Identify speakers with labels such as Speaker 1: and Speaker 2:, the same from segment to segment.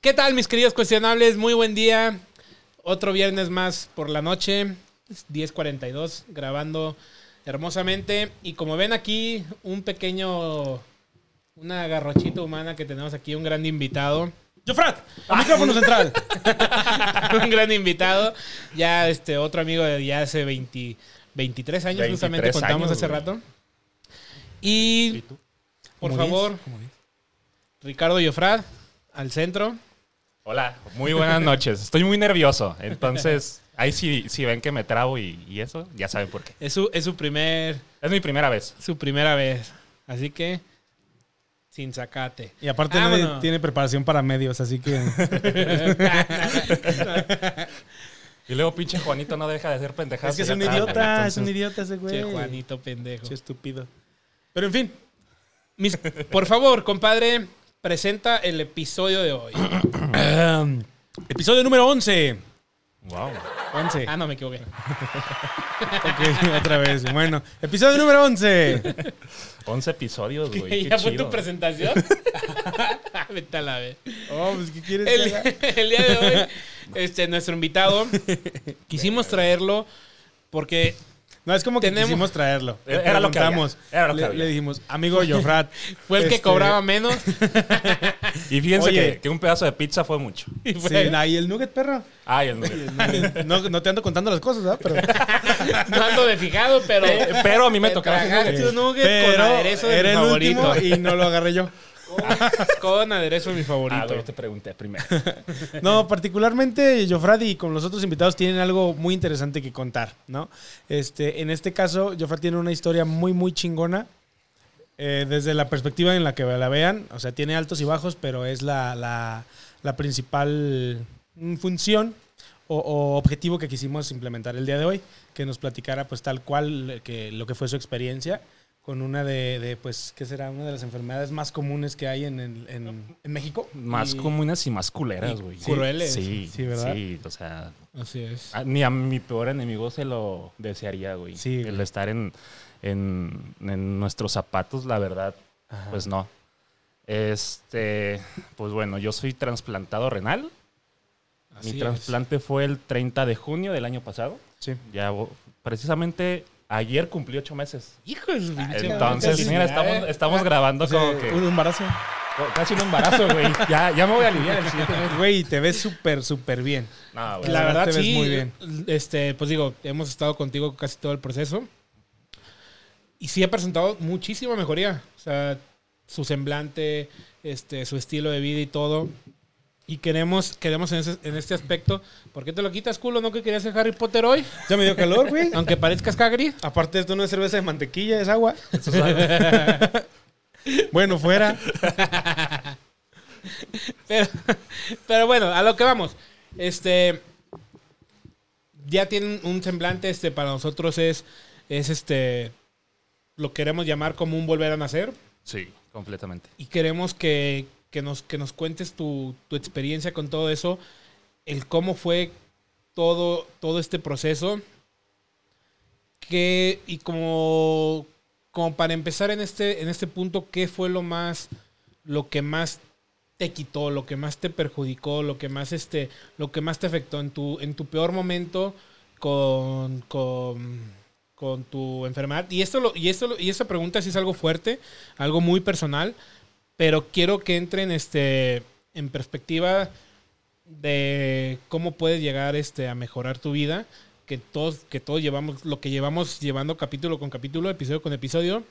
Speaker 1: ¿Qué tal, mis queridos cuestionables? Muy buen día. Otro viernes más por la noche, Es 10:42, grabando hermosamente. Y como ven aquí, un pequeño, una garrochita humana que tenemos aquí, un gran invitado.
Speaker 2: ¡Jofrat! ¡Al micrófono central!
Speaker 1: un gran invitado. Ya este otro amigo de ya hace 20 23 años, justamente
Speaker 3: 23
Speaker 1: contamos
Speaker 3: años,
Speaker 1: hace
Speaker 3: güey.
Speaker 1: rato. Y, por
Speaker 2: ¿Cómo
Speaker 1: favor,
Speaker 2: dices? ¿Cómo dices?
Speaker 1: Ricardo Yofrad, al centro.
Speaker 3: Hola, muy buenas noches. Estoy muy nervioso. Entonces, ahí sí, sí ven que me trabo y, y eso, ya saben por qué.
Speaker 1: Es su, es su primer,
Speaker 3: Es mi primera vez.
Speaker 1: su primera vez. Así que, sin sacate.
Speaker 2: Y aparte
Speaker 1: Vámonos.
Speaker 2: nadie tiene preparación para medios, así que...
Speaker 3: Y luego pinche Juanito no deja de hacer pendejadas.
Speaker 2: es que es
Speaker 3: ya
Speaker 2: un
Speaker 3: saben,
Speaker 2: idiota, es un
Speaker 3: entonces-
Speaker 2: idiota ese güey.
Speaker 1: Che, Juanito pendejo.
Speaker 2: Che, estúpido. Pero en fin,
Speaker 1: Mis- por favor, compadre, presenta el episodio de hoy.
Speaker 2: Ahem. Em, episodio número 11.
Speaker 3: Wow.
Speaker 2: 11.
Speaker 1: Ah, no, me equivoqué.
Speaker 2: Ok, otra vez. Bueno, episodio número 11.
Speaker 3: 11 episodios, güey. Qué
Speaker 1: ¿Ya fue
Speaker 3: chido.
Speaker 1: tu presentación? Vete a la vez.
Speaker 2: Oh, pues, ¿qué quieres que
Speaker 1: el,
Speaker 2: haga?
Speaker 1: el día de hoy, este, nuestro invitado, quisimos traerlo porque
Speaker 2: No, es como que
Speaker 1: Tenemos-
Speaker 2: quisimos traerlo. Le
Speaker 3: Era lo que había,
Speaker 2: preguntamos,
Speaker 3: era lo que
Speaker 2: le,
Speaker 3: había.
Speaker 2: le dijimos, amigo Jofrat.
Speaker 1: fue el que
Speaker 2: este,
Speaker 1: cobraba menos.
Speaker 3: Y fíjense
Speaker 2: Oye.
Speaker 3: que, que un pedazo de pizza fue mucho.
Speaker 1: Y
Speaker 2: Sí,
Speaker 1: fue-
Speaker 2: nah, y el nugget, perro.
Speaker 3: Ay, el número.
Speaker 2: No, no te ando contando las cosas, ¿verdad? Pero,
Speaker 1: no ando de fijado, pero.
Speaker 3: Eh, pero a mí me tocaba
Speaker 1: Tragaste
Speaker 3: ese
Speaker 1: un nugget con aderezo de
Speaker 2: eh, era
Speaker 1: mi
Speaker 2: el
Speaker 1: favorito.
Speaker 2: último y no lo agarré yo.
Speaker 1: Con aderezo de mi
Speaker 3: Ah,
Speaker 1: favorito.
Speaker 3: güey, te pregunté primero.
Speaker 2: No, particularmente Jofrad y con los otros invitados tienen algo muy interesante que contar, ¿no? Este, en este caso, Jofrad tiene una historia muy, muy chingona. eh, desde la perspectiva en la que la vean, o sea, tiene altos y bajos, pero es la, la- la principal mm, función o, o objetivo que quisimos implementar el día de hoy, que nos platicara pues tal cual eh, que, lo que fue su experiencia con una de, de, pues, ¿qué será? Una de las enfermedades más comunes que hay en, el- en- en México.
Speaker 3: Más
Speaker 2: Y-
Speaker 3: comunes y más culeras, güey.
Speaker 1: Sí, crueles.
Speaker 3: Sí,
Speaker 2: Sí,
Speaker 3: sí,
Speaker 2: ¿verdad?
Speaker 3: Sí, o sea,
Speaker 1: Así es.
Speaker 3: Ah, Ni a mi peor enemigo se lo desearía, güey.
Speaker 2: Sí,
Speaker 3: El
Speaker 2: güey.
Speaker 3: estar en, en, en nuestros zapatos, la verdad,
Speaker 2: Ajá.
Speaker 3: pues no. Este, pues bueno, yo soy trasplantado renal. mi trasplante fue el 30 de junio del año pasado.
Speaker 2: Sí.
Speaker 3: Ya vo- precisamente ayer cumplí ocho meses.
Speaker 1: Hijo de su pinche madre. eh.
Speaker 3: Entonces, mira,
Speaker 1: Ah,
Speaker 3: estamos, estamos grabando
Speaker 2: O sea,
Speaker 3: como que
Speaker 2: un embarazo.
Speaker 3: co- casi un embarazo, güey. Ya, ya me voy a aliviar el siguiente mes.
Speaker 2: Güey, te ves súper, súper bien.
Speaker 3: No, güey.
Speaker 1: La
Speaker 2: La
Speaker 1: verdad,
Speaker 2: verdad te ves
Speaker 1: sí.
Speaker 2: muy bien.
Speaker 1: Este, pues digo, hemos estado contigo casi todo el proceso. Y sí ha presentado muchísima mejoría. O sea, su semblante, este, su estilo de vida y todo. Y queremos, queremos en, ese- en este aspecto. ¿Por qué te lo quitas, culo? ¿No que querías ser Harry Potter hoy?
Speaker 2: Ya me dio calor, güey.
Speaker 1: Aunque parezcas Hagrid.
Speaker 2: Aparte, esto no es cerveza de mantequilla, es agua.
Speaker 3: Eso es-
Speaker 2: Bueno, fuera.
Speaker 1: Pero, pero bueno, a lo que vamos. Este. Ya tienen un semblante, este, para nosotros es. Es este. Lo queremos llamar como un volver a nacer.
Speaker 3: Sí, completamente.
Speaker 1: Y queremos que, que nos, que nos cuentes tu, tu experiencia con todo eso. El cómo fue todo, todo este proceso. Que, y como, como para empezar en este, en este punto, ¿qué fue lo más. lo que más te quitó, lo que más te perjudicó, lo que más este, lo que más te afectó en tu, en tu peor momento con, con, con tu enfermedad. Y esto lo, y esto lo- y esta pregunta sí es algo fuerte, algo muy personal, pero quiero que entren este en perspectiva de cómo puedes llegar este a mejorar tu vida, que todos que todos llevamos lo que llevamos llevando capítulo con capítulo, episodio con episodio,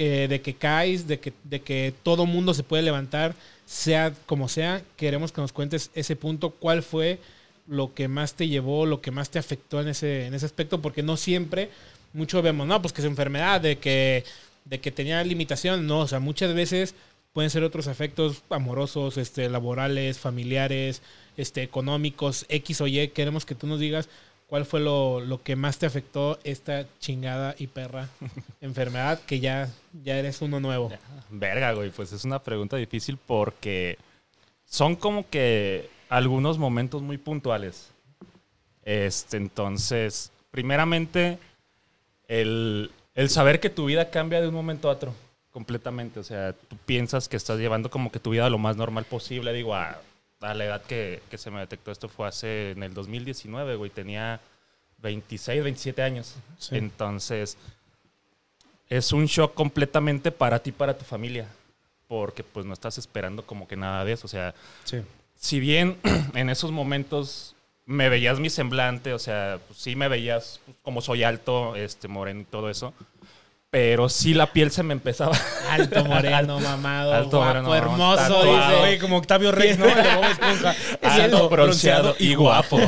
Speaker 1: eh, de que caes, de que de que todo mundo se puede levantar, sea como sea, queremos que nos cuentes ese punto, cuál fue lo que más te llevó, lo que más te afectó en ese en ese aspecto, porque no siempre mucho vemos, no, pues que es enfermedad, de que de que tenía limitación, no, o sea, muchas veces pueden ser otros afectos amorosos, este, laborales, familiares, este, económicos, X o Y. Queremos que tú nos digas cuál fue lo, lo que más te afectó esta chingada y perra enfermedad, que ya, ya eres uno nuevo.
Speaker 3: Verga, güey, pues es una pregunta difícil porque son como que algunos momentos muy puntuales. Este, entonces, primeramente, el, el saber que tu vida cambia de un momento a otro. completamente. O sea, tú piensas que estás llevando como que tu vida lo más normal posible. Digo, a, a la edad que, que se me detectó esto fue hace en el 2019, güey. Tenía 26, 27 años.
Speaker 2: Sí.
Speaker 3: Entonces, es un shock completamente para ti, para tu familia. Porque pues no estás esperando como que nada de eso. O sea,
Speaker 2: Sí.
Speaker 3: si bien en esos momentos me veías mi semblante, o sea, pues, sí me veías pues, como soy alto, este, moreno y todo eso, pero sí la piel se me empezaba.
Speaker 1: Alto moreno, mamado,
Speaker 3: Alto
Speaker 1: guapo,
Speaker 3: moreno,
Speaker 1: hermoso,
Speaker 3: tatuado.
Speaker 1: dice.
Speaker 2: Oye, como Octavio Reyes, ¿no? El de Bob Esponja. Es
Speaker 3: alto, bronceado y guapo.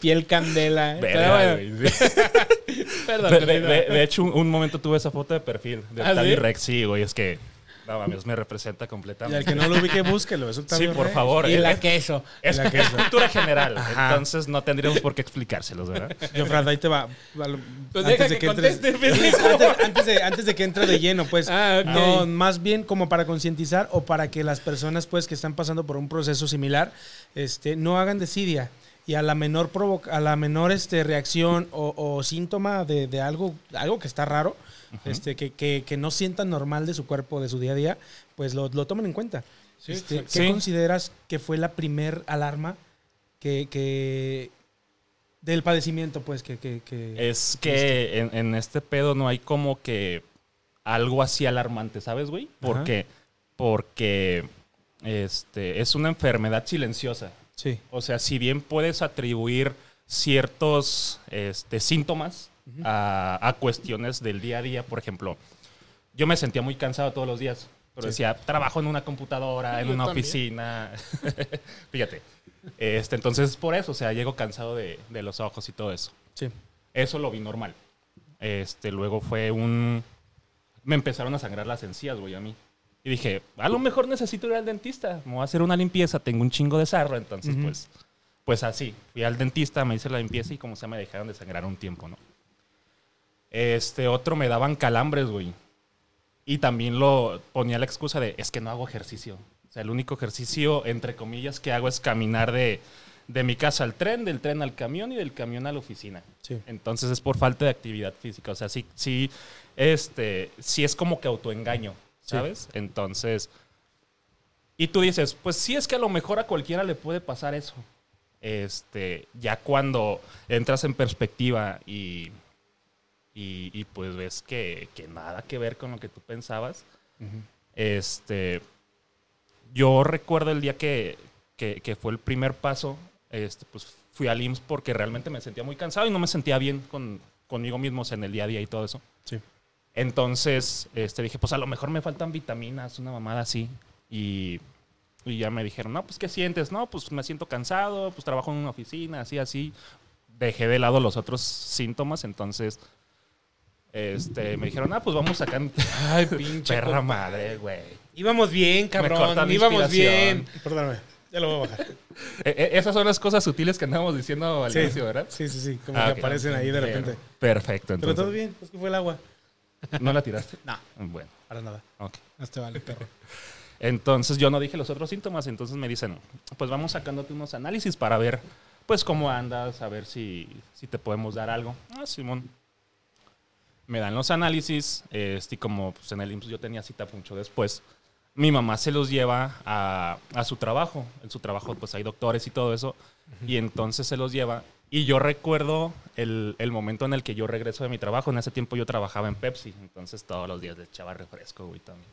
Speaker 1: Piel candela. ¿eh? Pero
Speaker 3: Verga,
Speaker 1: bueno,
Speaker 3: güey.
Speaker 1: perdón,
Speaker 3: De, de-
Speaker 1: perdón.
Speaker 3: de- de hecho, un, un momento tuve esa foto de perfil de
Speaker 1: ¿Ah,
Speaker 3: Octavio
Speaker 1: sí?
Speaker 3: Rex, sí, güey, es que, no mames, me representa
Speaker 2: Y al
Speaker 3: completamente.
Speaker 2: que no lo ubique, búsquelo. Es
Speaker 3: Sí,
Speaker 2: Octavio
Speaker 3: por
Speaker 2: Reyes.
Speaker 3: favor. eh,
Speaker 1: y la
Speaker 3: es-
Speaker 1: queso.
Speaker 3: es
Speaker 2: la que es.
Speaker 3: cultura general,
Speaker 2: Ajá.
Speaker 3: entonces no tendríamos por qué explicárselos, ¿verdad?
Speaker 2: Jofrad, ahí te va.
Speaker 1: Pues
Speaker 2: Antes
Speaker 1: deja
Speaker 2: de
Speaker 1: que
Speaker 2: que entres-
Speaker 1: conteste, pendejo.
Speaker 2: Antes, antes de, antes de que entre de lleno, pues.
Speaker 1: Ah, ok.
Speaker 2: No, más bien como para concientizar o para que las personas, pues, que están pasando por un proceso similar, este, no hagan desidia. Y a la menor provoca- a la menor este, reacción o, o síntoma de, de algo, algo que está raro, este, que, que- que no sientan normal de su cuerpo, de su día a día, pues lo, lo tomen en cuenta.
Speaker 1: Sí,
Speaker 2: Este, ¿Qué
Speaker 1: exacto.
Speaker 3: Sí.
Speaker 2: consideras que fue la primer alarma que, que- del padecimiento, pues, que, que- que-
Speaker 3: Es que en, en este pedo no hay como que algo así alarmante, ¿sabes, güey?
Speaker 2: Ajá.
Speaker 3: Porque, porque este, es una enfermedad silenciosa.
Speaker 2: Sí.
Speaker 3: O sea, si bien puedes atribuir ciertos este, síntomas a, a cuestiones del día a día, por ejemplo, yo me sentía muy cansado todos los días, pero
Speaker 2: Sí.
Speaker 3: decía, trabajo en una computadora, en
Speaker 1: Yo
Speaker 3: una
Speaker 1: también.
Speaker 3: oficina, fíjate. Este, entonces, por eso, o sea, llego cansado de- de los ojos y todo eso.
Speaker 2: Sí.
Speaker 3: Eso lo vi normal. Este, luego fue un... Me empezaron a sangrar las encías, güey, a mí. Y dije, a lo mejor necesito ir al dentista. Me voy a hacer una limpieza, tengo un chingo de sarro. Entonces,
Speaker 2: Ujú.
Speaker 3: pues, pues así. Fui al dentista, me hice la limpieza y como sea, me dejaron de sangrar un tiempo, ¿no? Este, otro me daban calambres, güey. Y también lo ponía la excusa de, es que no hago ejercicio. O sea, el único ejercicio, entre comillas, que hago es caminar de, de mi casa al tren, del tren al camión y del camión a la oficina.
Speaker 2: Sí.
Speaker 3: Entonces es por falta de actividad física. O sea, sí, sí, este, sí es como que autoengaño, ¿sabes? Entonces, y tú dices, pues sí es que a lo mejor a cualquiera le puede pasar eso. Este, ya cuando entras en perspectiva y, y, y, pues ves que, que nada que ver con lo que tú pensabas, este, yo recuerdo el día que, que, que fue el primer paso, este, pues fui al IMSS porque realmente me sentía muy cansado y no me sentía bien con, conmigo mismo o sea, en el día a día y todo eso.
Speaker 2: Sí.
Speaker 3: Entonces este, dije, pues a lo mejor me faltan vitaminas, una mamada así. Y, y ya me dijeron, no, pues ¿qué sientes? No, pues me siento cansado, pues trabajo en una oficina, así, así. Dejé de lado los otros síntomas, entonces este, me dijeron, ah, pues vamos a can-
Speaker 1: Ay, pinche.
Speaker 3: Perra madre, güey.
Speaker 1: Íbamos bien,
Speaker 3: Me corta
Speaker 1: cabrón.
Speaker 3: mi
Speaker 1: Íbamos
Speaker 3: inspiración.
Speaker 1: bien.
Speaker 2: Perdóname, ya lo voy a bajar.
Speaker 3: Eh, eh, esas son las cosas sutiles que andamos diciendo al inicio, ¿verdad?
Speaker 2: Sí, sí, sí, como
Speaker 3: Ah,
Speaker 2: que
Speaker 3: ok.
Speaker 2: aparecen ahí de
Speaker 3: Pero-
Speaker 2: repente.
Speaker 3: Perfecto,
Speaker 2: Pero
Speaker 3: entonces.
Speaker 2: todo bien, pues que fue el agua.
Speaker 3: ¿No la tiraste?
Speaker 2: No.
Speaker 3: Bueno,
Speaker 2: Para nada.
Speaker 3: ok.
Speaker 1: No te vale, perro.
Speaker 3: Entonces yo no dije los otros síntomas, entonces me dicen, pues vamos sacándote unos análisis para ver, pues cómo andas, a ver si, si te podemos dar algo. Ah, Simón. Me dan los análisis, este, y como pues, en el IMSS yo tenía cita mucho después, mi mamá se los lleva a, a su trabajo. En su trabajo pues hay doctores y todo eso, y entonces se los lleva. Y yo recuerdo el, el momento en el que yo regreso de mi trabajo. En ese tiempo yo trabajaba en Pepsi, entonces todos los días le echaba refresco, güey, también.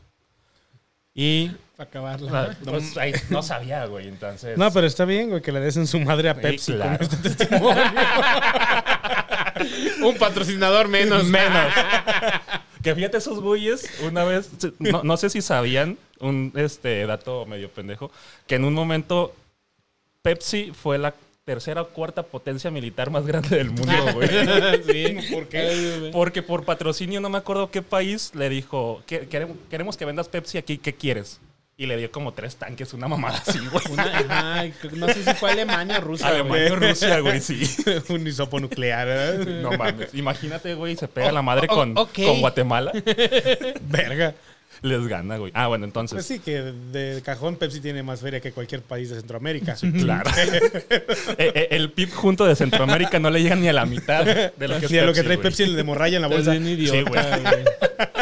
Speaker 3: Y
Speaker 1: Para
Speaker 3: o
Speaker 1: acabarla.
Speaker 3: sea, pues, ahí no sabía, güey, entonces.
Speaker 2: No, pero está bien, güey, que le des en su madre a
Speaker 3: Sí,
Speaker 2: Pepsi. con
Speaker 3: claro.
Speaker 2: este testimonio.
Speaker 1: Un patrocinador menos.
Speaker 3: menos. que fíjate esos güeyes, una vez, no, no sé si sabían, un este dato medio pendejo, que en un momento Pepsi fue la tercera o cuarta potencia militar más grande del mundo, güey.
Speaker 1: sí. ¿Por qué?
Speaker 3: Porque por patrocinio, no me acuerdo qué país, le dijo, "Que- queremos, queremos que vendas Pepsi aquí, ¿qué quieres? Y le dio como tres tanques, una mamada así, güey.
Speaker 1: Una, ajá, creo que no sé si fue Alemania o Rusia. güey.
Speaker 3: Alemania, Rusia, güey, sí.
Speaker 2: Un hisopo nuclear. ¿eh?
Speaker 3: No mames. Imagínate, güey, se pega la madre
Speaker 1: o-
Speaker 3: con,
Speaker 1: ok.
Speaker 3: con Guatemala.
Speaker 2: Verga.
Speaker 3: Les gana, güey. Ah, bueno,
Speaker 2: Pues
Speaker 3: entonces.
Speaker 2: sí, que de cajón Pepsi tiene más feria que cualquier país de Centroamérica.
Speaker 3: Claro. Eh, eh, el PIB junto de Centroamérica no le llega ni a la mitad de lo que, es
Speaker 2: Sí, a lo que trae
Speaker 3: güey.
Speaker 2: Pepsi de morralla en la
Speaker 1: Estás
Speaker 2: bolsa.
Speaker 1: bien idiota,
Speaker 3: Sí,
Speaker 1: güey.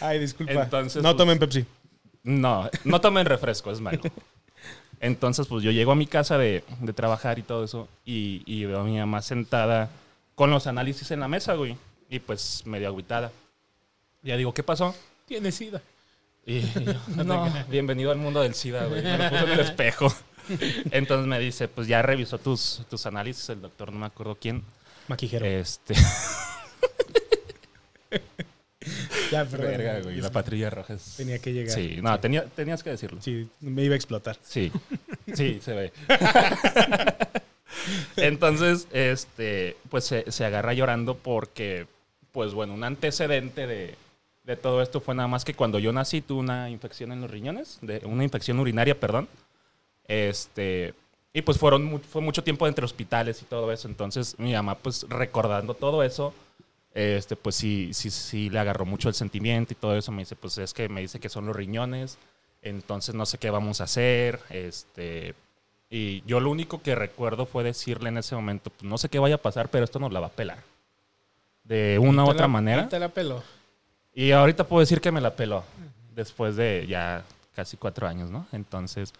Speaker 2: Ay, disculpa.
Speaker 3: Entonces,
Speaker 2: no
Speaker 3: pues-
Speaker 2: tomen Pepsi.
Speaker 3: No, no tomen refresco, es malo. Entonces, pues yo llego a mi casa de, de trabajar y todo eso y, y veo a mi mamá sentada con los análisis en la mesa, güey. Y pues medio agüitada. Ya digo, ¿qué pasó?
Speaker 1: Tiene sida.
Speaker 3: Y yo, no, bienvenido al mundo del SIDA, güey. Me lo puso en el espejo. Entonces me dice, pues ya revisó tus, tus análisis el doctor, no me acuerdo quién.
Speaker 2: Maquijero.
Speaker 1: Eh,
Speaker 3: Este,
Speaker 2: ya, perdón.
Speaker 3: verga, güey, La patrulla roja es...
Speaker 2: Tenía que llegar.
Speaker 3: Sí, no, tenía- tenías que decirlo.
Speaker 2: Sí, me iba a explotar.
Speaker 3: Sí, sí, se ve. Entonces, este, pues se, se agarra llorando porque, pues bueno, un antecedente de, de todo esto fue nada más que cuando yo nací tuve una infección en los riñones, de, una infección urinaria, perdón. Este, y pues fueron, mu- fue mucho tiempo entre hospitales y todo eso. Entonces, mi mamá, pues recordando todo eso, este, pues sí, sí, sí, le agarró mucho el sentimiento y todo eso. Me dice, pues es que me dice que son los riñones, entonces no sé qué vamos a hacer. Este, y yo lo único que recuerdo fue decirle en ese momento, pues no sé qué vaya a pasar, pero esto nos la va a pelar. De una u otra manera.
Speaker 1: Te la pelo.
Speaker 3: Y ahorita puedo decir que me la peló. Después de ya casi cuatro años, ¿no? Entonces,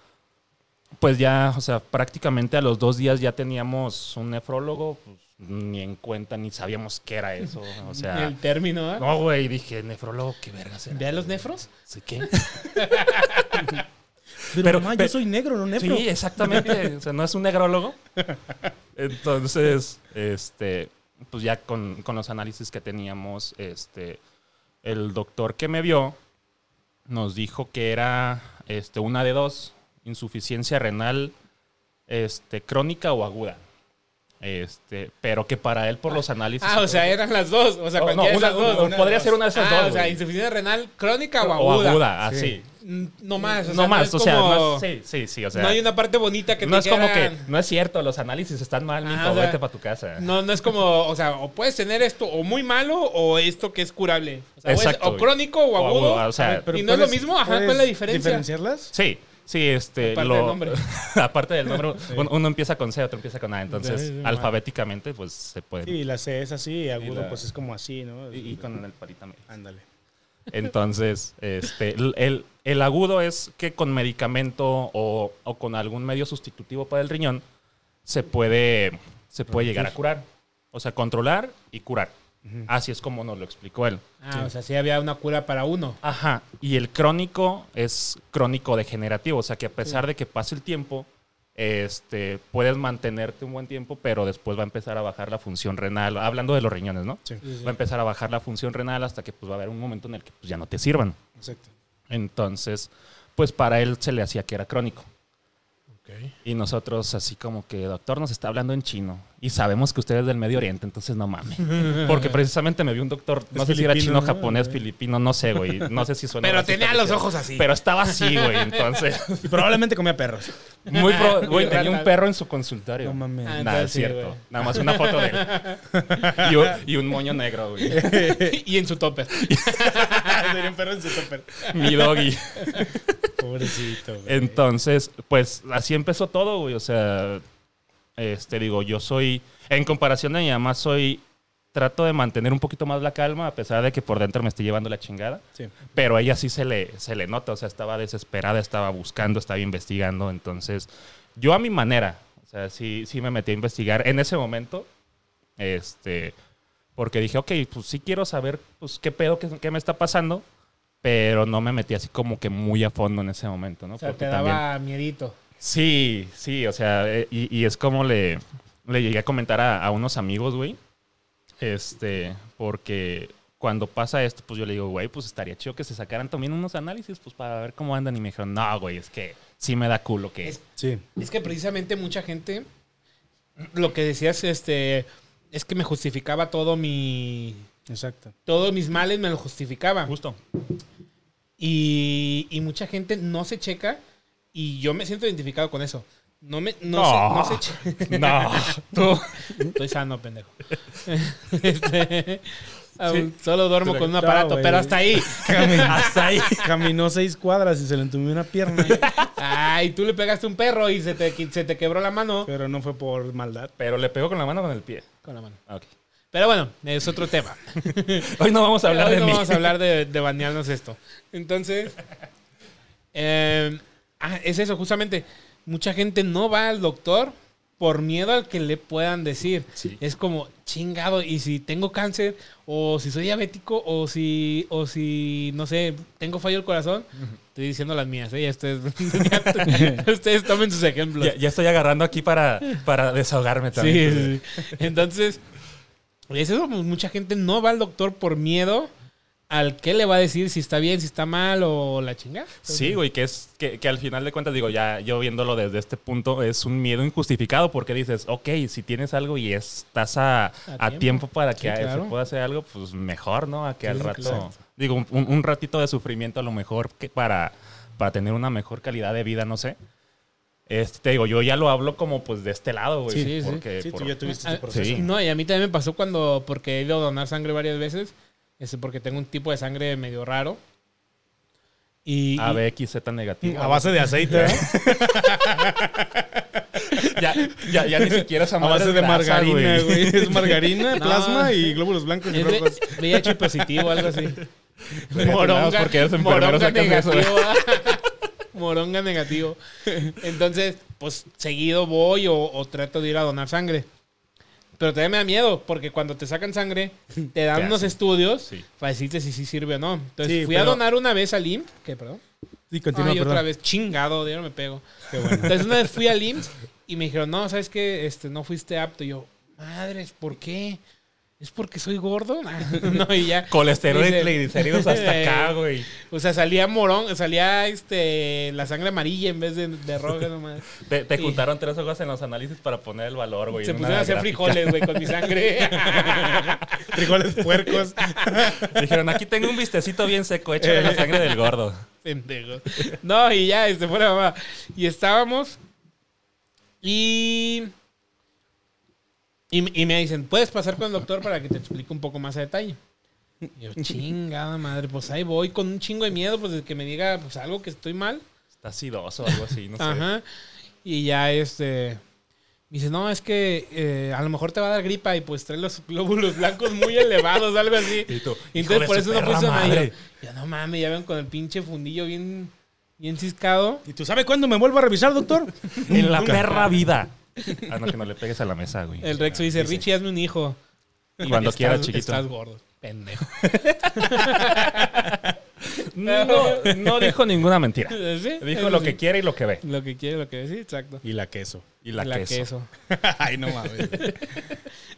Speaker 3: pues ya, o sea, prácticamente a los dos días ya teníamos un nefrólogo, pues, ni en cuenta, ni sabíamos qué era eso. O sea,
Speaker 1: el término, ¿eh?
Speaker 3: no, güey, dije, nefrólogo, qué verga será.
Speaker 1: ¿Ve a los nefros?
Speaker 3: Sí, ¿Qué?
Speaker 2: Pero,
Speaker 3: Pero-
Speaker 2: mamá,
Speaker 3: pero-
Speaker 2: yo soy negro, no negro.
Speaker 3: Sí, exactamente. O sea, no es un negrólogo. Entonces, este, pues ya con, con los análisis que teníamos, este, el doctor que me vio nos dijo que era este, una de dos, insuficiencia renal este, crónica o aguda. Este, pero que para él por los análisis...
Speaker 1: Ah, o sea, eran las dos. O sea,
Speaker 3: Oh,
Speaker 1: cualquiera
Speaker 3: No, no,
Speaker 1: de esas
Speaker 3: una-
Speaker 1: dos.
Speaker 3: una- podría ser una de esas
Speaker 1: Ah,
Speaker 3: dos,
Speaker 1: O sea,
Speaker 3: güey.
Speaker 1: insuficiencia renal crónica o
Speaker 3: o
Speaker 1: aguda.
Speaker 3: aguda, así.
Speaker 1: Mm, No más. O sea,
Speaker 3: no más,
Speaker 1: es
Speaker 3: o sea,
Speaker 1: como-
Speaker 3: no es- sí, sí, sí, o sea.
Speaker 1: no hay una parte bonita que
Speaker 3: no
Speaker 1: te
Speaker 3: es como que,
Speaker 1: dijeran,
Speaker 3: no es cierto, los análisis están mal, mijo,
Speaker 1: Ah, o sea,
Speaker 3: vete para tu casa.
Speaker 1: No, no es como, o sea, o puedes tener esto o muy malo o esto que es curable. O, sea, o es-
Speaker 3: Exacto,
Speaker 1: o
Speaker 3: güey.
Speaker 1: crónico o
Speaker 3: O
Speaker 1: agudo.
Speaker 3: agudo, o sea,
Speaker 2: A ver, pero
Speaker 1: ¿Y no es lo
Speaker 2: ¿puedes-
Speaker 1: mismo? Ajá, ¿cuál es la
Speaker 2: puedes
Speaker 1: diferencia?
Speaker 2: ¿Diferenciarlas?
Speaker 3: sí, sí, este.
Speaker 1: Aparte
Speaker 3: lo-
Speaker 1: del nombre.
Speaker 3: aparte del nombre, uno, uno empieza con C, otro empieza con A, entonces
Speaker 2: Sí, sí,
Speaker 3: alfabéticamente, pues se puede.
Speaker 2: Sí, la C es así, y agudo,
Speaker 3: la-
Speaker 2: pues es como así, ¿no?
Speaker 3: Y, y con el parita medio.
Speaker 2: Ándale.
Speaker 3: Entonces, este, el, el- el agudo es que con medicamento o, o con algún medio sustitutivo para el riñón se puede, se puede llegar a curar. O sea, controlar y curar. Así es como nos lo explicó él.
Speaker 1: Ah, o sea, sí había una cura para uno.
Speaker 3: Ajá, y el crónico es crónico degenerativo, o sea que a pesar de que pase el tiempo, este, puedes mantenerte un buen tiempo, pero después va a empezar a bajar la función renal, hablando de los riñones, ¿no?
Speaker 2: Sí,
Speaker 3: Va a empezar a bajar la función renal hasta que pues, va a haber un momento en el que pues, ya no te sirvan.
Speaker 2: exacto.
Speaker 3: Entonces, pues para él se le hacía que era crónico. Y nosotros así como que, doctor, nos está hablando en chino. Y sabemos que usted es del Medio Oriente, entonces no mames. Porque precisamente me vi un doctor, no
Speaker 2: Es
Speaker 3: sé si era
Speaker 2: filipino,
Speaker 3: chino,
Speaker 2: ¿no?
Speaker 3: japonés, filipino, no sé, güey. No sé si suena...
Speaker 1: Pero
Speaker 3: racista,
Speaker 1: tenía
Speaker 3: lo
Speaker 1: los
Speaker 3: que-
Speaker 1: ojos así.
Speaker 3: Pero estaba así, güey. Entonces,
Speaker 2: Y probablemente comía perros.
Speaker 3: muy pro- güey,
Speaker 1: Qué
Speaker 3: tenía un
Speaker 1: raro.
Speaker 3: perro en su consultorio.
Speaker 2: No mames.
Speaker 1: Ah,
Speaker 3: Nada,
Speaker 1: entonces
Speaker 3: es
Speaker 1: sí,
Speaker 3: cierto.
Speaker 1: güey.
Speaker 3: Nada más una foto de él. Y un, y un moño negro, güey.
Speaker 1: y en su topper.
Speaker 2: Tenía un perro en su topper.
Speaker 3: Mi doggy.
Speaker 2: Pobrecito, güey.
Speaker 3: Entonces, pues así empezó todo, güey. O sea, este, digo, yo soy, en comparación de mi mamá, soy, trato de mantener un poquito más la calma, a pesar de que por dentro me estoy llevando la chingada.
Speaker 2: Sí.
Speaker 3: Pero a ella sí se le, se le nota, o sea, estaba desesperada, estaba buscando, estaba investigando. Entonces, yo a mi manera, o sea, sí, sí me metí a investigar en ese momento, este, porque dije, ok, pues sí quiero saber, pues, qué pedo, qué, qué me está pasando. Pero no me metí así como que muy a fondo en ese momento, ¿no?
Speaker 1: O sea,
Speaker 3: Porque
Speaker 1: te daba miedito.
Speaker 3: Sí, sí, o sea, eh, y, y es como le, le llegué a comentar a, a unos amigos, güey. Este, porque cuando pasa esto, pues yo le digo, güey, pues estaría chido que se sacaran también unos análisis, pues para ver cómo andan. Y me dijeron, no, güey, es que sí me da culo que.
Speaker 1: Es-
Speaker 2: Sí.
Speaker 1: Es que precisamente mucha gente, lo que decías, este, es que me justificaba todo mi...
Speaker 2: Exacto.
Speaker 1: Todos mis males me lo justificaba.
Speaker 3: Justo.
Speaker 1: Y, y mucha gente no se checa y yo me siento identificado con eso. No me... No,
Speaker 3: No.
Speaker 1: se, no se che-
Speaker 3: No.
Speaker 1: Tú. Estoy sano, pendejo. Este, aún Solo duermo con un
Speaker 2: Claro,
Speaker 1: aparato,
Speaker 2: güey.
Speaker 1: pero hasta ahí.
Speaker 3: Hasta ahí.
Speaker 2: Caminó seis cuadras y se le entumió una pierna,
Speaker 1: Ay, tú le pegaste un perro y se te, qui- se te quebró la mano.
Speaker 2: pero no fue por maldad.
Speaker 3: Pero le pegó con la mano o con el pie.
Speaker 1: Con la mano.
Speaker 3: Ah, Ok.
Speaker 1: Pero bueno, es otro tema.
Speaker 3: Hoy no vamos a hablar
Speaker 1: Hoy
Speaker 3: de
Speaker 1: no
Speaker 3: mí.
Speaker 1: vamos a hablar de, de banearnos esto. Entonces, eh, ah, es eso, justamente. Mucha gente no va al doctor por miedo al que le puedan decir.
Speaker 3: Sí.
Speaker 1: Es como, chingado, y si tengo cáncer, o si soy diabético, o si, o si no sé, tengo fallo al corazón. Estoy diciendo las mías, ¿eh? Ya ustedes, ya ustedes tomen sus ejemplos.
Speaker 3: Ya, ya estoy agarrando aquí para, para desahogarme
Speaker 1: Sí,
Speaker 3: también.
Speaker 1: sí, sí. Entonces, es eso, pues, mucha gente no va al doctor por miedo al que le va a decir si está bien, si está mal o la chingada.
Speaker 3: Sí, güey, que es que, que al final de cuentas, digo, ya yo viéndolo desde este punto, es un miedo injustificado porque dices, ok, si tienes algo y estás a, a tiempo.
Speaker 1: tiempo.
Speaker 3: para que
Speaker 1: Sí,
Speaker 3: a-
Speaker 1: claro.
Speaker 3: se pueda hacer algo, pues mejor, ¿no? A que
Speaker 1: Sí,
Speaker 3: al
Speaker 1: sí,
Speaker 3: rato,
Speaker 1: claro.
Speaker 3: digo, un, un ratito de sufrimiento a lo mejor que para, para tener una mejor calidad de vida, no sé. Este, te digo, yo ya lo hablo como pues de este lado, güey.
Speaker 1: Sí, sí, sí.
Speaker 3: porque
Speaker 2: Sí,
Speaker 3: por-
Speaker 2: tú ya tuviste
Speaker 1: Ah,
Speaker 2: tu proceso.
Speaker 3: sí.
Speaker 1: No, y a mí también me pasó cuando, porque he ido a donar sangre varias veces, este, porque tengo un tipo de sangre medio raro. Y, y-
Speaker 3: ABXZ negativo.
Speaker 2: A base de aceite, ¿eh?
Speaker 3: ya, ya, ya ni siquiera esa
Speaker 2: A
Speaker 3: madre
Speaker 2: base
Speaker 3: es
Speaker 2: de
Speaker 3: grasa,
Speaker 2: margarina,
Speaker 3: güey.
Speaker 2: güey. Es margarina,
Speaker 1: No.
Speaker 2: plasma y glóbulos blancos. y
Speaker 1: es
Speaker 2: rojos.
Speaker 1: de- VIH positivo, algo así.
Speaker 3: Verga,
Speaker 1: Moronga,
Speaker 3: porque eres enfermero,
Speaker 1: moronga
Speaker 3: sacan eso,
Speaker 1: negativo. moronga negativo. Entonces, pues seguido voy o, o trato de ir a donar sangre. Pero también me da miedo, porque cuando te sacan sangre, te dan
Speaker 3: Te
Speaker 1: unos
Speaker 3: hacen.
Speaker 1: estudios
Speaker 3: Sí.
Speaker 1: para decirte si sí sirve o no. Entonces
Speaker 2: Sí,
Speaker 1: fui a
Speaker 2: pero-
Speaker 1: donar una vez al IMSS. ¿Qué, perdón?
Speaker 2: Sí, continúa,
Speaker 1: Ay, otra
Speaker 2: perdón.
Speaker 1: vez, chingado, ya no me pego. Entonces una vez fui al IMSS y me dijeron, no, ¿sabes qué? Este, no fuiste apto. Y yo, madres, ¿por qué? ¿Es porque soy gordo? No, y ya.
Speaker 3: Colesterol y
Speaker 1: Dice-
Speaker 3: triglicéridos hasta acá, güey.
Speaker 1: O sea, salía morón, salía este la sangre amarilla en vez de, de roja nomás.
Speaker 3: Te, te
Speaker 1: Sí.
Speaker 3: juntaron tres hojas en los análisis para poner el valor, güey.
Speaker 1: Se
Speaker 3: en
Speaker 1: pusieron
Speaker 3: una
Speaker 1: a hacer
Speaker 3: gráfica.
Speaker 1: frijoles, güey, con mi sangre.
Speaker 2: Frijoles puercos.
Speaker 3: Dijeron, aquí tengo un vistecito bien seco, hecho de
Speaker 1: Eh.
Speaker 3: la sangre del gordo.
Speaker 1: Pendejo. No, y ya, este fuera mamá. Y estábamos. Y, y. y me dicen, puedes pasar con el doctor para que te explique un poco más a detalle. Y yo, chingada madre, pues ahí voy con un chingo de miedo, pues de que me diga pues, algo que estoy mal.
Speaker 3: Está acidoso o algo así, no sé.
Speaker 1: Ajá. Y ya este. Me dice, no, es que eh, a lo mejor te va a dar gripa y pues trae los glóbulos blancos muy elevados, algo así.
Speaker 3: Y tú,
Speaker 1: Y
Speaker 3: "Hijo de
Speaker 1: entonces por
Speaker 3: su
Speaker 1: eso no
Speaker 3: perra
Speaker 1: puse nada. Y
Speaker 3: madre".
Speaker 1: Yo, yo, no mames, ya ven con el pinche fundillo bien, bien ciscado.
Speaker 2: ¿Y tú sabes cuándo me vuelvo a revisar, doctor?
Speaker 3: En la perra vida. Ah, no, que no le pegues a la mesa, güey.
Speaker 1: El Rexo dice, Richie, hazme un hijo.
Speaker 3: Y cuando
Speaker 1: Estás-
Speaker 3: quieras, chiquito.
Speaker 1: Estás gordo, pendejo.
Speaker 3: No, no dijo ninguna mentira.
Speaker 1: ¿Sí?
Speaker 3: Dijo lo que quiere y lo que ve.
Speaker 1: Lo que quiere, lo que decir, exacto.
Speaker 2: Y la queso.
Speaker 3: Y la, queso.
Speaker 2: Ay, no mames. Güey, ¿crees,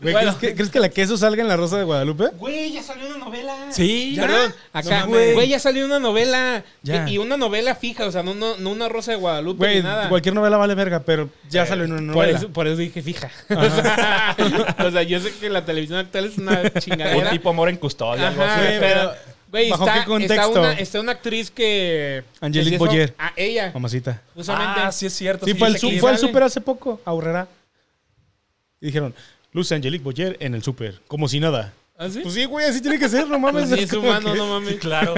Speaker 1: Bueno.
Speaker 2: que, crees que la queso salga en la Rosa de Guadalupe?
Speaker 1: Güey, ya salió una novela.
Speaker 2: Sí,
Speaker 1: Perdón, acá,
Speaker 2: No mames.
Speaker 1: güey. ya salió una novela.
Speaker 2: Ya.
Speaker 1: Y y una novela fija, o sea, no, no, no una rosa de Guadalupe
Speaker 2: Güey, Eh,
Speaker 1: ni nada.
Speaker 2: cualquier novela vale verga, pero ya salió en una
Speaker 1: Por
Speaker 2: novela.
Speaker 1: eso, por eso dije fija. O sea, o sea, yo sé que la televisión actual es una
Speaker 3: Un
Speaker 1: chingadera.
Speaker 3: tipo amor en custodia, algo
Speaker 1: Ajá,
Speaker 3: así.
Speaker 2: güey,
Speaker 1: pero, güey,
Speaker 2: ¿bajo
Speaker 1: está,
Speaker 2: qué contexto?
Speaker 1: Está, una, está una actriz que. que
Speaker 2: Angelique
Speaker 1: sí es fam-
Speaker 2: Boyer.
Speaker 1: A ella,
Speaker 2: Mamacita.
Speaker 1: justamente.
Speaker 3: Ah, sí es cierto.
Speaker 2: Sí, fue, al
Speaker 3: dice
Speaker 2: su-
Speaker 3: que-
Speaker 2: fue al
Speaker 1: sale.
Speaker 2: súper hace poco, ahorrará. Y dijeron, Luce Angelique Boyer en el súper, como si nada.
Speaker 1: ¿Ah, sí?
Speaker 2: Pues sí, güey, así tiene que ser, no mames.
Speaker 1: Pues sí, es
Speaker 2: como
Speaker 1: humano,
Speaker 2: que-
Speaker 1: no mames.
Speaker 3: Claro.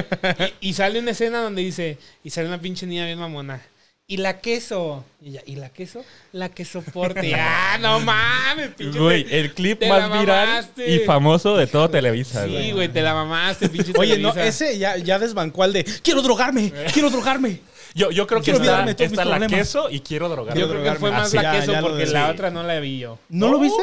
Speaker 1: Y, y sale una escena donde dice, y sale una pinche niña bien mamona. Y la queso. Y, ella, ¿y la queso? La que soporte. ah, no mames, pinche.
Speaker 3: Güey, el clip
Speaker 1: Te la
Speaker 3: más viral
Speaker 1: mamaste.
Speaker 3: y famoso de todo Televisa,
Speaker 1: Sí,
Speaker 3: güey.
Speaker 1: güey, te la mamaste, pinche.
Speaker 2: Oye, no,
Speaker 1: Televisa.
Speaker 2: ese ya, ya desbancó al de, quiero drogarme, quiero drogarme.
Speaker 3: Yo, yo creo que
Speaker 2: Quiero
Speaker 3: está,
Speaker 2: olvidarme de todos
Speaker 3: está
Speaker 2: mis
Speaker 3: la
Speaker 2: problemas.
Speaker 3: queso y quiero drogarme.
Speaker 1: Yo creo que fue
Speaker 2: drogarme.
Speaker 1: más
Speaker 2: Ah, sí,
Speaker 1: la
Speaker 2: ya,
Speaker 1: queso
Speaker 2: ya lo
Speaker 1: porque
Speaker 2: de-
Speaker 1: la
Speaker 2: sí.
Speaker 1: otra no la vi yo.
Speaker 2: ¿No, lo viste?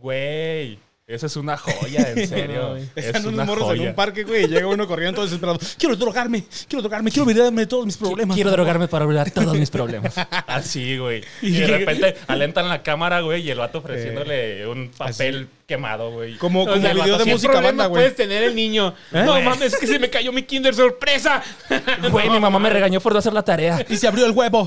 Speaker 3: Güey, esa es una joya, en
Speaker 1: No,
Speaker 3: serio.
Speaker 1: güey.
Speaker 3: es
Speaker 2: Están
Speaker 3: una
Speaker 2: unos morros en
Speaker 3: joya.
Speaker 2: un parque, güey, y llega uno corriendo todo desesperado. Quiero drogarme, quiero drogarme, quiero olvidarme de todos mis problemas.
Speaker 3: Quiero drogarme para olvidar todos mis problemas. Así, Ah, güey. Y de repente alentan la cámara, güey, y el vato ofreciéndole un papel quemado, güey.
Speaker 2: Eh, Como, como
Speaker 1: O sea,
Speaker 2: el video de
Speaker 1: ¿qué
Speaker 2: música
Speaker 1: problema
Speaker 2: banda,
Speaker 1: puedes
Speaker 2: güey.
Speaker 1: tener el niño?
Speaker 2: ¿Eh?
Speaker 1: No mames, es que se me cayó mi Kinder sorpresa.
Speaker 3: Güey, mi mamá me regañó por no hacer la tarea.
Speaker 2: Y se abrió el huevo.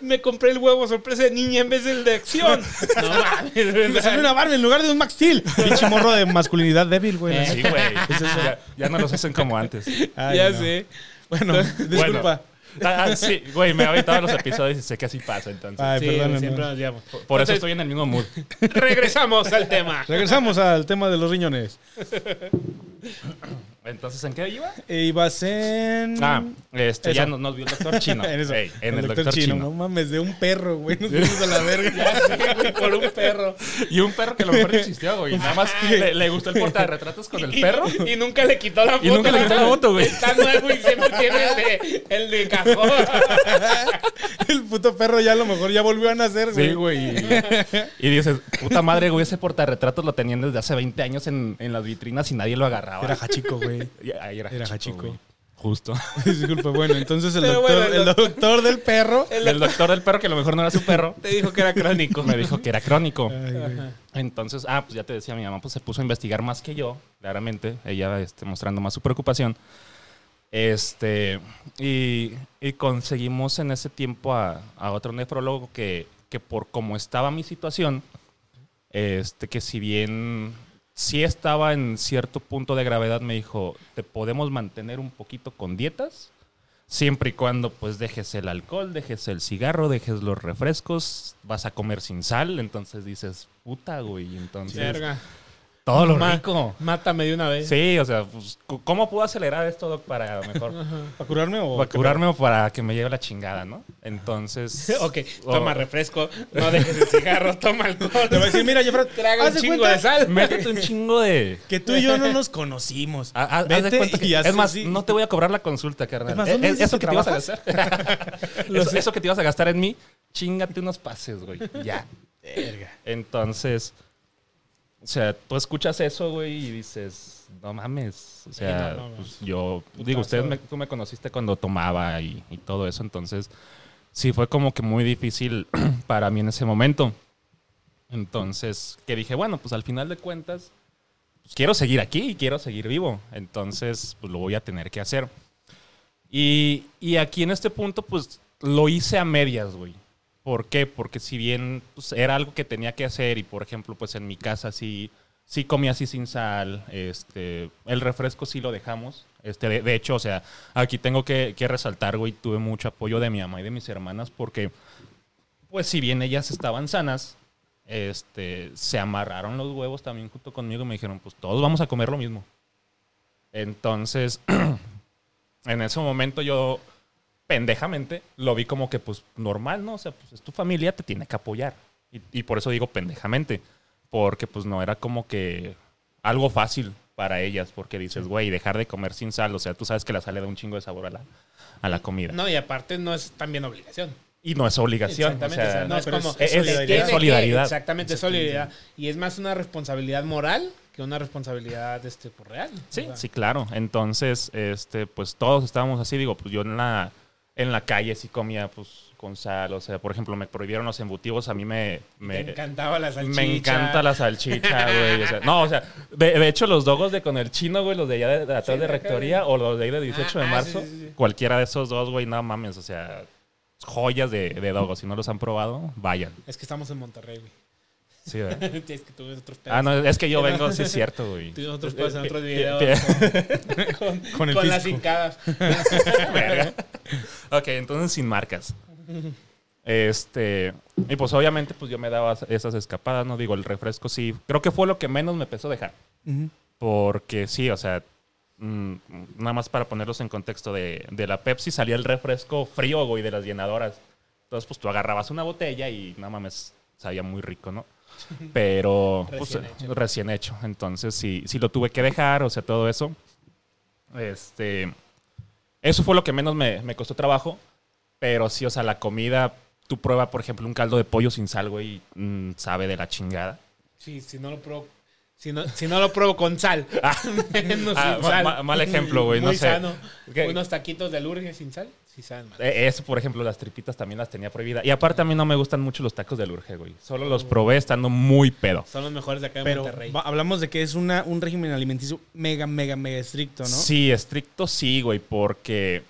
Speaker 1: me compré el huevo sorpresa de niña en vez del de acción. No mames.
Speaker 2: Me salió una Barbie en lugar de un Max Steel. Pinche morro de masculinidad débil, güey. la
Speaker 1: Eh.
Speaker 3: Sí, güey. Ya, ya no los hacen como antes.
Speaker 2: neta. Ay,
Speaker 1: ya
Speaker 2: no.
Speaker 1: sé.
Speaker 2: Bueno, disculpa.
Speaker 3: Bueno, ah, ah, sí, güey, me he aventado los episodios y sé que así pasa, entonces.
Speaker 2: Ay,
Speaker 1: Sí,
Speaker 2: perdónenme.
Speaker 1: siempre nos llamo.
Speaker 3: por eso
Speaker 1: Entonces,
Speaker 3: estoy en el mismo mood.
Speaker 1: Regresamos al tema.
Speaker 2: Regresamos al tema de los riñones.
Speaker 3: Entonces, ¿en qué iba?
Speaker 2: E ibas en.
Speaker 3: Ah, este, ya
Speaker 2: Eso.
Speaker 3: nos, nos vio el doctor chino.
Speaker 2: en eso.
Speaker 3: Ey, en el, doctor, chino.
Speaker 2: No mames, de un perro, güey. Nos fuimos a la verga.
Speaker 1: Por un perro.
Speaker 3: Y un perro que a lo mejor existió, güey. Nada más le, le gustó el porta de retratos con el perro.
Speaker 1: Y, nunca le quitó la foto.
Speaker 3: Y nunca le quitó la foto, güey.
Speaker 1: Está nuevo y siempre tiene el de, el de cajón.
Speaker 2: El puto perro ya a lo mejor ya volvió a nacer, güey.
Speaker 3: Sí, güey. Y dices, puta madre, güey, ese portarretratos lo tenían desde hace 20 años en, en las vitrinas y nadie lo agarraba.
Speaker 2: Era Hachico, güey.
Speaker 3: Y ahí era,
Speaker 2: era
Speaker 3: Hachiko,
Speaker 2: Hachiko.
Speaker 3: güey. Justo.
Speaker 2: Disculpa, bueno, entonces el
Speaker 1: Pero
Speaker 2: doctor,
Speaker 1: bueno,
Speaker 2: el
Speaker 1: lo-
Speaker 2: doctor del perro.
Speaker 1: El-
Speaker 3: El doctor del perro, que a lo mejor no era su perro,
Speaker 1: Te dijo que era crónico.
Speaker 3: me dijo que era crónico.
Speaker 2: Ay, güey.
Speaker 3: Entonces, ah, pues ya te decía, mi mamá pues se puso a investigar más que yo, claramente, ella este, mostrando más su preocupación. Este, y, y conseguimos en ese tiempo a, a otro nefrólogo que, que por cómo estaba mi situación, este, que si bien sí estaba en cierto punto de gravedad, me dijo, te podemos mantener un poquito con dietas, siempre y cuando pues dejes el alcohol, dejes el cigarro, dejes los refrescos, vas a comer sin sal, entonces dices, puta, güey, entonces
Speaker 1: Verga.
Speaker 3: todo lo
Speaker 1: Ma-
Speaker 3: rico.
Speaker 1: Mátame de una vez.
Speaker 3: Sí, o sea, pues, cu- ¿cómo puedo acelerar esto Doc, para mejor
Speaker 2: ¿Para curarme o.?
Speaker 3: para curarme o para que me lleve la chingada, no? Entonces,
Speaker 1: Ok,
Speaker 3: o-
Speaker 1: toma refresco, no dejes el cigarro, toma alcohol.
Speaker 2: Te voy a decir, mira, Jeffra,
Speaker 1: Traga un
Speaker 2: haz de
Speaker 1: chingo
Speaker 2: cuenta
Speaker 1: de sal.
Speaker 3: métete un chingo de
Speaker 2: Que tú y yo no nos conocimos.
Speaker 3: Ha- ha- haz de
Speaker 2: Vete
Speaker 3: cuenta que-
Speaker 2: y haz
Speaker 3: es más,
Speaker 2: así.
Speaker 3: no te voy a cobrar la consulta, carnal.
Speaker 2: Es más,
Speaker 3: Eh,
Speaker 2: ¿dónde
Speaker 3: eh,
Speaker 2: dices
Speaker 3: eso
Speaker 2: que
Speaker 3: que te ibas a gastar. eso, eso que te ibas a gastar en mí, chingate unos pases, güey. Ya.
Speaker 2: Verga.
Speaker 3: Entonces, o sea, tú escuchas eso, güey, y dices, no mames. O sea,
Speaker 1: no, no,
Speaker 3: pues, yo, digo, ustedes me- tú me conociste cuando tomaba y, y todo eso, entonces, sí fue como que muy difícil para mí en ese momento. Entonces, que dije, bueno, pues al final de cuentas, pues, quiero seguir aquí y quiero seguir vivo, entonces, pues lo voy a tener que hacer. Y, y aquí en este punto, pues lo hice a medias, güey. ¿Por qué? Porque si bien pues, era algo que tenía que hacer y, por ejemplo, pues en mi casa sí, sí comía así sin sal, este, el refresco sí lo dejamos. Este, de, de hecho, o sea, aquí tengo que, que resaltar, güey, tuve mucho apoyo de mi mamá y de mis hermanas porque, pues si bien ellas estaban sanas, este, se amarraron los huevos también junto conmigo y me dijeron, pues todos vamos a comer lo mismo. Entonces, en ese momento yo pendejamente lo vi como que pues normal, ¿no? O sea, pues es tu familia, te tiene que apoyar. Y, y por eso digo pendejamente, porque pues no era como que algo fácil para ellas, porque dices, güey, dejar de comer sin sal, o sea, tú sabes que la sal le da un chingo de sabor a la, a la comida.
Speaker 1: No, y aparte no es también obligación.
Speaker 3: y no es obligación, o
Speaker 1: Exactamente. o
Speaker 3: sea,
Speaker 1: sea, no
Speaker 2: no,
Speaker 1: es
Speaker 2: pero
Speaker 1: como.
Speaker 2: es-
Speaker 1: te
Speaker 2: es solidaridad.
Speaker 1: tiene que-
Speaker 3: Solidaridad.
Speaker 1: Exactamente, es solidaridad. Y es más una responsabilidad moral que una responsabilidad este, pues, real.
Speaker 3: Sí,
Speaker 1: O sea,
Speaker 3: sí, claro. Entonces, este, pues todos estábamos así, digo, pues yo en la, en la calle sí comía, pues, con sal, o sea, por ejemplo, me prohibieron los embutivos, a mí me...
Speaker 1: Me
Speaker 3: me
Speaker 1: encantaba la salchicha.
Speaker 3: Me encanta la salchicha, güey. o sea, no, o sea, de, de hecho, los dogos de con el chino, güey, los de allá de, de atrás
Speaker 1: Sí,
Speaker 3: de
Speaker 1: de acá,
Speaker 3: rectoría o los de ahí de 18 de
Speaker 1: Ah, ah, sí,
Speaker 3: marzo,
Speaker 1: sí, sí.
Speaker 3: cualquiera de esos dos, güey, no mames, o sea, joyas de, de dogos. Si no los han probado, vayan.
Speaker 1: Es que estamos en Monterrey, güey.
Speaker 3: Sí, ¿verdad?
Speaker 1: es que tuve otros pedos.
Speaker 3: Ah, no, es que yo vengo, sí es cierto, güey.
Speaker 1: Tuvimos otros pedos en
Speaker 3: Eh,
Speaker 1: otros
Speaker 3: eh,
Speaker 1: videos.
Speaker 3: eh,
Speaker 1: Con,
Speaker 2: Con el
Speaker 1: con las
Speaker 2: fisco.
Speaker 1: hincadas.
Speaker 3: Verga. Ok, entonces sin marcas. Este, y pues obviamente pues yo me daba esas escapadas, no digo, el refresco sí, creo que fue lo que menos me pesó dejar.
Speaker 2: Ujú.
Speaker 3: Porque sí, o sea, mm, nada más para ponerlos en contexto de, de la Pepsi, salía el refresco frío, güey, de las llenadoras. Entonces, pues tú agarrabas una botella y nada mames, sabía muy rico, ¿no? Pero pues,
Speaker 1: Recién
Speaker 3: eh,
Speaker 1: hecho.
Speaker 3: recién hecho. Entonces, sí, sí lo tuve que dejar, o sea, todo eso. Este, eso fue lo que menos me, me costó trabajo. Pero sí, o sea, la comida, tú prueba, por ejemplo, un caldo de pollo sin sal, güey, y mm, sabe de la chingada.
Speaker 1: Sí, si no lo pruebo. Si no, si no lo pruebo con sal. Menos
Speaker 3: Ah,
Speaker 1: sin
Speaker 3: ma-
Speaker 1: sal.
Speaker 3: ma- mal ejemplo, güey, no
Speaker 1: Muy
Speaker 3: sé.
Speaker 1: sano.
Speaker 3: ¿Qué?
Speaker 1: Unos taquitos de lurgue sin sal. Sí, saben mal.
Speaker 3: Eh, Eso, por ejemplo, las tripitas también las tenía prohibidas. Y aparte a mí no me gustan mucho los tacos del urge, güey. Solo los probé estando muy pedo.
Speaker 1: Son los mejores de acá de
Speaker 2: Pero
Speaker 1: Monterrey.
Speaker 2: va- hablamos de que es una, un régimen alimenticio mega, mega, mega estricto, ¿no?
Speaker 3: Sí, estricto sí, güey, porque,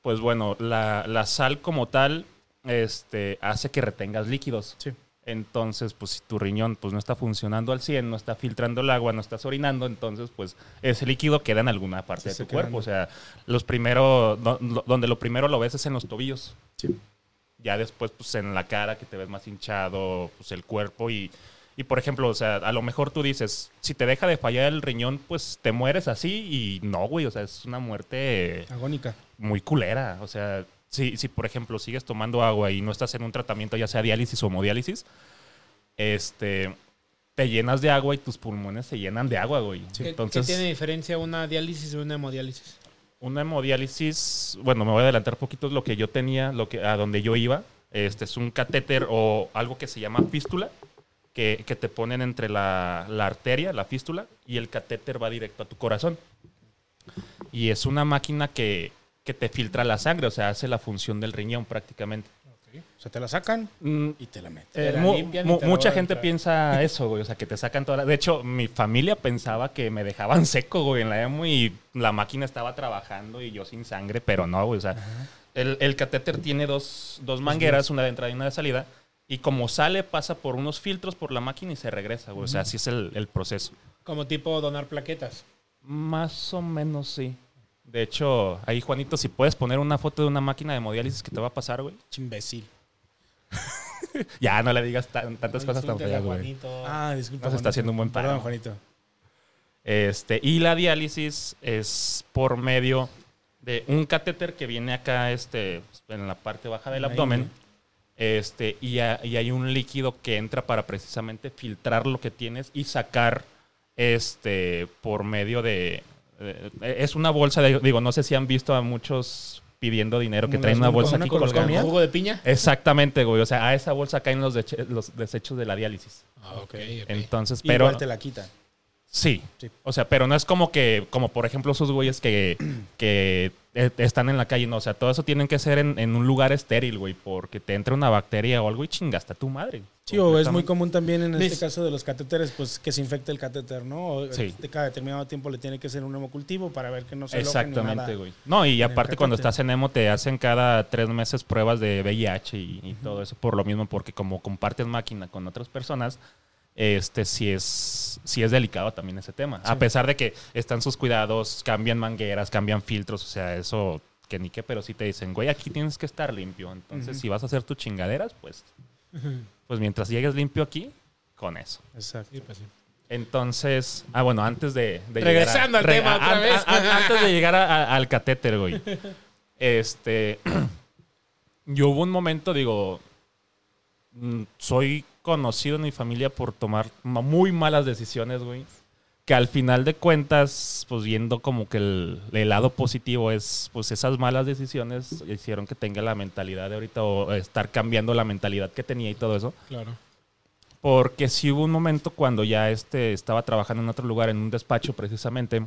Speaker 3: pues bueno, la, la sal como tal este, hace que retengas líquidos.
Speaker 2: Sí.
Speaker 3: Entonces, pues si tu riñón pues, no está funcionando al 100, no está filtrando el agua, no estás orinando, entonces pues ese líquido queda en alguna parte
Speaker 2: Sí,
Speaker 3: de
Speaker 2: se
Speaker 3: tu
Speaker 2: queda
Speaker 3: cuerpo. O sea, los primero, do- lo- donde lo primero lo ves es en los tobillos. Ya después, pues en la cara que te ves más hinchado, pues el cuerpo y, Y por ejemplo, o sea, a lo mejor tú dices, si te deja de fallar el riñón, pues te mueres así y no, güey, o sea, es una muerte
Speaker 2: Agónica.
Speaker 3: muy culera. O sea, si, si por ejemplo sigues tomando agua y no estás en un tratamiento, ya sea diálisis o hemodiálisis, este, te llenas de agua y tus pulmones se llenan de agua, güey.
Speaker 1: ¿Qué-
Speaker 3: Entonces,
Speaker 1: ¿Qué tiene diferencia una diálisis o una hemodiálisis?
Speaker 3: una hemodiálisis, bueno, me voy a adelantar poquito lo que yo tenía, lo que, a donde yo iba. Este es un catéter o algo que se llama fístula, que, que te ponen entre la, la arteria, la fístula, y el catéter va directo a tu corazón. Y es una máquina que, que te filtra la sangre, o sea, hace la función del riñón prácticamente.
Speaker 2: O sea, te la sacan
Speaker 3: Mm,
Speaker 2: y te la meten.
Speaker 1: Te
Speaker 3: eh,
Speaker 1: la
Speaker 3: mu-
Speaker 1: limpian y
Speaker 3: mu-
Speaker 1: te la
Speaker 3: mucha
Speaker 1: vuelven a
Speaker 3: gente
Speaker 1: entrar.
Speaker 3: piensa eso, güey. O sea, que te sacan toda la... De hecho, mi familia pensaba que me dejaban seco, güey, en la emo y la máquina estaba trabajando y yo sin sangre, pero no, güey. O sea, el, el catéter tiene dos, dos mangueras, una de entrada y una de salida. Y como sale, pasa por unos filtros por la máquina y se regresa, güey. O sea, así es el, el proceso.
Speaker 1: Como tipo donar plaquetas.
Speaker 3: Más o menos, sí. De hecho, ahí, Juanito, si puedes poner una foto de una máquina de hemodiálisis que te va a pasar, güey.
Speaker 2: Imbécil.
Speaker 3: Ya, no le digas tan- tantas cosas tan feas, güey.
Speaker 2: Ah, disculpa.
Speaker 3: Nos está haciendo un buen paro.
Speaker 2: Perdón, Juanito.
Speaker 3: Este, y la diálisis es por medio de un catéter que viene acá este, en la parte baja del
Speaker 2: Ahí,
Speaker 3: abdomen. Este, y, ha- y hay un líquido que entra para precisamente filtrar lo que tienes y sacar este, por medio de... eh, es una bolsa, de, digo, no sé si han visto a muchos pidiendo dinero que
Speaker 2: Como
Speaker 3: traen
Speaker 2: las-
Speaker 3: una bolsa
Speaker 2: como
Speaker 3: aquí
Speaker 2: una
Speaker 3: colgada.
Speaker 2: colostomía.
Speaker 1: ¿Jugo de piña?
Speaker 3: Exactamente, güey. O sea, a esa bolsa caen los, deche- los desechos de la diálisis.
Speaker 1: Ah, ok.
Speaker 3: Entonces,
Speaker 2: Pero,
Speaker 3: pero...
Speaker 2: Igual te la quitan.
Speaker 3: Sí.
Speaker 2: Sí.
Speaker 3: O sea, pero no es como que, como por ejemplo esos güeyes que, que eh, están en la calle, no. O sea, todo eso tienen que ser en, en un lugar estéril, güey, porque te entra una bacteria o algo y chingaste a tu madre.
Speaker 2: Sí, o es muy común también en este
Speaker 1: Mis-
Speaker 2: caso de los catéteres, pues que se infecte el catéter, ¿no? O
Speaker 3: Sí.
Speaker 2: de cada determinado tiempo le tiene que hacer un hemocultivo para ver que no se aloje ni
Speaker 3: Exactamente,
Speaker 2: nada.
Speaker 3: güey. No, y
Speaker 2: el
Speaker 3: aparte cuando
Speaker 2: catéter.
Speaker 3: estás en emo te hacen cada tres meses pruebas de VIH y, y todo eso por lo mismo, porque como compartes máquina con otras personas, este sí es, sí es delicado también ese tema. A pesar de que están sus cuidados, cambian mangueras, cambian filtros, o sea, eso que ni qué, pero sí te dicen, güey, aquí tienes que estar limpio. Entonces, si vas a hacer tus chingaderas, pues, pues mientras llegues limpio aquí, con eso.
Speaker 2: Exacto.
Speaker 3: Entonces, ah, bueno, antes de, de
Speaker 1: Regresando al tema otra vez.
Speaker 3: antes de llegar a- a- al catéter, güey. Este, yo hubo un momento, digo, mm, soy conocido en mi familia por tomar ma- muy malas decisiones, güey. Que al final de cuentas, pues viendo como que el, el lado positivo es, pues esas malas decisiones hicieron que tenga la mentalidad de ahorita o estar cambiando la mentalidad que tenía y todo eso.
Speaker 1: Claro.
Speaker 3: Porque sí hubo un momento cuando ya este, estaba trabajando en otro lugar, en un despacho precisamente,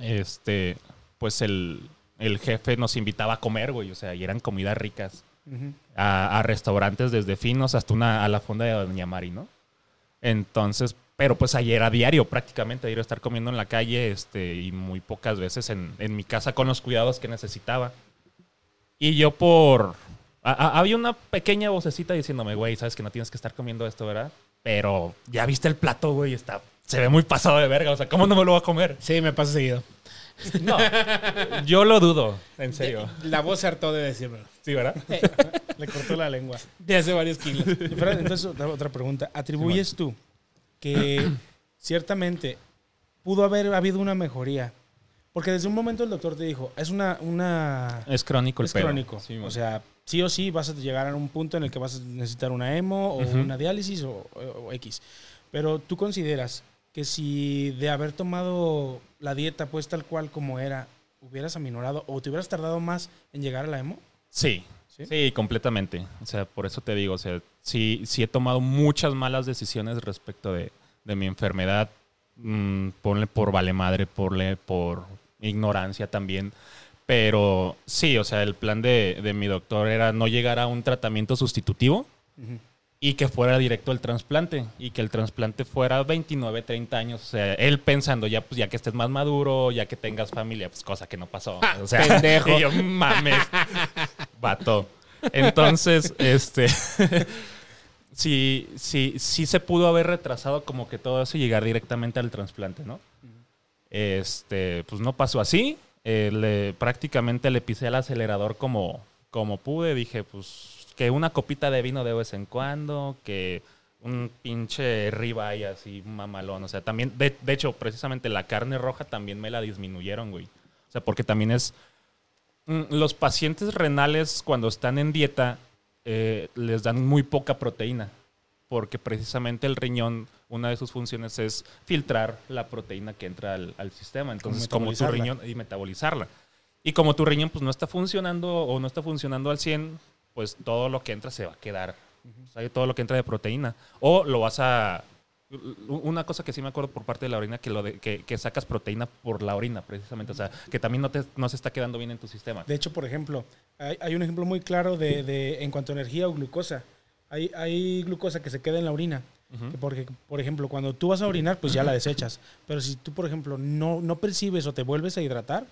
Speaker 3: este, pues el, el jefe nos invitaba a comer, güey, o sea, y eran comidas ricas,
Speaker 2: Ujú.
Speaker 3: a, a restaurantes desde finos hasta una, a la fonda de Doña Mari, ¿no? Entonces, pero pues ayer a diario prácticamente, ir a estar comiendo en la calle este, y muy pocas veces en, en mi casa con los cuidados que necesitaba. Y yo por... a- a- había una pequeña vocecita diciéndome, güey, sabes que no tienes que estar comiendo esto, ¿verdad? Pero ya viste el plato, güey, está... Se ve muy pasado de verga, o sea, ¿cómo no me lo voy a comer?
Speaker 1: Sí, me pasa seguido.
Speaker 3: No, yo lo dudo, en serio.
Speaker 1: La voz se hartó de decirlo.
Speaker 3: Sí, ¿verdad?
Speaker 2: Le cortó la lengua.
Speaker 1: De hace varios kilos.
Speaker 2: Y Fran, Entonces, otra, otra pregunta. ¿Atribuyes tú que ciertamente pudo haber habido una mejoría? Porque desde un momento el doctor te dijo, es una... una
Speaker 3: Es crónico el
Speaker 2: es
Speaker 3: pedo.
Speaker 2: crónico.
Speaker 3: Sí,
Speaker 2: o
Speaker 3: mon.
Speaker 2: sea, sí o sí vas a llegar a un punto en el que vas a necesitar una hemo o
Speaker 3: Ujú.
Speaker 2: una diálisis o, o X. Pero tú consideras que si de haber tomado la dieta pues tal cual como era, hubieras aminorado o te hubieras tardado más en llegar a la hemo?
Speaker 3: Sí,
Speaker 2: ¿Sí?
Speaker 3: ¿Sí? completamente. O sea, por eso te digo, o sea, sí, sí he tomado muchas malas decisiones respecto de, de mi enfermedad. Mm, ponle por vale madre, ponle por ignorancia también. Pero sí, o sea, el plan de, de mi doctor era no llegar a un tratamiento sustitutivo
Speaker 2: Ujú.
Speaker 3: y que fuera directo al trasplante y que el trasplante fuera 29, 30 años. O sea, él pensando ya, pues ya que estés más maduro, ya que tengas familia, pues cosa que no pasó. o sea,
Speaker 1: pendejo.
Speaker 3: y yo, mames, vato. Entonces, este, sí, sí, sí se pudo haber retrasado como que todo eso y llegar directamente al trasplante, ¿no? Este, pues no pasó así. Eh, le- prácticamente le pisé al acelerador como, como pude. Dije, pues, que una copita de vino de vez en cuando, que un pinche ribeye así mamalón. O sea, también, de, de hecho, precisamente la carne roja también me la disminuyeron, güey. O sea, porque también es... mm, Los pacientes renales cuando están en dieta eh, les dan muy poca proteína. Porque precisamente el riñón, una de sus funciones es filtrar la proteína que entra al, al sistema. Entonces, como tu
Speaker 2: metabolizarla.
Speaker 3: riñón y metabolizarla. Y como tu riñón pues no está funcionando o no está funcionando al 100, pues todo lo que entra se va a quedar. O sea, todo lo que entra de proteína. O lo vas a... Una cosa que sí me acuerdo por parte de la orina, que, lo de, que, que sacas proteína por la orina, precisamente. O sea, que también no, te, no se está quedando bien en tu sistema.
Speaker 2: De hecho, por ejemplo, hay, hay un ejemplo muy claro de, de- en cuanto a energía o glucosa. Hay, hay glucosa que se queda en la orina.
Speaker 3: Ujú.
Speaker 2: que Porque, por ejemplo, cuando tú vas a orinar, pues ya la desechas. Pero si tú, por ejemplo, no, no percibes o te vuelves a hidratar,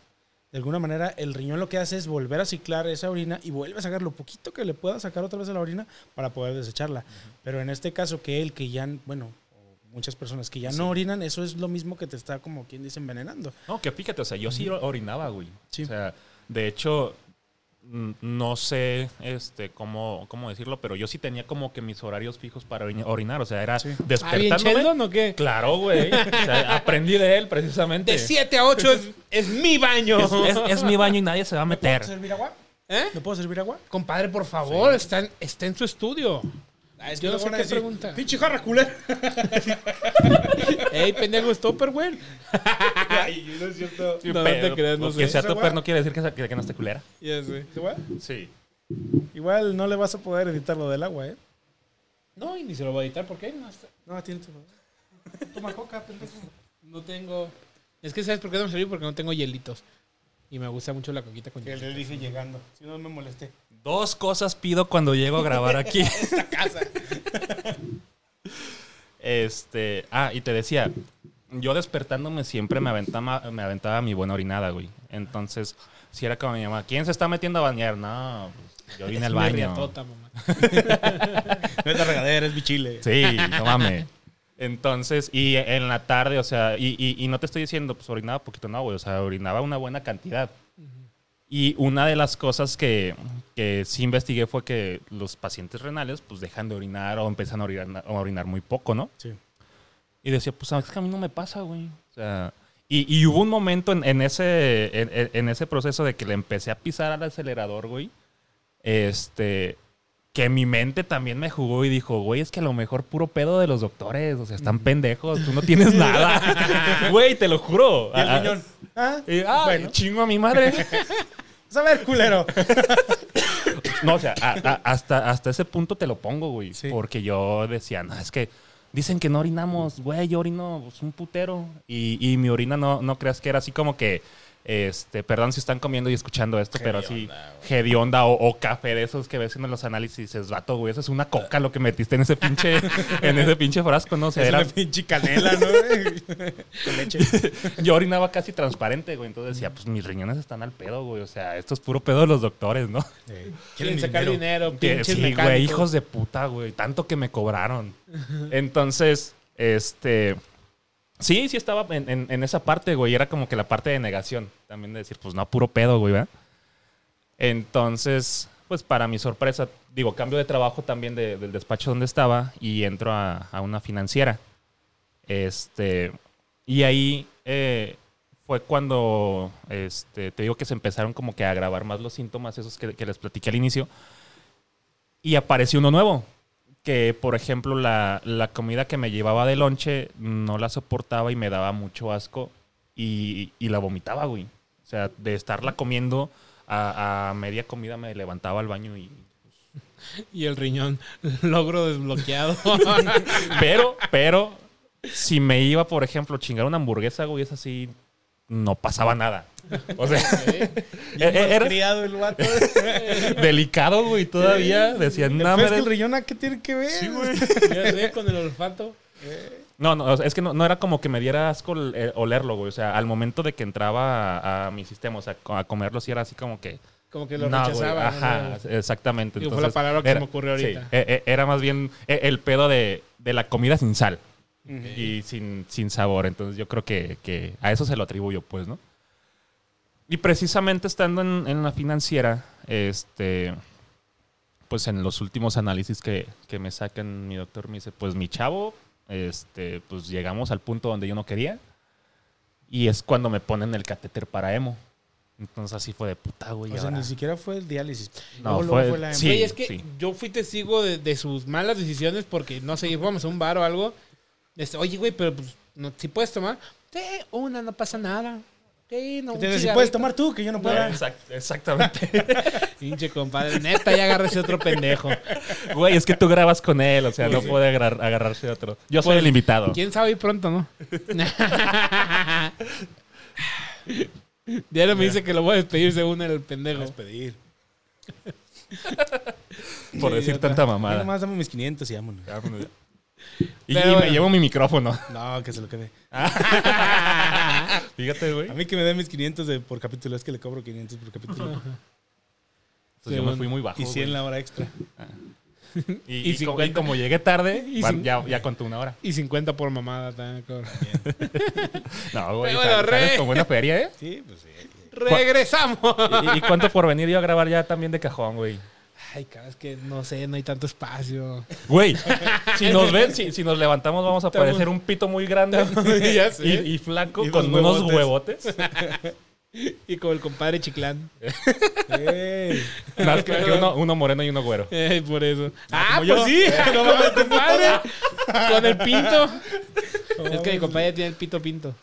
Speaker 2: de alguna manera el riñón lo que hace es volver a ciclar esa orina y vuelve a sacar lo poquito que le pueda sacar otra vez a la orina para poder desecharla. Pero en este caso, que él que ya, bueno, o muchas personas que ya
Speaker 3: Sí.
Speaker 2: no orinan, eso es lo mismo que te está, como quien dice, envenenando.
Speaker 3: No, que fíjate, o sea, yo sí orinaba, güey.
Speaker 2: Sí.
Speaker 3: O sea, de hecho, mm, no sé este, cómo, cómo decirlo, pero yo sí tenía como que mis horarios fijos para orin- orinar. O sea, era
Speaker 1: ¿Ah, bien
Speaker 3: despertándome.
Speaker 1: Sheldon o qué?
Speaker 3: Claro, güey. O sea, aprendí de él precisamente.
Speaker 1: De 7 a 8 es, es mi baño.
Speaker 3: Es, es- es mi baño y nadie se va a meter.
Speaker 2: ¿Puedo servir agua?
Speaker 1: ¿Eh?
Speaker 2: ¿No puedo servir agua?
Speaker 1: Compadre, por favor, está, en, está en su estudio.
Speaker 2: Ah,
Speaker 1: Yo no sé qué pregunta.
Speaker 2: Pinche jarra culera.
Speaker 1: Ey, pendejo, es Topperware.
Speaker 2: Ay, Ah, no es cierto.
Speaker 1: Sí, No, no te creas, no
Speaker 3: Que
Speaker 1: sé.
Speaker 3: sea
Speaker 2: Esa
Speaker 3: topper
Speaker 2: gua-
Speaker 3: no quiere decir que, sea- que, que no esté culera.
Speaker 1: Ya sé.
Speaker 2: ¿Qué guay?
Speaker 3: Sí.
Speaker 2: Igual no le vas a poder editar lo del agua, ¿eh?
Speaker 1: No, y ni se lo va a editar porque no, está-
Speaker 2: No, tiene tu Toma coca, pendejo.
Speaker 1: no tengo. Es que sabes por qué no me salió porque no tengo hielitos. Y me gusta mucho la coquita con
Speaker 2: Que
Speaker 1: hielo.
Speaker 2: le dije llegando. Si no me molesté.
Speaker 3: Dos cosas pido cuando llego a grabar aquí.
Speaker 2: Casa.
Speaker 3: Este, ah, y te decía, yo despertándome siempre me aventaba, me aventaba mi buena orinada, güey. Entonces, si era como mi mamá, ¿quién se está metiendo a bañar? No, pues, yo vine al baño.
Speaker 1: mamá.
Speaker 2: No es la regadera, es mi chile.
Speaker 3: Sí, no mames. Entonces, y en la tarde, o sea, y, y- y no te estoy diciendo, pues orinaba poquito, no, güey, o sea, orinaba una buena cantidad. Y una de las cosas que, que sí investigué fue que los pacientes renales, pues dejan de orinar o empiezan a orinar, a orinar muy poco, ¿no?
Speaker 2: Sí.
Speaker 3: Y decía, pues es que a mí no me pasa, güey. O sea, y, y hubo un momento en, en ese, en, en- en ese proceso de que le empecé a pisar al acelerador, güey. Este, que mi mente también me jugó y dijo, güey, es que a lo mejor puro pedo de los doctores, o sea, están pendejos, tú no tienes nada. Güey, te lo juro.
Speaker 2: Y el
Speaker 3: Ah,
Speaker 2: riñón. Ah,
Speaker 3: y, ah,
Speaker 2: bueno.
Speaker 3: chingo a mi madre.
Speaker 2: Vas a ver, culero.
Speaker 3: No, o sea, a- a- hasta, hasta ese punto te lo pongo, güey.
Speaker 2: Sí.
Speaker 3: Porque yo decía, no, es que dicen que no orinamos, güey, yo orino pues, un putero. Y, y mi orina no, no creas que era así como que, este, perdón si están comiendo y escuchando esto, pero así, hedionda o, o café de esos que ves en los análisis y dices, vato, güey, eso es una coca lo que metiste en ese pinche, en ese pinche frasco, ¿no? O sea,
Speaker 2: Es
Speaker 3: era-
Speaker 2: una pinche canela, ¿no? Con leche.
Speaker 3: yo orinaba casi transparente, güey. Entonces decía, pues mis riñones están al pedo, güey. O sea, esto es puro pedo de los doctores, ¿no?
Speaker 2: Eh,
Speaker 1: Quieren sacar dinero,
Speaker 3: Que-
Speaker 1: pinches
Speaker 3: Sí, güey,
Speaker 1: mecánicos.
Speaker 3: hijos de puta, güey. Tanto que me cobraron. Entonces, este. Sí, sí estaba en, en- en esa parte, güey. Era como que la parte de negación. También de decir, pues no, puro pedo, güey, ¿verdad? Entonces, pues para mi sorpresa, digo, cambio de trabajo también de- del despacho donde estaba y entro a, a una financiera. Este. Y ahí eh, fue cuando, este, te digo que se empezaron como que a agravar más los síntomas, esos que, que les platiqué al inicio. Y apareció uno nuevo. Que, por ejemplo, la, la comida que me llevaba de lonche no la soportaba y me daba mucho asco y, y la vomitaba, güey. O sea, de estarla comiendo a, a media comida me levantaba al baño y...
Speaker 1: Y el riñón. Logro desbloqueado.
Speaker 3: Pero, pero, si me iba, por ejemplo, chingar una hamburguesa, güey, es así, no pasaba nada. O sea, e, era
Speaker 2: Criado el vato.
Speaker 3: delicado, güey, todavía. Decían, no,
Speaker 2: ¿Ves que
Speaker 3: hombre,
Speaker 2: el riñón a qué tiene que ver?
Speaker 1: ya sé, con el olfato.
Speaker 3: No, no, o sea, es que no, no era como que me diera asco el- el olerlo, güey. O sea, al momento de que entraba a, a mi sistema, o sea, co- a comerlo, sí era así como que.
Speaker 1: Como que lo
Speaker 3: no, güey,
Speaker 1: rechazaba.
Speaker 3: Ajá, exactamente.
Speaker 1: Digo, fue la palabra que se me ocurrió
Speaker 3: sí,
Speaker 1: ahorita.
Speaker 3: e- e- era más bien e- el pedo de, de la comida sin sal y sin, sin sabor. Entonces yo creo que, que a eso se lo atribuyo, pues, ¿no? Y precisamente estando en, en la financiera, este, pues en los últimos análisis que, que me sacan, mi doctor me dice, pues mi chavo, este, pues llegamos al punto donde yo no quería. Y es cuando me ponen el catéter para emo. Entonces así fue de puta, güey.
Speaker 2: O sea,
Speaker 3: ahora-
Speaker 2: ni siquiera fue el diálisis.
Speaker 3: No,
Speaker 2: Luego, luego
Speaker 3: fue-
Speaker 2: la-
Speaker 3: sí.
Speaker 1: Güey, es que
Speaker 3: sí.
Speaker 1: yo fui testigo de, de sus malas decisiones porque, no sé, íbamos a un bar o algo. Este, Oye, güey, pero pues, no, si puedes tomar. Sí, una, no pasa nada. Sí, no, un
Speaker 2: Entonces, si
Speaker 1: cigarrito.
Speaker 2: puedes tomar tú, que yo no puedo.
Speaker 3: Eh, Exact- exactamente.
Speaker 1: Pinche compadre, neta, ya agarra ese otro pendejo.
Speaker 3: Güey, es que tú grabas con él, o sea, no
Speaker 1: Sí.
Speaker 3: puede agarrar- agarrarse de otro. Yo soy
Speaker 1: Pues,
Speaker 3: el invitado.
Speaker 1: ¿Quién sabe y pronto, no? Diario me dice que lo voy a despedir según el pendejo.
Speaker 2: Despedir.
Speaker 3: Por
Speaker 1: Sí,
Speaker 3: decir
Speaker 1: idiota.
Speaker 3: tanta
Speaker 2: Yo
Speaker 3: mamada.
Speaker 2: nomás dame mis 500 y vámonos.
Speaker 3: pues, Y,
Speaker 1: Pero
Speaker 3: y me
Speaker 1: bueno.
Speaker 3: llevo mi micrófono.
Speaker 2: No, que se lo quede.
Speaker 3: Fíjate, güey.
Speaker 2: A mí que me den mis 500 de por capítulo. Es que le cobro 500 por capítulo.
Speaker 3: Entonces yo
Speaker 1: bueno.
Speaker 3: me fui muy bajo.
Speaker 2: y 100
Speaker 3: güey.
Speaker 2: la hora extra.
Speaker 3: Y,
Speaker 1: y
Speaker 3: y co- y
Speaker 1: 50.
Speaker 3: como llegué tarde,
Speaker 1: Y
Speaker 3: van-
Speaker 1: cin-
Speaker 3: ya, ya contó una hora.
Speaker 1: Y 50 por mamada también, cabrón.
Speaker 3: No, güey.
Speaker 1: Pero bueno,
Speaker 3: sal-
Speaker 1: re.
Speaker 3: sales con buena feria, ¿eh?
Speaker 2: Sí, pues sí.
Speaker 1: ¡Regresamos!
Speaker 3: ¿Y, y cuánto por venir yo a grabar ya también de cajón, güey?
Speaker 1: Ay, cabrón, es que no sé, no hay tanto espacio.
Speaker 3: Güey, si nos ven, si, si nos levantamos vamos a
Speaker 1: Estamos-
Speaker 3: parecer un pito muy grande
Speaker 1: ya sé.
Speaker 3: y, y flaco
Speaker 2: Y unos
Speaker 3: con unos
Speaker 2: huevotes.
Speaker 3: huevotes.
Speaker 1: Y con el compadre Chiclán.
Speaker 2: Ey.
Speaker 3: Más que que uno, uno moreno y uno güero.
Speaker 1: Eh, por eso. Ah,
Speaker 2: como
Speaker 1: pues
Speaker 2: yo.
Speaker 1: sí. No mames, compadre. Con el pinto. es que mi compadre tiene el pito pinto.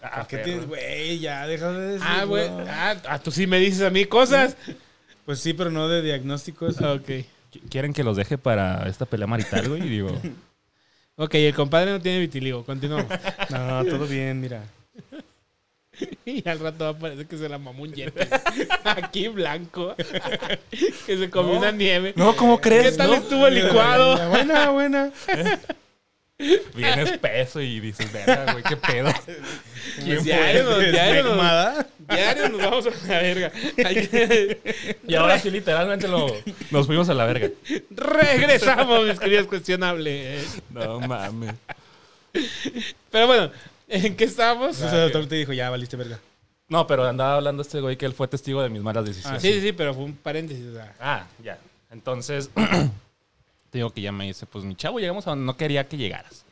Speaker 3: Ah,
Speaker 2: ¿Qué
Speaker 3: perro.
Speaker 2: tienes, güey? Ya, déjame decir.
Speaker 1: Ah, güey.
Speaker 2: no.
Speaker 1: Ah, ah, tú sí me dices a mí cosas.
Speaker 2: Pues sí, pero no de diagnósticos.
Speaker 1: Ok.
Speaker 3: Qu- ¿Quieren que los deje para esta pelea marital, güey? Y digo,
Speaker 1: Ok, el compadre no tiene vitiligo. Continuamos.
Speaker 2: No, todo bien, mira.
Speaker 1: y al rato va a parecer que se la mamó un yete. Aquí blanco. que se comió una nieve.
Speaker 3: no, ¿cómo
Speaker 1: ¿Qué
Speaker 3: crees?
Speaker 1: tal
Speaker 3: no?
Speaker 1: estuvo el licuado?
Speaker 2: Buena, buena.
Speaker 3: Bien espeso y dices, verga, güey, qué pedo.
Speaker 1: Pues diario, nos- diario, nos-
Speaker 2: Esmegmada.
Speaker 1: diario nos vamos a la verga. Hay que-
Speaker 3: Y ahora sí, literalmente lo, nos fuimos a la verga.
Speaker 1: Regresamos, mis queridos cuestionables.
Speaker 3: No mames.
Speaker 1: Pero bueno, ¿en qué estábamos?
Speaker 2: Entonces el doctor te dijo, ya, valiste verga.
Speaker 3: No, pero andaba hablando este güey que él fue testigo de mis malas decisiones.
Speaker 1: Ah, sí, sí, sí, pero fue un paréntesis. o sea.
Speaker 3: Ah, ya. Entonces, te digo que ya me dice, pues mi chavo, llegamos a donde no quería que llegaras.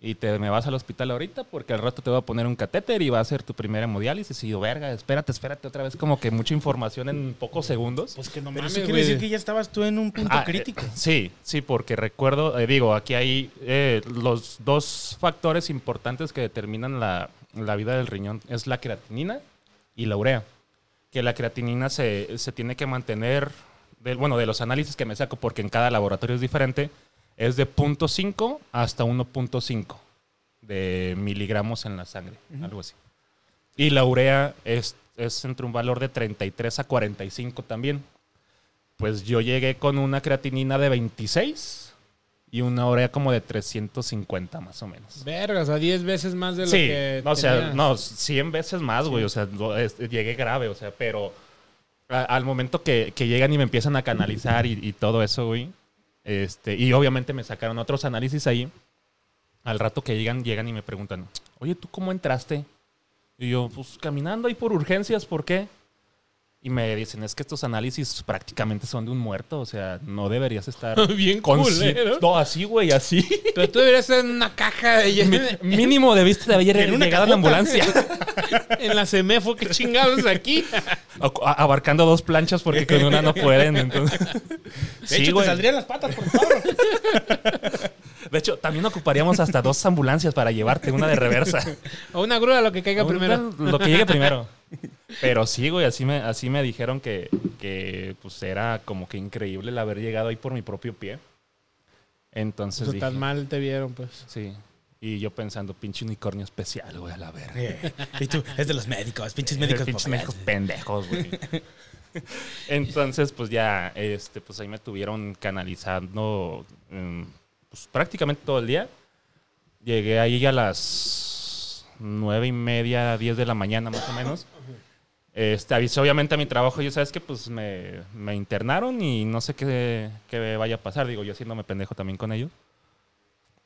Speaker 3: Y te me vas al hospital ahorita porque al rato te voy a poner un catéter y va a ser tu primera hemodiálisis. Y yo, verga, espérate, espérate otra vez, como que mucha información en pocos segundos.
Speaker 1: Pues que no
Speaker 2: Pero
Speaker 1: mames,
Speaker 2: eso quiere
Speaker 1: güey.
Speaker 2: decir que ya estabas tú en un punto
Speaker 3: Ah,
Speaker 2: crítico.
Speaker 3: eh, sí, sí, porque recuerdo, eh, digo, aquí hay eh, los dos factores importantes que determinan la, la vida del riñón, es la creatinina y la urea. Que la creatinina se, se tiene que mantener, del- bueno, de los análisis que me saco, porque en cada laboratorio es diferente, es de 0.5 hasta 1.5 de miligramos en la sangre, algo así. Y la urea es, es entre un valor de 33 a 45 también. Pues yo llegué con una creatinina de 26 y una urea como de 350 más o menos.
Speaker 1: Verga, o sea, 10 veces más de lo
Speaker 3: Sí,
Speaker 1: que.
Speaker 3: no, o sea,
Speaker 1: tenías.
Speaker 3: no, 100 veces más, güey. O sea, no, es- llegué grave, o sea, pero a- al momento que, que llegan y me empiezan a canalizar y, y todo eso, güey. Este, y obviamente me sacaron otros análisis ahí. Al rato que llegan, llegan y me preguntan, oye, ¿tú cómo entraste? Y yo, pues caminando ahí por urgencias, ¿por qué? Y me dicen, es que estos análisis prácticamente son de un muerto, o sea, no deberías estar
Speaker 1: Bien
Speaker 3: consci-
Speaker 1: culero.
Speaker 3: No, así, güey, así.
Speaker 1: Pero tú deberías estar en una caja de
Speaker 3: Mínimo debiste de haber
Speaker 2: En una
Speaker 3: llegado a la
Speaker 2: cajota.
Speaker 3: ambulancia.
Speaker 1: en la semefo, qué chingados aquí.
Speaker 3: A- a- abarcando dos planchas porque con una no pueden, entonces.
Speaker 2: De hecho, te saldrían las patas por todo.
Speaker 3: De hecho, también ocuparíamos hasta dos ambulancias para llevarte una de reversa.
Speaker 1: O una grúa, lo que caiga primero.
Speaker 3: Lo que llegue primero. Pero sí, güey, así me, así me dijeron que, que pues era como que increíble el haber llegado ahí por mi propio pie. Entonces
Speaker 1: Pues
Speaker 3: dije,
Speaker 1: tan mal te vieron, pues.
Speaker 3: sí. Y yo pensando, pinche unicornio especial, güey, a la verga.
Speaker 2: Y tú, es de los médicos, pinches médicos.
Speaker 3: Pinches
Speaker 2: papás.
Speaker 3: médicos pendejos, güey. Entonces, pues ya, este, pues ahí me tuvieron canalizando mm, pues, prácticamente todo el día. Llegué ahí a las nueve y media, diez de la mañana más o menos. Este, avisé obviamente a mi trabajo, yo sabes que pues me, me internaron y no sé qué, qué vaya a pasar. Digo, yo haciéndome pendejo también con ellos.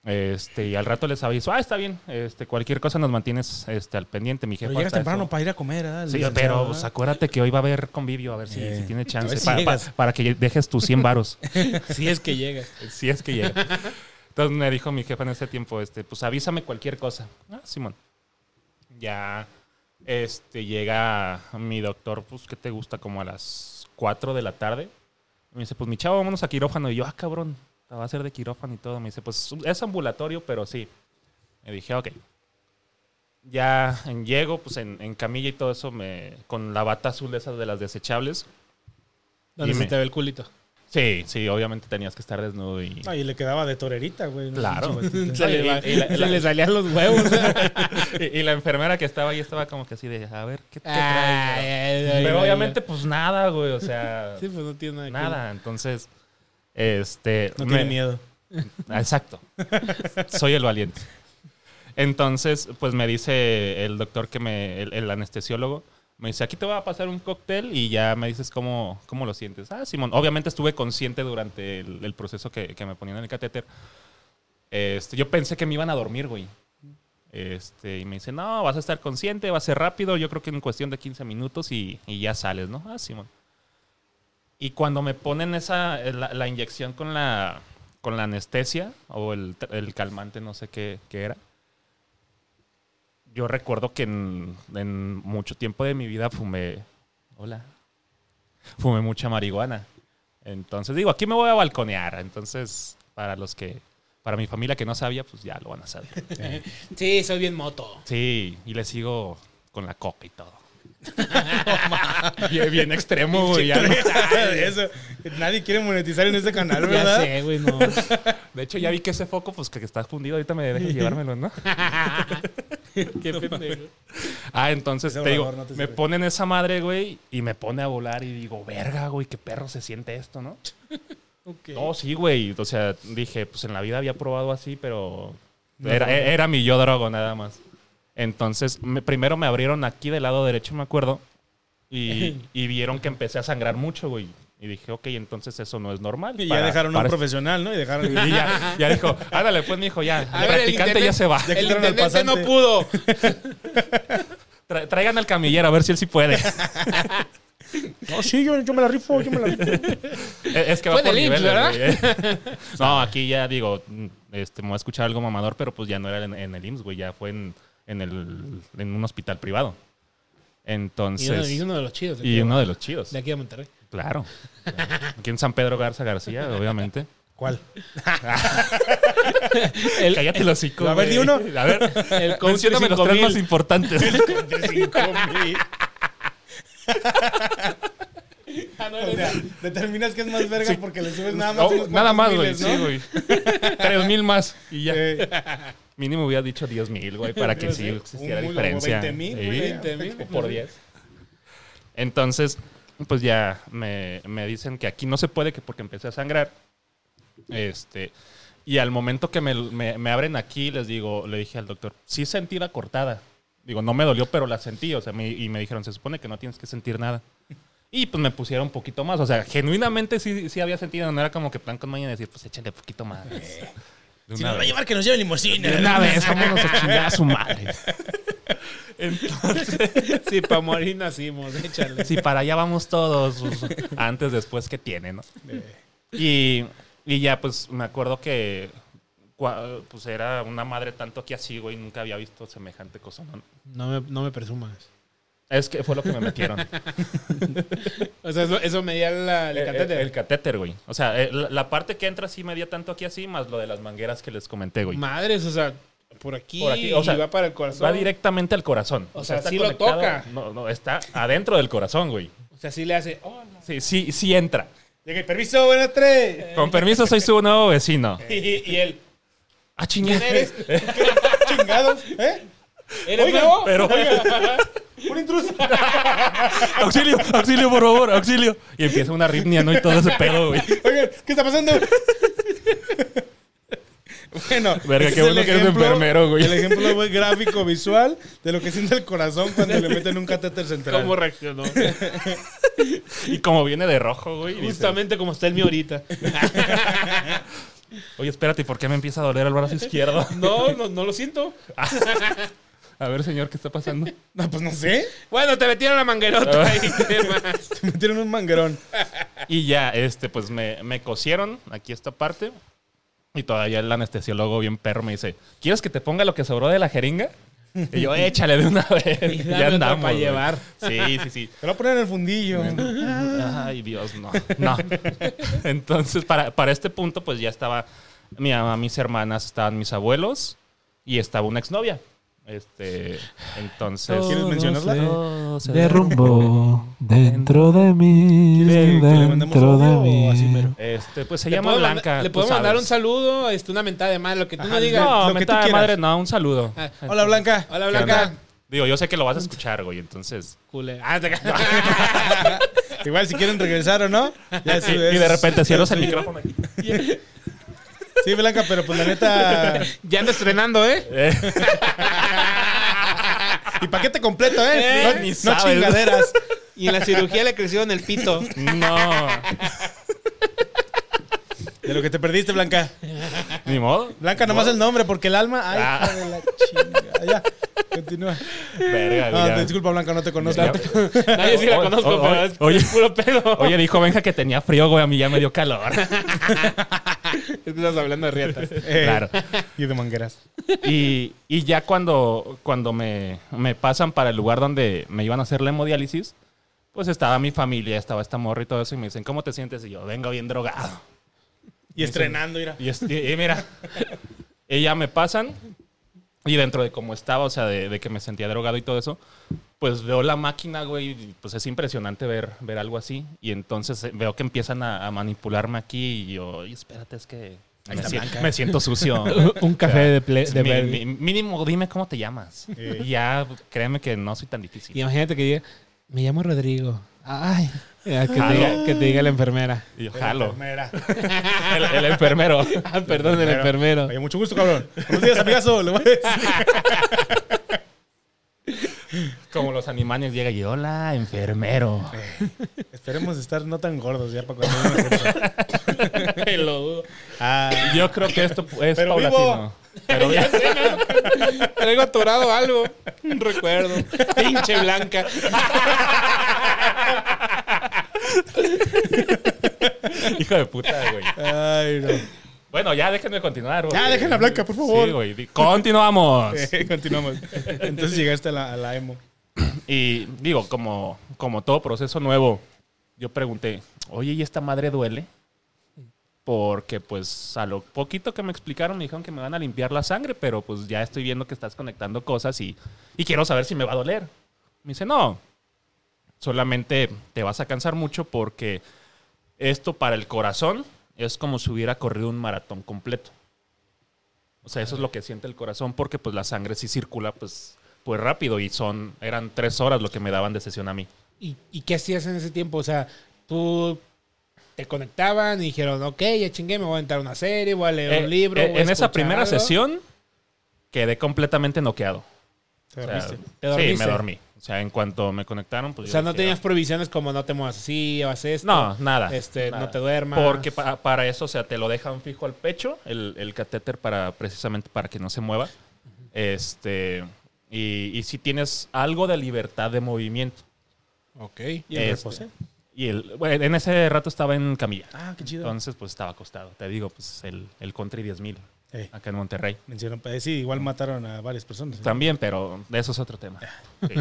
Speaker 3: Este, y al rato les aviso, ah, está bien, este, cualquier cosa nos mantienes este, al pendiente, mi jefa.
Speaker 2: Pero llegas
Speaker 3: está
Speaker 2: temprano
Speaker 3: eso".
Speaker 2: para ir a comer, ¿ah?
Speaker 3: Sí,
Speaker 2: licenciado,
Speaker 3: pero
Speaker 2: ¿ah?
Speaker 3: pues, acuérdate que hoy va a haber convivio, a ver si,
Speaker 2: Eh,
Speaker 3: si tiene
Speaker 2: a
Speaker 3: chance.
Speaker 2: ver si
Speaker 3: para,
Speaker 2: llegas.
Speaker 3: para- para que dejes tus 100 varos.
Speaker 1: Si es que llega.
Speaker 3: si es que llega. Entonces me dijo mi jefa en ese tiempo, este, pues avísame cualquier cosa. Ah, Simón. Ya este, llega mi doctor, pues, ¿qué te gusta? Como a las 4 de la tarde. Me dice, pues mi chavo, vámonos a quirófano. Y yo, ah, cabrón, la va a hacer de quirófano y todo. Me dice, pues es ambulatorio, pero sí. Me dije, ok. Ya en- llego, pues en, en camilla y todo eso, me, con la bata azul de esas de las desechables.
Speaker 1: Donde
Speaker 3: Dime.
Speaker 1: se te ve el culito.
Speaker 3: Sí, sí, obviamente tenías que estar desnudo y...
Speaker 2: No, y le quedaba de torerita, güey. no
Speaker 3: Claro.
Speaker 2: sé, chihuahua.
Speaker 1: Se,
Speaker 3: Oye,
Speaker 1: le, va-
Speaker 3: y- y la-
Speaker 1: se
Speaker 3: la-
Speaker 1: le salían los huevos.
Speaker 3: y, y la enfermera que estaba ahí estaba como que así de, a ver,
Speaker 2: Ah,
Speaker 3: ¿qué, qué
Speaker 1: Ay,
Speaker 3: traes?
Speaker 1: ay, ay,
Speaker 3: Pero
Speaker 1: ay,
Speaker 3: obviamente, pues nada, güey, o sea,
Speaker 1: ay. Sí, pues no tiene nada. que
Speaker 3: nada. Entonces, este...
Speaker 2: No
Speaker 3: me-
Speaker 2: tiene miedo.
Speaker 3: Ah, Exacto. Soy el valiente. Entonces, pues me dice el doctor que me, el, el anestesiólogo, me dice, aquí te va a pasar un cóctel y ya me dices cómo, cómo lo sientes. Ah, Simón, obviamente estuve consciente durante el, el proceso que, que me ponían en el catéter. Este, yo pensé que me iban a dormir, güey. Este, y me dice, no, vas a estar consciente, va a ser rápido, yo creo que en cuestión de 15 minutos y, y ya sales, ¿no? Ah, Simón. Y cuando me ponen esa, la, la inyección con la, con la anestesia o el, el calmante, no sé qué, qué era, yo recuerdo que en, en mucho tiempo de mi vida fumé, hola, fumé mucha marihuana. Entonces digo, aquí me voy a balconear. Entonces, para los que, para mi familia que no sabía, pues ya lo van a saber.
Speaker 1: ver. Sí, soy bien moto.
Speaker 3: Sí, y le sigo con la coca y todo. bien, bien extremo, güey. ya no-
Speaker 2: Eso, Nadie quiere monetizar en este canal,
Speaker 1: Ya
Speaker 2: ¿verdad?
Speaker 1: sé, güey, no.
Speaker 3: De hecho, ya vi que ese foco, pues que está fundido, ahorita me dejes llevármelo, ¿no?
Speaker 1: Qué pendejo.
Speaker 3: Ah, entonces
Speaker 2: Ese
Speaker 3: te digo,
Speaker 2: borrador no te
Speaker 3: me
Speaker 2: sirve.
Speaker 3: ponen esa madre, güey, y me pone a volar y digo, verga, güey, qué perro se siente esto, ¿no?
Speaker 1: Ok.
Speaker 3: No, sí, güey. O sea, dije, pues en la vida había probado así, pero era, e- era mi yo drogo nada más. Entonces, me- primero me abrieron aquí del lado derecho, me acuerdo, y, y vieron que empecé a sangrar mucho, güey. Y dije, ok, entonces eso no es normal.
Speaker 2: Y ya
Speaker 3: para-
Speaker 2: dejaron a un
Speaker 3: para-
Speaker 2: profesional, ¿no? Y dejaron.
Speaker 3: Y ya, ya dijo, ándale, pues, mijo, ya. El
Speaker 1: A ver, el
Speaker 3: practicante ya
Speaker 1: internet-
Speaker 3: se va.
Speaker 2: Ya
Speaker 1: el
Speaker 2: quitaron al
Speaker 1: intendente no
Speaker 2: pasante.
Speaker 1: pudo.
Speaker 3: Tra- traigan al camillero a ver si él sí puede.
Speaker 2: No, sí, yo, yo me la rifo, yo me la rifo.
Speaker 3: Es es que va
Speaker 1: Fue
Speaker 3: por
Speaker 1: del
Speaker 3: niveles,
Speaker 1: Inks,
Speaker 3: güey. ¿eh? No, aquí ya digo, mm, este, me voy a escuchar algo mamador, pero pues ya no era en, en el IMSS, güey, ya fue en, en, el, en un hospital privado.
Speaker 1: Y uno,
Speaker 3: Entonces,
Speaker 1: y uno de los chidos. de aquí,
Speaker 3: y uno de los chidos,
Speaker 1: De aquí a Monterrey.
Speaker 3: claro. Aquí en San Pedro Garza García, obviamente.
Speaker 2: ¿Cuál?
Speaker 1: El,
Speaker 3: Cállate los hocico,
Speaker 2: A ver,
Speaker 3: güey.
Speaker 2: di uno.
Speaker 3: A ver,
Speaker 1: el coach de
Speaker 3: mencióname los
Speaker 1: 5000.
Speaker 3: tres más importantes.
Speaker 1: Ah, no,
Speaker 2: O
Speaker 1: eres-
Speaker 2: sea, determinas que es más verga
Speaker 3: Sí.
Speaker 2: porque le subes nada más.
Speaker 3: No,
Speaker 2: unos
Speaker 3: Oh, nada
Speaker 2: cuantos
Speaker 3: más, güey.
Speaker 2: miles, ¿no?
Speaker 3: Sí, güey. Tres mil más y ya.
Speaker 2: Eh,
Speaker 3: Mínimo hubiera dicho 10 mil, güey, para que sí existiera
Speaker 2: Un- o
Speaker 3: diferencia.
Speaker 2: 20,000,
Speaker 3: Sí.
Speaker 2: güey.
Speaker 1: 20,000,
Speaker 3: O por 10. Entonces, pues ya me, me dicen que aquí no se puede que porque empecé a sangrar. Este, y al momento que me, me- me abren aquí, les digo, le dije al doctor, sí sentí la cortada. Digo, no me dolió, pero la sentí. O sea, me- y me dijeron, se supone que no tienes que sentir nada. Y pues me pusieron un poquito más. O sea, genuinamente sí, sí había sentido. No era como que plan con maña de decir, pues échale poquito más. De
Speaker 2: Si
Speaker 3: una
Speaker 2: nos va a
Speaker 3: vez.
Speaker 2: llevar, que nos lleve limosina.
Speaker 3: De una vez, vámonos a chingar a su madre.
Speaker 1: Sí, para morir nacimos, échale.
Speaker 3: Si para allá vamos todos, pues, antes, después, ¿qué tiene, no?
Speaker 1: Eh.
Speaker 3: Y, y ya, pues, me acuerdo que cua- pues era una madre tanto que así, güey, nunca había visto semejante cosa, ¿no?
Speaker 1: No me, no me presumas.
Speaker 3: Es que fue lo que me metieron.
Speaker 1: O sea, eso, eso medía la, el
Speaker 3: Eh, eh,
Speaker 1: catéter.
Speaker 3: El catéter, güey. O sea, eh, la, la parte que entra sí medía tanto aquí así, más lo de las mangueras que les comenté, güey.
Speaker 1: Madres, o sea, por aquí,
Speaker 3: Por aquí, o sea,
Speaker 1: y va para el corazón.
Speaker 3: Va directamente al corazón.
Speaker 1: O sea,
Speaker 3: está
Speaker 1: sí lo
Speaker 3: conectado-
Speaker 1: toca.
Speaker 3: No, no, está adentro del corazón, güey.
Speaker 1: O sea, sí le hace. "Oh, "Hola".
Speaker 3: Sí, sí, sí entra.
Speaker 2: Llegué, permiso, buenas
Speaker 1: Eh.
Speaker 2: tres.
Speaker 3: Con permiso, soy su nuevo vecino.
Speaker 1: Y, y él,
Speaker 3: Ah, chingada.
Speaker 1: ¿quién eres?
Speaker 2: Chingados, ¿eh?
Speaker 1: ¿Eres
Speaker 2: Oigan,
Speaker 1: nuevo?
Speaker 3: Pero,
Speaker 2: Un intruso.
Speaker 3: auxilio, auxilio, por favor, auxilio. Y empieza una ritmia, ¿no? Y todo ese pedo, güey.
Speaker 2: Oigan, ¿qué está pasando? Bueno,
Speaker 3: Verga,
Speaker 2: ese
Speaker 3: qué
Speaker 2: es
Speaker 3: bueno
Speaker 2: el
Speaker 3: que eres enfermero, güey.
Speaker 2: El ejemplo güey, gráfico, visual, de lo que siente el corazón cuando le meten un catéter central.
Speaker 1: ¿Cómo reaccionó?
Speaker 3: Y como viene de rojo, güey. dices,
Speaker 1: Justamente como está el mío ahorita.
Speaker 3: Oye, espérate, ¿y por qué me empieza a doler el brazo izquierdo?
Speaker 1: No, no, no lo siento.
Speaker 3: A ver, señor, ¿qué está pasando?
Speaker 2: No, pues no sé.
Speaker 1: Bueno, te metieron la
Speaker 3: Ah.
Speaker 1: manguerota y ¿qué más?
Speaker 2: Me metieron un manguerón.
Speaker 3: Y ya, este, pues me, me cosieron aquí esta parte. Y todavía el anestesiólogo bien perro me dice, ¿quieres que te ponga lo que sobró de la jeringa? Y yo, échale de una vez.
Speaker 1: Y dame otra pa'
Speaker 3: güey.
Speaker 1: llevar.
Speaker 3: Sí, sí, sí.
Speaker 2: Te lo voy a poner en el fundillo.
Speaker 3: Ay, Dios, no. No. Entonces, para, para este punto, pues ya estaba mi mamá, mis hermanas, estaban mis abuelos y estaba una exnovia. Este, entonces.
Speaker 2: ¿Quieres mencionarla?
Speaker 3: Todo se
Speaker 4: Derrumbo dentro de mí,
Speaker 2: ¿Quieres que- que le mandemos
Speaker 4: dentro de
Speaker 2: audio o
Speaker 4: mí.
Speaker 2: así mero?
Speaker 3: Este, pues se
Speaker 1: Le
Speaker 3: llama
Speaker 1: puedo manda-
Speaker 3: Blanca.
Speaker 1: Le
Speaker 3: tú
Speaker 1: podemos mandar un
Speaker 3: sabes.
Speaker 1: saludo, este, una mentada de madre, lo que tú no
Speaker 2: Ajá,
Speaker 1: digas.
Speaker 2: lo
Speaker 3: No,
Speaker 2: que tú
Speaker 3: mentada de
Speaker 2: quieras.
Speaker 3: madre, no, un saludo.
Speaker 1: Ah,
Speaker 2: Hola, Blanca.
Speaker 1: Hola,
Speaker 3: ¿Qué
Speaker 1: Blanca.
Speaker 3: onda? Digo, yo sé que lo vas a escuchar, güey, entonces.
Speaker 1: Culé. Ah, te-
Speaker 2: Igual si quieren regresar o no. ya
Speaker 3: Y,
Speaker 2: sí,
Speaker 3: y
Speaker 2: es-
Speaker 3: de repente cierras el
Speaker 2: sí.
Speaker 3: micrófono aquí.
Speaker 2: Sí, Blanca, pero pues la neta.
Speaker 1: ya ando estrenando, ¿eh?
Speaker 3: Eh,
Speaker 2: Y paquete completo, ¿eh?
Speaker 1: Eh,
Speaker 2: no
Speaker 3: ni
Speaker 2: no
Speaker 3: sabes.
Speaker 2: chingaderas.
Speaker 1: Y en la cirugía le creció en el pito.
Speaker 3: no,
Speaker 2: De lo que te perdiste, Blanca.
Speaker 3: ni modo.
Speaker 2: Blanca, nomás el nombre, porque el alma. Ay,
Speaker 3: Ah.
Speaker 2: hija de la chinga. Ya, continúa.
Speaker 3: Verga,
Speaker 2: No,
Speaker 3: güey, ya.
Speaker 2: Ah, disculpa, Blanca, no te conozco.
Speaker 3: Ya.
Speaker 1: No, Ah, yo sí la conozco,
Speaker 3: O- o-
Speaker 1: pero es
Speaker 3: oye.
Speaker 1: puro pedo.
Speaker 3: Oye, dijo Benja que tenía frío, güey, a mí ya me dio calor.
Speaker 1: Es que estás hablando de rietas.
Speaker 2: Eh,
Speaker 3: Claro.
Speaker 2: Y de mangueras.
Speaker 3: Y, y ya cuando, cuando me, me pasan para el lugar donde me iban a hacer la hemodiálisis, pues estaba mi familia, estaba esta morra y todo eso, y me dicen, ¿cómo te sientes? Y yo, vengo bien drogado.
Speaker 2: Y estrenando, mira.
Speaker 3: Y, es- y- y mira, ella me pasan, y dentro de cómo estaba, o sea, de, de que me sentía drogado y todo eso, pues veo la máquina, güey, y pues es impresionante ver, ver algo así. Y entonces eh, veo que empiezan a, a manipularme aquí, y yo, "Oye, espérate, es que me,
Speaker 2: está
Speaker 3: si-
Speaker 2: Blanca.
Speaker 3: me siento sucio.
Speaker 1: Un
Speaker 3: café de
Speaker 1: play,
Speaker 3: Mi- mi- mínimo, dime cómo te llamas.
Speaker 2: Eh.
Speaker 3: Y ya, créeme que no soy tan difícil.
Speaker 1: Y imagínate que diga, me llamo Rodrigo. Ay. Ya, Que te,
Speaker 3: Ah,
Speaker 1: diga,
Speaker 3: no.
Speaker 1: que te diga la enfermera.
Speaker 3: Y yo, jalo.
Speaker 2: Mira.
Speaker 3: El, el enfermero.
Speaker 1: Ah, perdón, el enfermero.
Speaker 2: Oye, mucho gusto, cabrón. Buenos días, amigazo. Le voy a decir.
Speaker 3: Como los animales llega y hola, enfermero.
Speaker 2: Esperemos estar no tan gordos ya para cuando venga la cosa.
Speaker 1: Te lo dudo.
Speaker 2: Ah,
Speaker 3: Yo creo que esto es
Speaker 2: Pero vivo.
Speaker 3: paulatino. Pero
Speaker 1: Ya sé, ¿no? Traigo atorado algo. Un recuerdo. Pinche blanca.
Speaker 3: hijo de puta, güey.
Speaker 2: ay, no.
Speaker 3: Bueno, ya déjenme continuar, güey.
Speaker 2: Ya, dejen a Blanca, por favor.
Speaker 3: Sí, güey. Di- Continuamos.
Speaker 2: Eh, continuamos. Entonces llegaste a la, a la emo.
Speaker 3: Y digo, como, como todo proceso nuevo, yo pregunté, oye, ¿y esta madre duele? Porque pues a lo poquito que me explicaron me dijeron que me van a limpiar la sangre, pero pues ya estoy viendo que estás conectando cosas y, y quiero saber si me va a doler. Me dice, no, solamente te vas a cansar mucho porque esto para el corazón es como si hubiera corrido un maratón completo. O sea, eso es lo que siente el corazón porque pues la sangre sí circula pues, pues rápido y son, eran tres horas lo que me daban de sesión a mí.
Speaker 1: ¿Y, y qué hacías en ese tiempo? O sea, tú te conectaban y dijeron, ok, ya chingué, me voy a entrar una serie, voy a leer
Speaker 3: Eh,
Speaker 1: un libro.
Speaker 3: eh,
Speaker 1: voy a
Speaker 3: en esa
Speaker 1: escuchar
Speaker 3: primera
Speaker 1: algo".
Speaker 3: sesión quedé completamente noqueado.
Speaker 2: Te
Speaker 3: O sea,
Speaker 2: dormiste.
Speaker 1: ¿Te
Speaker 3: sí,
Speaker 1: dormiste?
Speaker 3: me dormí. O sea, en cuanto me conectaron,
Speaker 1: O
Speaker 3: pues yo
Speaker 1: sea, no
Speaker 3: dije, "Ah,
Speaker 1: tenías provisiones como no te muevas así, o haces esto.
Speaker 3: No, nada.
Speaker 1: Este,
Speaker 3: nada.
Speaker 1: no te duermas.
Speaker 3: Porque pa- para eso, o sea, te lo dejan fijo al pecho, el, el catéter para precisamente para que no se mueva. Este. Y, y si tienes algo de libertad de movimiento.
Speaker 1: Ok.
Speaker 2: ¿Y el
Speaker 3: Este,
Speaker 2: reposé?
Speaker 3: Y el, bueno, en ese rato estaba en camilla.
Speaker 2: Ah, qué chido.
Speaker 3: Entonces, pues estaba acostado. Te digo, pues el, el country 10.000
Speaker 2: Eh,
Speaker 3: acá en Monterrey.
Speaker 2: mencionó, eh, sí, igual mataron a varias personas. ¿eh?
Speaker 3: También, pero de eso es otro tema. Sí.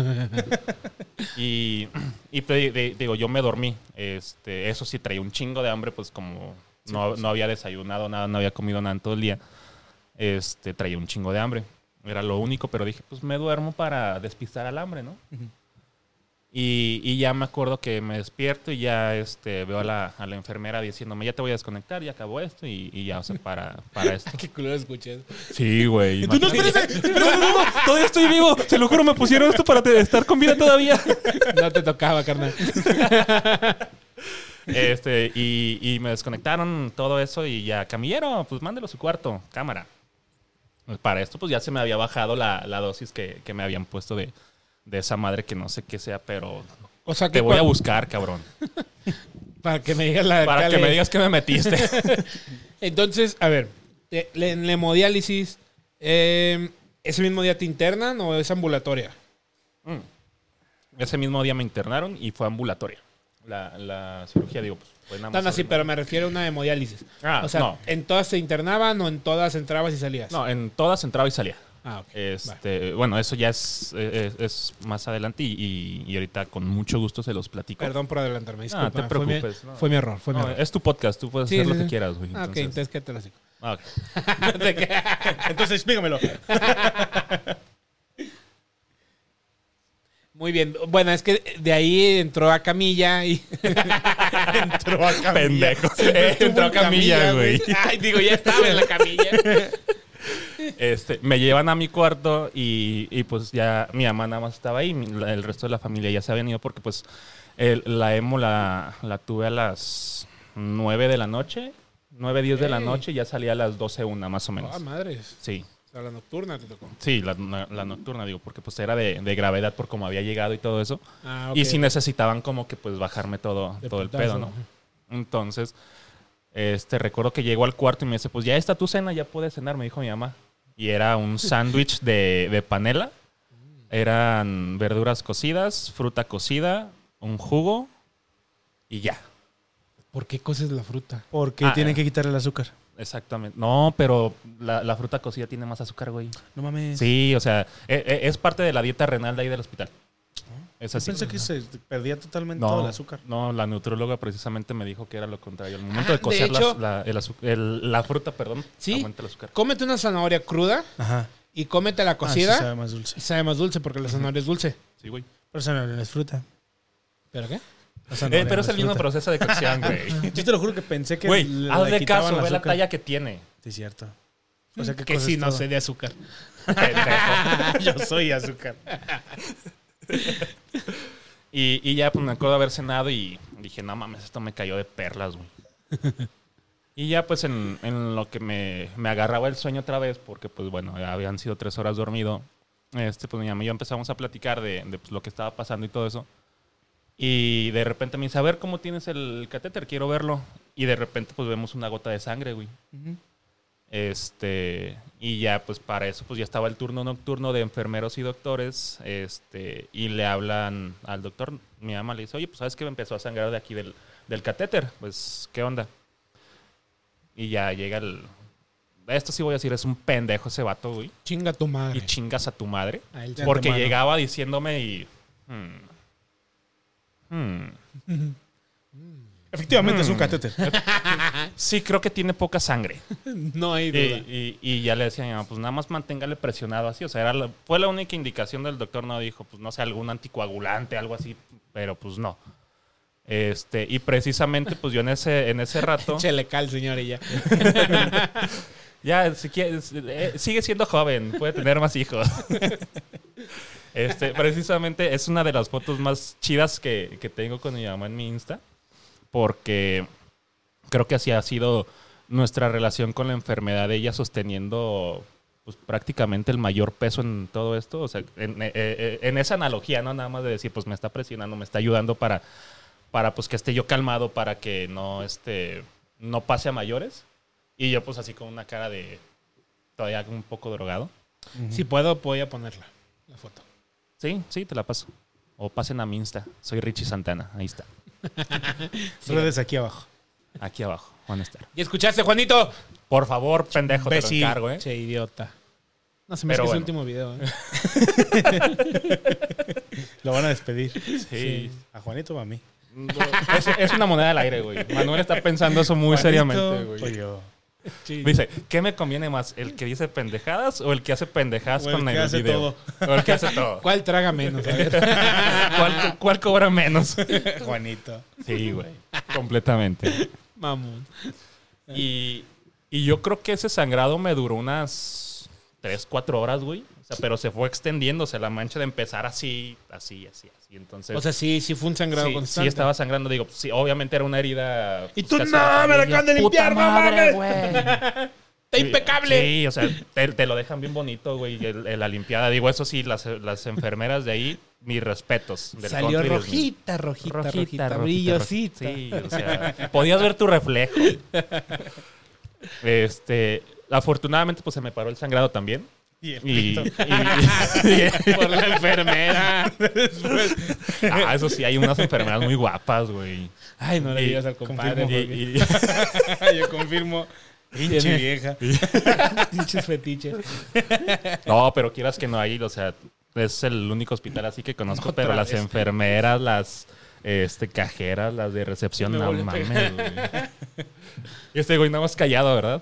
Speaker 3: y y te- de- digo, yo me dormí. Este, eso sí, traía un chingo de hambre, pues como no, no había desayunado nada, no había comido nada en todo el día. Este, traía un chingo de hambre. Era lo único, pero dije, pues me duermo para despistar al hambre, ¿no? Y, y ya me acuerdo que me despierto y ya este, veo a la, a la enfermera diciéndome, ya te voy a desconectar, ya acabó esto y, y ya, o sea, para, para esto.
Speaker 1: Qué culo escuché.
Speaker 3: Sí, güey.
Speaker 2: Tú no espérese, espérese, no, no.
Speaker 3: Todavía estoy vivo. Se lo juro, me pusieron esto para te- estar con vida todavía.
Speaker 1: No te tocaba, carnal.
Speaker 3: Este, y, y me desconectaron todo eso y ya, camillero, pues mándelo a su cuarto, cámara. Para esto, pues ya se me había bajado la, la dosis que, que me habían puesto de, de esa madre que no sé qué sea, pero
Speaker 1: O sea, que
Speaker 3: te voy a
Speaker 1: cua-
Speaker 3: buscar, cabrón.
Speaker 1: para que me digas la
Speaker 3: Para que
Speaker 1: cale.
Speaker 3: me digas que me metiste.
Speaker 1: Entonces, a ver, te- le- en la hemodiálisis, eh, ¿ese mismo día te internan o es ambulatoria?
Speaker 3: Mm. Ese mismo día me internaron y fue ambulatoria. La, la cirugía, digo, pues fue nada más
Speaker 1: Tan así,
Speaker 3: abrir-
Speaker 1: pero me refiero a una hemodiálisis.
Speaker 3: Ah,
Speaker 1: o sea,
Speaker 3: no.
Speaker 1: ¿en todas te internaban o en todas entrabas y salías?
Speaker 3: No, en todas entraba y salía.
Speaker 1: Ah, ok. Va.
Speaker 3: Este, Bueno, eso ya es, eh, es, es más adelante y, y- y ahorita con mucho gusto se los platico.
Speaker 1: Perdón por adelantarme, disculpa.
Speaker 3: Ah, te
Speaker 1: fue mi-
Speaker 3: preocupes,
Speaker 1: Fue mi,
Speaker 3: no.
Speaker 1: error, fue mi
Speaker 3: No,
Speaker 1: error.
Speaker 3: es tu podcast, tú puedes
Speaker 1: Sí,
Speaker 3: hacer
Speaker 1: sí,
Speaker 3: lo que
Speaker 1: sí.
Speaker 3: quieras, güey.
Speaker 1: Ah, ok,
Speaker 3: entonces-
Speaker 1: entonces quédate la hocico.
Speaker 3: Ah, ok.
Speaker 1: Te quedas.
Speaker 2: Entonces explícamelo.
Speaker 1: Muy bien. Bueno, es que de ahí entró a Camilla y.
Speaker 2: Entró a camilla.
Speaker 3: Pendejo. Eh, Entró a camilla, güey.
Speaker 1: Ay, digo, ya estaba en la camilla.
Speaker 3: Este, me llevan a mi cuarto y, y, pues ya mi mamá nada más estaba ahí, mi- la- el resto de la familia ya se había ido porque pues el- la emo la, la tuve a las 9 de la noche, 9, 10 de la
Speaker 1: Ey.
Speaker 3: noche, y ya salía a las 12, una más o
Speaker 1: Ah,
Speaker 3: menos.
Speaker 1: madres.
Speaker 3: Sí,
Speaker 1: O sea, la nocturna te tocó.
Speaker 3: sí, la, la- la nocturna, digo, porque pues era de, de gravedad por cómo había llegado y todo eso.
Speaker 1: Ah,
Speaker 3: Y si necesitaban como que pues bajarme todo,
Speaker 1: De
Speaker 3: todo el
Speaker 1: putazo.
Speaker 3: pedo, ¿no? Entonces, este, recuerdo que llegó al cuarto y me dice, pues ya está tu cena, ya puedes cenar, me dijo mi mamá. Y era un sándwich de, de panela. Eran verduras cocidas, fruta cocida, un jugo y ya.
Speaker 1: ¿Por qué coces la fruta?
Speaker 2: Porque
Speaker 3: Ah,
Speaker 2: tienen
Speaker 3: eh.
Speaker 2: que quitarle el azúcar.
Speaker 3: Exactamente. No, pero la, la fruta cocida tiene más azúcar, güey.
Speaker 2: No mames.
Speaker 3: Sí, o sea, e- e- es parte de la dieta renal de ahí del hospital. Es
Speaker 2: Ah, Yo
Speaker 3: así.
Speaker 2: pensé que se perdía totalmente
Speaker 3: No,
Speaker 2: todo el azúcar.
Speaker 3: No, la neutróloga precisamente me dijo que era lo contrario. Al momento
Speaker 1: Ah,
Speaker 3: de cocer
Speaker 1: de
Speaker 3: las-
Speaker 1: hecho-
Speaker 3: la, el azu- el- la fruta, perdón,
Speaker 1: Sí.
Speaker 3: aumenta el azúcar.
Speaker 1: Cómete una zanahoria cruda
Speaker 2: Ajá.
Speaker 1: y cómete la
Speaker 2: Ah, sí
Speaker 1: cocida.
Speaker 2: sabe más dulce.
Speaker 1: y sabe más dulce porque la zanahoria es dulce.
Speaker 3: Sí, güey.
Speaker 2: Pero esa no es fruta.
Speaker 1: ¿Pero qué?
Speaker 2: O sea, no,
Speaker 3: Eh,
Speaker 2: no
Speaker 3: pero es el mismo
Speaker 2: fruta.
Speaker 3: proceso de cocción, güey.
Speaker 2: Yo te lo juro que pensé que.
Speaker 3: Güey,
Speaker 2: le-
Speaker 3: haz
Speaker 2: le
Speaker 3: de
Speaker 2: quitaban
Speaker 3: caso,
Speaker 2: el
Speaker 3: ve la
Speaker 2: azúcar.
Speaker 3: talla que tiene.
Speaker 2: Sí, cierto. O sea, que,
Speaker 1: Que
Speaker 2: coces
Speaker 1: sí, no
Speaker 2: todo.
Speaker 1: sé de azúcar.
Speaker 3: Pendejo.
Speaker 2: Yo soy azúcar.
Speaker 3: y, y ya pues, me acuerdo de haber cenado y dije, no mames, esto me cayó de perlas, güey. Y ya pues en, en lo que me, me agarraba el sueño otra vez, porque pues bueno, ya habían sido tres horas dormido, este, pues mi amigo y yo empezamos a platicar de, de, pues, lo que estaba pasando y todo eso. Y de repente me dice, a ver, ¿cómo tienes el catéter? Quiero verlo. Y de repente pues vemos una gota de sangre, güey. Este, y ya, pues para eso, pues ya estaba el turno nocturno de enfermeros y doctores. Este, y le hablan al doctor. Mi mamá le dice, oye, pues sabes que me empezó a sangrar de aquí del, del catéter. Pues, ¿qué onda? Y ya llega el. Esto sí voy a decir, es un pendejo ese vato, güey.
Speaker 1: Chinga tu
Speaker 3: Y
Speaker 1: madre.
Speaker 3: chingas a tu madre.
Speaker 1: A él
Speaker 2: De
Speaker 3: Porque
Speaker 2: antemano.
Speaker 3: llegaba diciéndome y. "Hmm, "Mm, mm,
Speaker 2: Efectivamente, es un
Speaker 3: Mm.
Speaker 2: catéter.
Speaker 3: Sí, creo que tiene poca sangre.
Speaker 1: No hay duda.
Speaker 3: Y, y- y ya le decían, pues nada más manténgale presionado así. O sea, era la- fue la única indicación del doctor. No dijo, pues no sé, algún anticoagulante, algo así, pero pues no. Este, y precisamente, pues yo en ese, en ese rato.
Speaker 1: Échale cal, señor, y ya.
Speaker 3: ya, si quieres, eh, sigue siendo joven, puede tener más hijos. este, precisamente es una de las fotos más chidas que, que tengo con mi mamá en mi Insta. Porque creo que así ha sido nuestra relación con la enfermedad, ella sosteniendo pues, prácticamente el mayor peso en todo esto. O sea, en, eh, eh, en esa analogía, ¿no? Nada más de decir, pues me está presionando, me está ayudando para, para pues, que esté yo calmado, para que no, este, no pase a mayores. Y yo, pues, así con una cara de todavía un poco drogado.
Speaker 1: Si puedo, voy a ponerla. La foto.
Speaker 3: Sí, sí, te la paso. O pasen a mi Insta. Soy Richie Santana. Ahí está.
Speaker 2: Redes aquí abajo.
Speaker 3: Aquí abajo. Van a estar.
Speaker 1: ¿Y escuchaste, Juanito?
Speaker 3: Por favor, pendejo, te lo
Speaker 1: Imbécil.
Speaker 3: encargo, ¿eh?
Speaker 1: Che, idiota. No se me hace
Speaker 3: Pero
Speaker 1: que es el
Speaker 3: bueno.
Speaker 1: último video. ¿eh?
Speaker 2: Lo van a despedir. Sí.
Speaker 3: Sí.
Speaker 2: A Juanito o a mí.
Speaker 3: Es, es una moneda al aire, güey. Manuel está pensando eso muy seriamente, güey.
Speaker 2: O yo.
Speaker 1: Sí.
Speaker 3: Dice, ¿qué me conviene más? ¿El que dice pendejadas o el que hace pendejadas
Speaker 2: O el
Speaker 3: con
Speaker 2: que
Speaker 3: el
Speaker 2: hace
Speaker 3: video? O el que hace todo.
Speaker 1: ¿Cuál traga menos? A ver.
Speaker 3: ¿Cuál, co- cuál cobra menos?
Speaker 2: Juanito.
Speaker 3: Sí, güey. Completamente.
Speaker 1: Mamón.
Speaker 3: Y, y yo creo que ese sangrado me duró unas 3, 4 horas, güey. O sea, pero se fue extendiéndose la mancha de empezar así, así, así, así. Entonces,
Speaker 1: O sea, sí, sí fue un sangrado
Speaker 3: sí,
Speaker 1: constante.
Speaker 3: sí estaba sangrando. Digo, sí, obviamente era una herida.
Speaker 1: Y
Speaker 3: pues,
Speaker 1: tú,
Speaker 3: casi
Speaker 1: "No, me
Speaker 3: de
Speaker 1: la
Speaker 3: familia".
Speaker 1: acaban de
Speaker 3: ¡Puta
Speaker 1: limpiar, no
Speaker 3: madre,
Speaker 1: mames".
Speaker 3: güey!
Speaker 1: ¡Está impecable!
Speaker 3: Sí, o sea, te, te lo dejan bien bonito, güey, el- el- la limpiada. Digo, eso sí, las, las enfermeras de ahí, mis respetos. del
Speaker 1: Salió
Speaker 3: country, Dios mío.
Speaker 1: rojita, rojita, rojita,
Speaker 3: rojita,
Speaker 1: brillosita.
Speaker 3: Sí, o sea, podías ver tu reflejo. Este, afortunadamente, pues se me paró el sangrado también.
Speaker 2: Y el
Speaker 3: Y,
Speaker 2: pito.
Speaker 3: y- por la enfermera. Ah, eso sí, hay unas enfermeras muy guapas, güey.
Speaker 1: Ay, no le
Speaker 3: Y-
Speaker 1: digas al compadre.
Speaker 3: Y-
Speaker 1: porque-
Speaker 3: y-
Speaker 2: Yo confirmo.
Speaker 1: Pinche
Speaker 2: Pinche vieja.
Speaker 1: Pinches fetiches.
Speaker 3: no, pero quieras que no hay, o sea, es el único hospital así que conozco, pero las
Speaker 1: ¿eh?
Speaker 3: enfermeras, las este, cajeras, las de recepción,
Speaker 1: Me
Speaker 3: no
Speaker 1: volvió a
Speaker 3: mames, güey. Y este güey nada más callado, ¿verdad?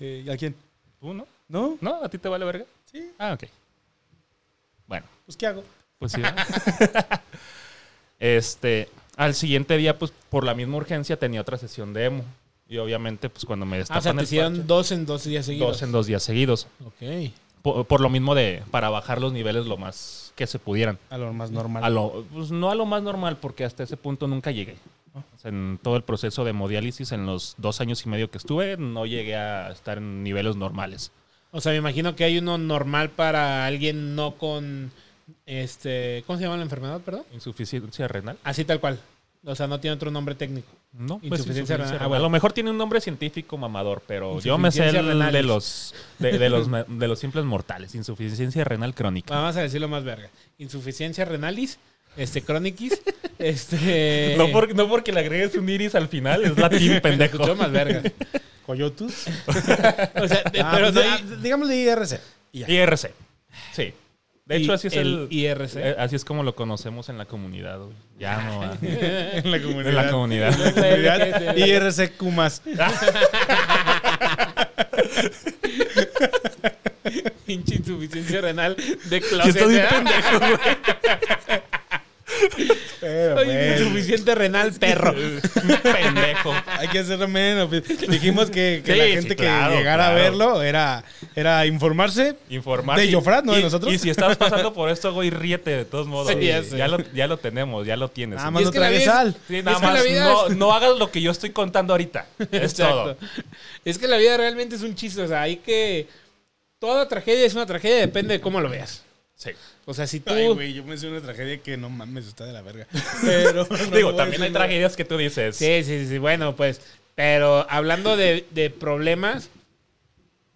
Speaker 2: Eh, ¿A quién?
Speaker 3: ¿Tú no?
Speaker 2: ¿No?
Speaker 3: ¿No? ¿A ti te vale verga?
Speaker 2: Sí.
Speaker 3: Ah, ok. Bueno.
Speaker 2: Pues ¿qué hago?
Speaker 3: Pues sí. ¿verdad? este, al siguiente día, pues por la misma urgencia tenía otra sesión de emo. Y obviamente, pues cuando me
Speaker 1: Ah, o sea,
Speaker 3: destapan
Speaker 1: te
Speaker 3: el
Speaker 1: hicieron
Speaker 3: parche,
Speaker 1: dos en dos días seguidos.
Speaker 3: dos en dos días seguidos.
Speaker 1: Ok.
Speaker 3: Por, por lo mismo de, para bajar los niveles lo más que se pudieran.
Speaker 2: A lo más normal.
Speaker 3: A lo, pues no a lo más normal, porque hasta ese punto nunca llegué. O sea, en todo el proceso de hemodiálisis, en los dos años y medio que estuve, no llegué a estar en niveles normales.
Speaker 1: O sea, me imagino que hay uno normal para alguien no con este, ¿cómo se llama la enfermedad, perdón?
Speaker 3: ¿Insuficiencia renal?
Speaker 1: Así tal cual. O sea, no tiene otro nombre técnico.
Speaker 3: No,
Speaker 1: pues, insuficiencia renal.
Speaker 3: Ah, A lo mejor tiene un nombre científico mamador, pero yo me sé
Speaker 1: Insuficiencia
Speaker 3: el
Speaker 1: renal.
Speaker 3: de los, de, de los, ma- de los simples mortales. Insuficiencia renal crónica.
Speaker 1: Vamos a decirlo más verga. Insuficiencia renalis, este croniquis, este
Speaker 3: no, por- no porque le agregues un iris al final, es latín, pendejo.
Speaker 1: escuchó más verga.
Speaker 2: ¿Coyotus?
Speaker 1: O sea, de-
Speaker 2: Ah,
Speaker 1: pero
Speaker 2: pues,
Speaker 1: no
Speaker 2: ah,
Speaker 1: hay-
Speaker 2: digámosle IRC.
Speaker 3: IRC. Sí. De hecho, así es el...
Speaker 1: IRC.
Speaker 3: eh, Así es como lo conocemos en la comunidad, güey. Ya no va. En
Speaker 2: En la comunidad.
Speaker 3: la comunidad.
Speaker 2: comunidad. IRC Kumas.
Speaker 1: Pinche insuficiencia renal de
Speaker 3: Sí, estás bien
Speaker 1: closet.
Speaker 3: pendejo, güey.
Speaker 2: Pero,
Speaker 1: Soy
Speaker 2: bueno.
Speaker 1: insuficiente renal perro.
Speaker 3: pendejo.
Speaker 2: Hay que hacerlo menos. pues. Dijimos que, que
Speaker 3: Sí,
Speaker 2: la
Speaker 3: sí,
Speaker 2: gente
Speaker 3: claro,
Speaker 2: que llegara
Speaker 3: claro.
Speaker 2: a verlo era, era informarse.
Speaker 3: Informar.
Speaker 2: De
Speaker 3: Y-
Speaker 2: Jofrat, ¿no? De
Speaker 3: y-
Speaker 2: nosotros.
Speaker 3: Y si estás pasando por esto, güey, ríete de todos modos.
Speaker 1: Sí,
Speaker 3: güey.
Speaker 1: ya sé. Ah,
Speaker 3: ya, lo, ya lo tenemos, ya lo tienes.
Speaker 2: Nada
Speaker 1: Y
Speaker 2: más
Speaker 1: es
Speaker 2: no
Speaker 1: que la
Speaker 2: tragues
Speaker 1: vida es-
Speaker 2: sal.
Speaker 3: Sí,
Speaker 1: Es
Speaker 3: nada
Speaker 1: que la
Speaker 3: más,
Speaker 1: vida
Speaker 3: no,
Speaker 1: es-
Speaker 3: no hagas lo que yo estoy contando ahorita. Es todo.
Speaker 1: Exacto. Es que la vida realmente es un chiste. O sea, hay que. Toda tragedia es una tragedia, depende de cómo lo veas.
Speaker 3: Sí.
Speaker 1: O sea, si tú.
Speaker 2: Ay, güey, yo me hice una tragedia que no mames, está de la verga. Pero. no
Speaker 3: Digo,
Speaker 2: voy a
Speaker 3: también hay
Speaker 2: decir nada.
Speaker 3: tragedias que tú dices.
Speaker 1: Sí, sí, sí, bueno, pues. Pero hablando de, de problemas,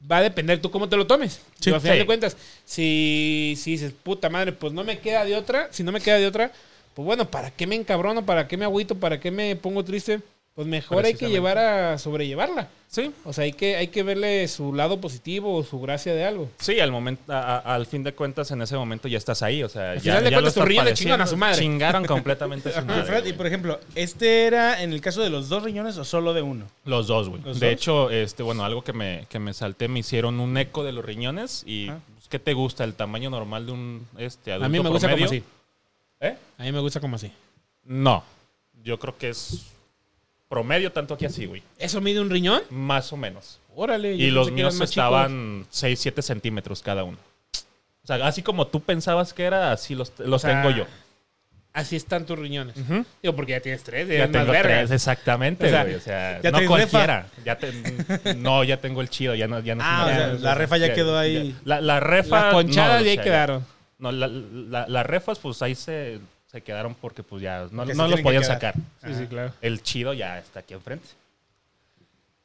Speaker 1: va a depender tú cómo te lo tomes.
Speaker 3: Sí,
Speaker 1: Digo, al final
Speaker 3: sí.
Speaker 1: de cuentas, si, si dices, puta madre, pues no me queda de otra, si no me queda de otra, pues bueno, ¿para qué me encabrono? ¿Para qué me agüito? ¿Para qué me pongo triste? Pues mejor hay que
Speaker 3: Precisamente.
Speaker 1: llevar a sobrellevarla.
Speaker 3: Sí.
Speaker 1: O sea, hay que, hay que verle su lado positivo o su gracia de algo.
Speaker 3: Sí, al momento, a- a- al fin de cuentas, en ese momento ya estás ahí. O sea,
Speaker 1: Al
Speaker 3: ya,
Speaker 1: final de
Speaker 3: ya
Speaker 1: cuentas, tus riñones
Speaker 3: padeciendo.
Speaker 1: chingan a su madre.
Speaker 3: Chingaron completamente a su madre.
Speaker 2: Jofrat, y
Speaker 3: güey.
Speaker 2: por ejemplo, ¿este era en el caso de los dos riñones o solo de uno?
Speaker 3: Los dos, güey. De
Speaker 2: ¿Los dos?
Speaker 3: hecho, este, bueno, algo que me, que me salté, me hicieron un eco de los riñones y
Speaker 2: Ah.
Speaker 3: pues, ¿qué te gusta? ¿El tamaño normal de un este, adulto
Speaker 1: A mí me gusta
Speaker 3: promedio?
Speaker 1: como así.
Speaker 3: ¿Eh?
Speaker 1: A mí me gusta como así.
Speaker 3: No. Yo creo que es promedio tanto aquí así, güey.
Speaker 1: ¿Eso mide un riñón?
Speaker 3: Más o menos.
Speaker 1: Órale. yo
Speaker 3: Y los
Speaker 1: pensé que eran
Speaker 3: míos
Speaker 1: más chicos.
Speaker 3: estaban 6, 7 centímetros cada uno. O sea, así como tú pensabas que era, así los, los
Speaker 1: sea,
Speaker 3: tengo yo.
Speaker 1: Así están tus riñones. Digo, porque ya tienes tres, ya,
Speaker 3: Ya
Speaker 1: eres más
Speaker 3: tengo
Speaker 1: verga.
Speaker 3: tres, exactamente,
Speaker 1: O sea,
Speaker 3: güey. O sea,
Speaker 2: ya
Speaker 3: no
Speaker 2: tenés refa.
Speaker 3: cualquiera. Ya te- no, ya tengo el chido, ya no, ya no se
Speaker 2: Ah, o
Speaker 3: me-
Speaker 2: sea, la refa ya quedó ahí.
Speaker 3: La, la refa.
Speaker 1: Las
Speaker 3: no,
Speaker 1: ponchadas
Speaker 3: o
Speaker 1: de ahí
Speaker 3: sea,
Speaker 1: quedaron.
Speaker 3: No, la- la- las refas, pues ahí se, se quedaron porque pues ya no,
Speaker 2: Porque
Speaker 3: no los
Speaker 2: se tienen que
Speaker 3: podían
Speaker 2: quedar. Ah.
Speaker 3: sacar.
Speaker 1: Sí, sí, claro.
Speaker 3: El chido ya está aquí enfrente.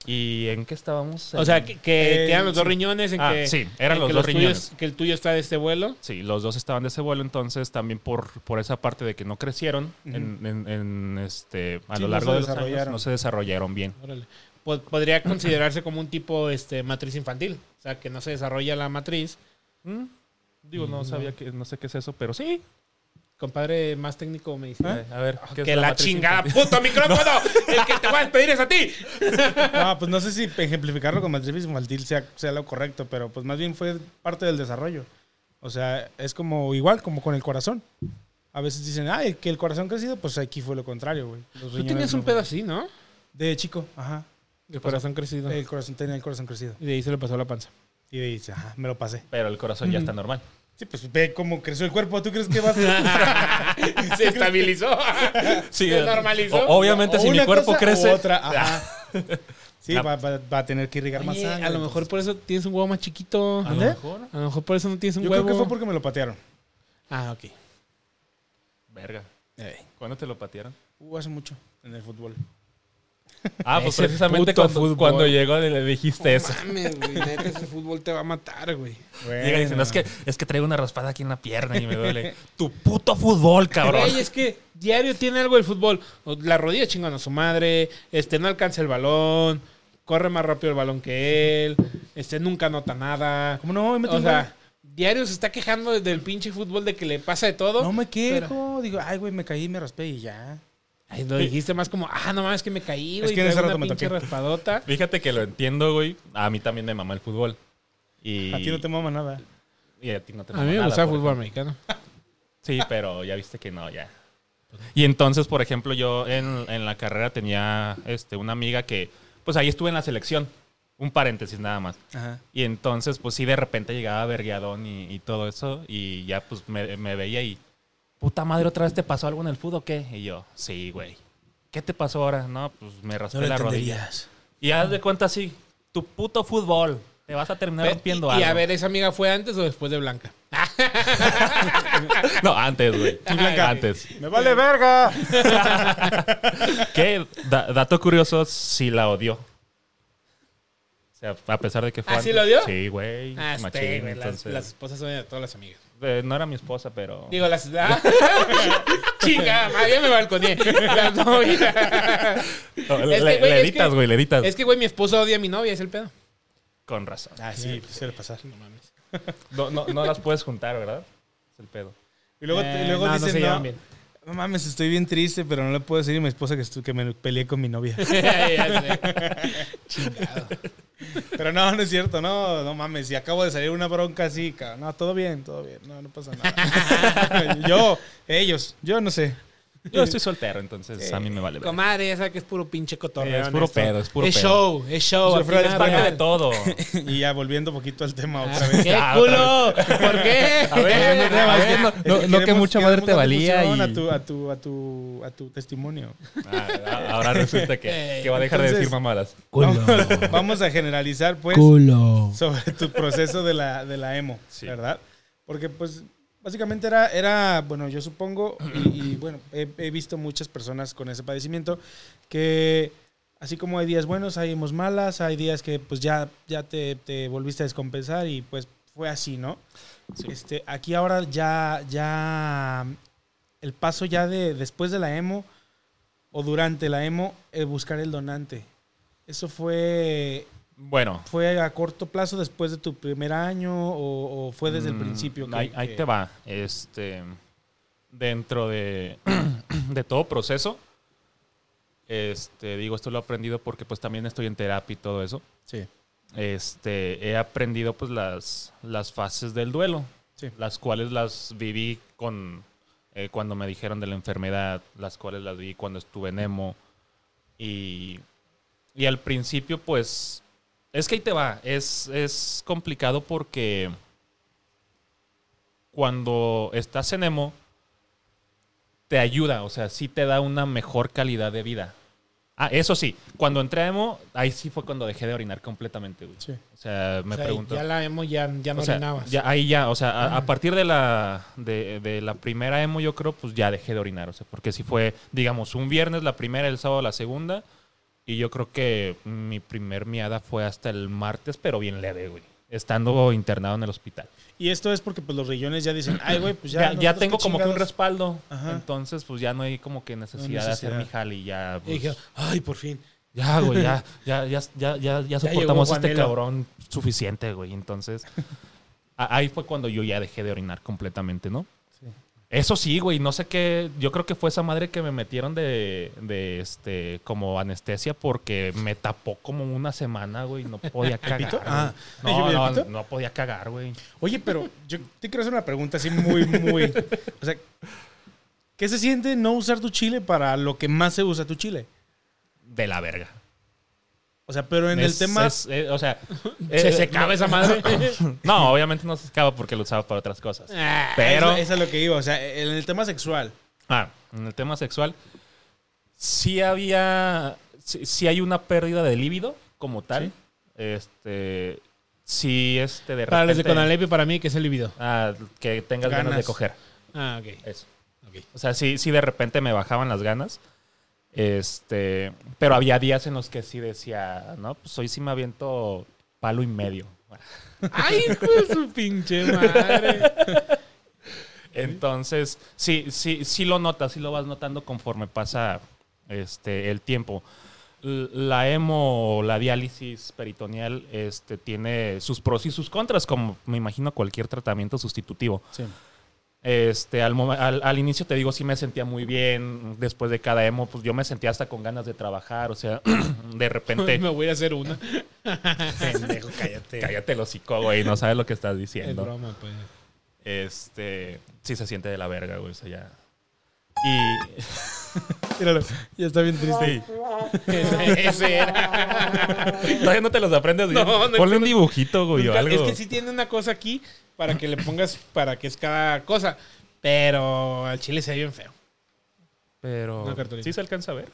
Speaker 3: ¿Y en qué estábamos?
Speaker 1: O sea,
Speaker 3: En-
Speaker 1: que, que
Speaker 2: El-
Speaker 1: quedan los dos
Speaker 2: sí.
Speaker 1: riñones en
Speaker 3: Ah,
Speaker 1: que...
Speaker 3: sí, eran
Speaker 1: en
Speaker 3: los
Speaker 1: que
Speaker 3: dos
Speaker 1: tuyos-
Speaker 3: riñones.
Speaker 1: que el tuyo está de este vuelo.
Speaker 3: Sí, los dos estaban de ese vuelo, entonces también por, por esa parte de que no crecieron en, en- en, este, a
Speaker 2: Sí,
Speaker 3: lo
Speaker 2: no
Speaker 3: largo
Speaker 2: se
Speaker 3: de los años,
Speaker 2: desarrollaron.
Speaker 3: no se desarrollaron bien.
Speaker 1: Órale. Po- podría considerarse como un tipo este, matriz infantil. O sea, que no se desarrolla la matriz.
Speaker 3: Mm, Digo, no sabía que, no sé qué es eso, pero sí.
Speaker 1: Compadre más técnico me dice...
Speaker 3: Eh, A ver, ¿qué es
Speaker 1: Que la,
Speaker 3: matriz
Speaker 1: chingada,
Speaker 3: infantil?
Speaker 1: puto micrófono. El que te voy a despedir es a ti.
Speaker 2: No, pues no sé si ejemplificarlo con matriz infantil sea, sea lo correcto, pero pues más bien fue parte del desarrollo. O sea, es como igual, como con el corazón. A veces dicen, ah, el que el corazón crecido, pues aquí fue lo contrario, güey. Los
Speaker 1: Tú
Speaker 2: riñones
Speaker 1: tenías
Speaker 2: no pues.
Speaker 1: un
Speaker 2: fue-
Speaker 1: pedo así, ¿no?
Speaker 2: De chico, ajá.
Speaker 1: El corazón crecido.
Speaker 2: El corazón tenía el corazón crecido.
Speaker 1: Y de ahí se le pasó la panza.
Speaker 2: Y dice, ajá, me lo pasé.
Speaker 3: Pero el corazón ya está normal.
Speaker 2: Sí, pues ve cómo creció el cuerpo. ¿Tú crees que vas a...
Speaker 1: se estabilizó. se normalizó.
Speaker 3: eh, o- obviamente,
Speaker 2: o
Speaker 3: si mi
Speaker 2: una
Speaker 3: cuerpo
Speaker 2: cosa
Speaker 3: crece.
Speaker 2: o otra, ajá. Sí,
Speaker 3: Ah.
Speaker 2: va, va- va a tener que irrigar más
Speaker 1: Oye,
Speaker 2: sangre.
Speaker 1: a lo mejor por eso tienes un huevo más chiquito.
Speaker 3: A lo
Speaker 2: ¿Eh?
Speaker 3: mejor.
Speaker 1: A lo mejor por eso no tienes un
Speaker 2: Yo
Speaker 1: huevo.
Speaker 2: creo que fue porque me lo patearon.
Speaker 1: Ah, ok.
Speaker 3: Verga. ¿Cuándo te lo patearon?
Speaker 2: Uh, hace mucho en el fútbol.
Speaker 3: Ah, pues
Speaker 1: Ese
Speaker 3: precisamente
Speaker 1: puto
Speaker 3: cuando,
Speaker 1: fútbol.
Speaker 3: cuando llegó le le dijiste eso.
Speaker 1: Mames, güey. Neta, ese fútbol te va a matar, güey.
Speaker 3: Llega y dice, no, es que, es que traigo una raspada aquí en la pierna y me duele. tu puto fútbol, cabrón.
Speaker 1: Güey, es que diario tiene algo el fútbol. La rodilla chingan a su madre, este, no alcanza el balón, corre más rápido el balón que él, este, nunca nota nada.
Speaker 2: ¿Cómo no? Mete
Speaker 1: O
Speaker 2: un
Speaker 1: sea, diario se está quejando del pinche fútbol de que le pasa de todo.
Speaker 2: gol. no me quejo. Digo, ay, güey, me caí, me raspé y ya.
Speaker 1: Ay, lo dijiste más como, ah, no mames, que me caí, güey.
Speaker 2: que en
Speaker 1: traigo
Speaker 2: ese
Speaker 1: una
Speaker 2: rato me
Speaker 1: pinche
Speaker 2: toqué.
Speaker 1: raspadota.
Speaker 3: Fíjate que lo entiendo, güey. A mí también me mama el fútbol. Y
Speaker 2: A ti no te mama nada.
Speaker 3: y a ti no te
Speaker 1: A mí me
Speaker 3: mama
Speaker 1: gusta el
Speaker 3: nada, por
Speaker 1: fútbol americano.
Speaker 3: Sí, pero ya viste que no, ya. Y entonces, por ejemplo, yo en, en la carrera tenía este, una amiga que, pues ahí estuve en la selección. Un paréntesis nada más.
Speaker 2: Ajá.
Speaker 3: Y entonces, pues sí, de repente llegaba Vergueadón y, y todo eso. Y ya, pues me, me veía y, puta madre, ¿otra vez te pasó algo en el fútbol o qué? Y yo, sí, güey. ¿Qué te pasó ahora? No, pues me raspé la rodilla. Y haz de cuenta así, tu puto fútbol. Te vas a terminar rompiendo
Speaker 1: y,
Speaker 3: algo.
Speaker 1: a ver, ¿esa amiga fue antes o después de Blanca?
Speaker 3: No, antes, güey. Antes.
Speaker 2: ¡Me vale verga!
Speaker 3: Que, da- dato curioso, sí la odió. O sea, a pesar de que fue.
Speaker 1: ¿Ah, sí
Speaker 3: antes-
Speaker 1: la odió?
Speaker 3: Sí, güey.
Speaker 1: Ah, este,
Speaker 3: machín,
Speaker 1: güey, las-
Speaker 3: entonces-
Speaker 1: las esposas son de todas las amigas.
Speaker 3: Eh, no era mi esposa, pero.
Speaker 1: Digo, las. Ah, chinga, madre, ya me balconé. Las novias.
Speaker 3: No,
Speaker 1: es que,
Speaker 3: le,
Speaker 1: güey,
Speaker 3: le
Speaker 1: es
Speaker 3: editas,
Speaker 1: que-
Speaker 3: güey, le editas.
Speaker 1: Es que, güey, mi esposa odia a mi novia, es el pedo.
Speaker 3: Con razón.
Speaker 2: Ah, sí, pues suele pasar. No mames.
Speaker 3: No, no, no las puedes juntar, ¿verdad? Es el pedo.
Speaker 2: Y luego,
Speaker 1: Eh,
Speaker 2: y luego
Speaker 1: no, no se
Speaker 2: dicen, no,
Speaker 1: llevan
Speaker 2: no,
Speaker 1: bien.
Speaker 2: mames, estoy bien triste, pero no le puedo decir a mi esposa que, estu- que me peleé con mi novia.
Speaker 1: Ya sé.
Speaker 2: pero no, no es cierto, no, no mames. Y acabo de salir una bronca así, cabrón. No, todo bien, todo bien. No, no pasa nada. yo, ellos, yo no sé.
Speaker 3: Yo estoy soltero, entonces a mí me vale. verga.
Speaker 1: Comadre, esa que es puro pinche cotorreo.
Speaker 3: es puro
Speaker 1: honesto.
Speaker 3: pedo, es puro
Speaker 1: Es
Speaker 3: pedo.
Speaker 1: show, es show.
Speaker 2: Yo,
Speaker 1: al
Speaker 2: Fred,
Speaker 1: final,
Speaker 3: Es parte de
Speaker 1: ¿verdad?
Speaker 3: todo.
Speaker 2: Y ya volviendo un poquito al tema
Speaker 1: Ah,
Speaker 2: otra vez.
Speaker 1: ¡Qué culo! ¿Por qué?
Speaker 3: A ver, a ver, no, no- no que mucha madre te valía. Y...
Speaker 2: A tu, a, tu, a, tu, a tu testimonio.
Speaker 3: Ah, ah, ahora resulta que, que va a dejar de
Speaker 2: Entonces-
Speaker 3: decir mamadas.
Speaker 4: Culo.
Speaker 2: Vamos a generalizar, pues,
Speaker 4: Culo.
Speaker 2: sobre tu proceso de la, de la emo,
Speaker 3: Sí.
Speaker 2: ¿verdad? Porque, pues, básicamente era, era bueno, yo supongo, y, y, bueno, he, he visto muchas personas con ese padecimiento, que así como hay días buenos, hay emos malas, hay días que, pues, ya, ya te, te volviste a descompensar y, pues, fue así, ¿no?
Speaker 3: Sí.
Speaker 2: Este, aquí ahora ya, ya el paso ya de después de la emo o durante la emo, eh, buscar el donante. Eso fue,
Speaker 3: Bueno,
Speaker 2: fue a corto plazo después de tu primer año o, o fue desde el
Speaker 3: Mm,
Speaker 2: principio. que-
Speaker 3: ahí, ahí
Speaker 2: que-
Speaker 3: te va. Este, dentro de, de todo proceso, este, digo, esto lo he aprendido porque pues también estoy en terapia y todo eso.
Speaker 2: Sí,
Speaker 3: Este, he aprendido pues las, las fases del duelo,
Speaker 2: Sí.
Speaker 3: las cuales las viví con eh, cuando me dijeron de la enfermedad, las cuales las vi cuando estuve en emo. Y, y al principio, pues, es que ahí te va, es, es complicado porque cuando estás en emo, te ayuda, o sea, sí te da una mejor calidad de vida. Ah, eso sí, cuando entré a emo, ahí sí fue cuando dejé de orinar completamente, güey.
Speaker 2: sí.
Speaker 3: O sea, me
Speaker 1: O sea,
Speaker 3: pregunto.
Speaker 1: Ya la emo, ya, ya no
Speaker 3: O sea,
Speaker 1: orinabas.
Speaker 3: ya- ahí ya, o sea, a, a partir de la, de, de la primera emo, yo creo, pues ya dejé de orinar. O sea, porque si fue, digamos, un viernes la primera, el sábado la segunda. Y yo creo que mi primer miada fue hasta el martes, pero bien leve, güey. Estando internado en el hospital.
Speaker 2: Y esto es porque pues los riñones ya dicen, ay, güey, pues ya.
Speaker 3: Ya, ya
Speaker 2: nosotros
Speaker 3: tengo
Speaker 2: qué
Speaker 3: como que un
Speaker 2: chingados".
Speaker 3: respaldo.
Speaker 2: Ajá.
Speaker 3: Entonces, pues ya no hay como que necesidad, de hacer
Speaker 2: necesidad.
Speaker 3: mi jali. Ya,
Speaker 1: Y
Speaker 3: pues,
Speaker 1: dije, ay, por fin.
Speaker 3: ya, güey, ya, ya, ya, ya, ya, ya soportamos
Speaker 1: llegó
Speaker 3: a este
Speaker 1: Juanelo.
Speaker 3: cabrón suficiente, güey. Entonces, a- ahí fue cuando yo ya dejé de orinar completamente, ¿no? Eso sí, güey, no sé qué. Yo creo que fue esa madre que me metieron de, de este, como anestesia porque me tapó como una semana, güey. No podía cagar. güey.
Speaker 2: Ah. ¿Yo
Speaker 3: no,
Speaker 2: vi el
Speaker 3: no,
Speaker 2: pito?
Speaker 3: no podía cagar, güey.
Speaker 2: Oye, pero yo te quiero hacer una pregunta así muy, muy. o sea, ¿qué se siente no usar tu chile para lo que más se usa tu chile?
Speaker 3: De la verga.
Speaker 2: O sea, pero en
Speaker 3: Es-
Speaker 2: el tema.
Speaker 3: es- eh, o sea,
Speaker 1: ¿Se
Speaker 3: eh,
Speaker 1: secaba esa madre?
Speaker 3: No, obviamente no se secaba porque lo usaba para otras cosas.
Speaker 1: Ah,
Speaker 3: Pero.
Speaker 2: Eso, eso es lo que iba, o sea, en el tema sexual.
Speaker 3: Ah, en el tema sexual, sí había, sí, sí hay una pérdida de líbido como tal. Este, sí, este, de
Speaker 1: Para los de
Speaker 3: repente-
Speaker 1: Conalep y para mí, que es el libido.
Speaker 3: Ah, que tengas ganas.
Speaker 2: Ganas.
Speaker 3: de coger.
Speaker 1: Ah, ok.
Speaker 3: Eso.
Speaker 1: Ok.
Speaker 3: O sea, sí, sí de repente me bajaban las ganas. Este, pero había días en los que sí decía, no, pues hoy sí me aviento palo y medio.
Speaker 1: ¡Ay, hijo de su pinche madre!
Speaker 3: Entonces, sí, sí, sí lo notas, sí lo vas notando conforme pasa este, el tiempo. L- La emo o la diálisis peritoneal este, tiene sus pros y sus contras, como me imagino cualquier tratamiento sustitutivo.
Speaker 2: Sí.
Speaker 3: Este, al, mom- al- al inicio te digo, sí me sentía muy bien. Después de cada emo, pues yo me sentía hasta con ganas de trabajar. O sea, de repente.
Speaker 1: Me voy a hacer una. pues.
Speaker 2: Pendejo, cállate.
Speaker 3: Cállate el hocico, güey. No sabes lo que estás
Speaker 1: Es
Speaker 3: diciendo.
Speaker 1: broma, pues.
Speaker 3: Este. Sí se siente de la verga, güey. O sea, ya. Y.
Speaker 2: Tíralo. Ya está bien triste.
Speaker 3: Sí.
Speaker 1: Ese, ese era.
Speaker 3: Todavía no te los aprendes bien.
Speaker 1: No, no,
Speaker 3: Ponle
Speaker 1: yo
Speaker 3: un dibujito, güey, o
Speaker 1: Nunca-
Speaker 3: algo.
Speaker 1: Es que sí tiene una cosa aquí para que le pongas, para que es cada cosa. Pero al chile se ve bien feo.
Speaker 3: Pero.
Speaker 1: Una cartulina.
Speaker 3: Sí se alcanza a ver.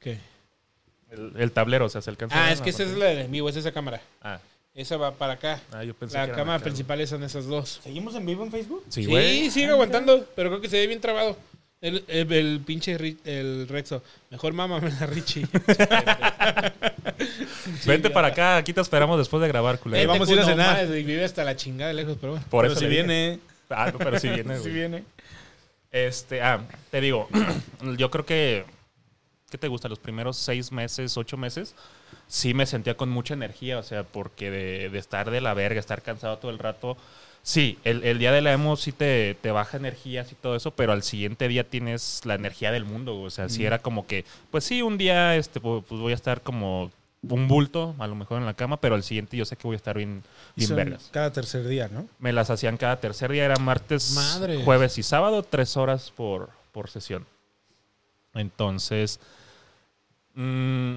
Speaker 1: ¿Qué?
Speaker 3: El, el tablero, o sea, se alcanza a
Speaker 1: Ah,
Speaker 3: ver.
Speaker 1: es que
Speaker 3: ¿no?
Speaker 1: esa es la del en vivo, es esa cámara.
Speaker 3: Ah,
Speaker 1: Esa va para acá.
Speaker 3: ah, yo pensé que
Speaker 1: La
Speaker 3: era
Speaker 1: cámara
Speaker 3: acá, güey.
Speaker 1: principal son esas dos.
Speaker 2: ¿Seguimos en vivo en Facebook?
Speaker 3: Sí,
Speaker 1: Sí,
Speaker 3: güey.
Speaker 1: sigue aguantando, pero creo que se ve bien trabado. El, el- el pinche Ri- el Rexo. Mejor mámame la Richie.
Speaker 3: Vente para acá, aquí te esperamos después de grabar, culero.
Speaker 1: Vete,
Speaker 2: vamos a ir a
Speaker 1: culo,
Speaker 2: cenar.
Speaker 1: madre, vive hasta la chingada de lejos, pero bueno.
Speaker 3: Por
Speaker 2: Pero
Speaker 3: eso
Speaker 2: si
Speaker 3: le dije.
Speaker 2: viene.
Speaker 3: Ah, no, pero si viene,
Speaker 2: Si
Speaker 3: güey.
Speaker 2: viene.
Speaker 3: Este, ah, te digo, yo creo que, ¿qué te gusta? Los primeros seis meses, ocho meses, sí me sentía con mucha energía, o sea, porque de, de estar de la verga, estar cansado todo el rato, sí, el, el día de la emo sí te, te baja energías y todo eso, pero al siguiente día tienes la energía del mundo, o sea, sí era como que, pues sí, un día este, pu- pues voy a estar como un bulto, a lo mejor en la cama, pero al siguiente yo sé que voy a estar bien,
Speaker 2: Y
Speaker 3: bien
Speaker 2: son
Speaker 3: vergas.
Speaker 2: cada tercer día, ¿no?
Speaker 3: Me las hacían cada tercer día, era martes,
Speaker 1: Madres.
Speaker 3: jueves y sábado, tres horas por, por sesión. Entonces, mm,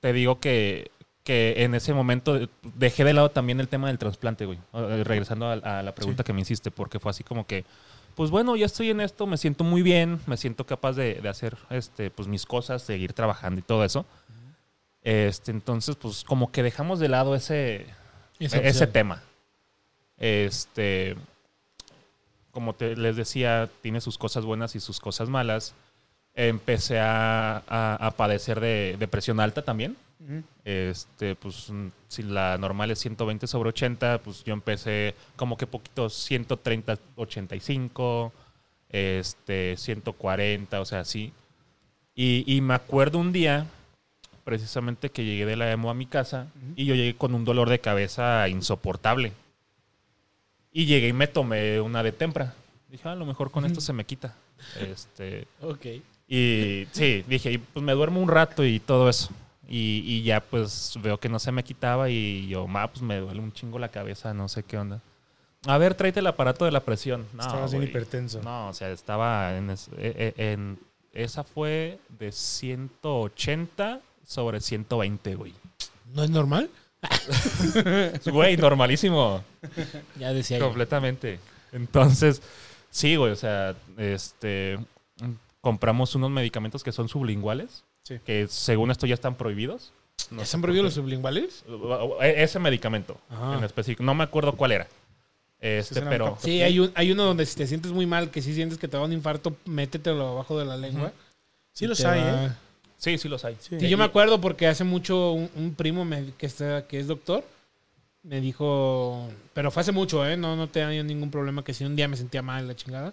Speaker 3: te digo que, que en ese momento dejé de lado también el tema del trasplante, güey. Eh, Regresando a, a la pregunta que me hiciste, porque fue así como que, pues bueno, ya estoy en esto, me siento muy bien, me siento capaz de, de hacer este, pues, mis cosas, seguir trabajando y todo eso. Este, entonces, pues como que dejamos de lado ese,
Speaker 1: Esa
Speaker 3: ese
Speaker 1: opción.
Speaker 3: tema. Este, como te, les decía, tiene sus cosas buenas y sus cosas malas. Empecé a, a- a padecer de depresión alta también. Este, pues mm, si la normal es 120 sobre 80, pues yo empecé como que poquito 130, 85, este, 140, o sea, así. Y, y me acuerdo un día, precisamente que llegué de la emo a mi casa y yo llegué con un dolor de cabeza insoportable. Y llegué y me tomé una de tempra. Dije, "Ah, a lo mejor con esto se me quita. Este,
Speaker 1: Ok.
Speaker 3: y sí, dije, y, pues me duermo un rato y todo eso. Y, y ya pues veo que no se me quitaba y yo, ma, pues me duele un chingo la cabeza, no sé qué onda. A ver, tráete el aparato de la presión. No,
Speaker 2: Estabas bien
Speaker 3: güey.
Speaker 2: hipertenso.
Speaker 3: No, o sea, estaba en, es- e- e- en- Esa fue de 180 sobre 120, güey.
Speaker 1: ¿No es normal?
Speaker 3: Güey, normalísimo.
Speaker 1: Ya decía yo.
Speaker 3: Completamente. Entonces, sí, güey, o sea, este. mm, Compramos unos medicamentos que son sublinguales,
Speaker 2: Sí.
Speaker 3: que según esto ya están prohibidos.
Speaker 1: ¿Ya se han prohibido los sublinguales?
Speaker 3: E- Ese medicamento
Speaker 2: Ajá.
Speaker 3: en específico. No me acuerdo cuál era. Este,
Speaker 2: Sí, suena
Speaker 3: pero.
Speaker 2: loco.
Speaker 1: Sí, eh. hay, un, hay uno donde si te sientes muy mal, que si sientes que te va un infarto, métetelo abajo de la lengua.
Speaker 2: Sí
Speaker 1: y
Speaker 2: los
Speaker 1: te
Speaker 2: hay,
Speaker 1: va-
Speaker 2: ¿eh?
Speaker 3: Sí, sí los hay.
Speaker 2: Sí.
Speaker 1: Sí, yo me acuerdo porque hace mucho un, un primo me- que, está, que es doctor me dijo, pero fue hace mucho, ¿eh? No, no tenía yo ningún problema, que si un día me sentía mal, la chingada,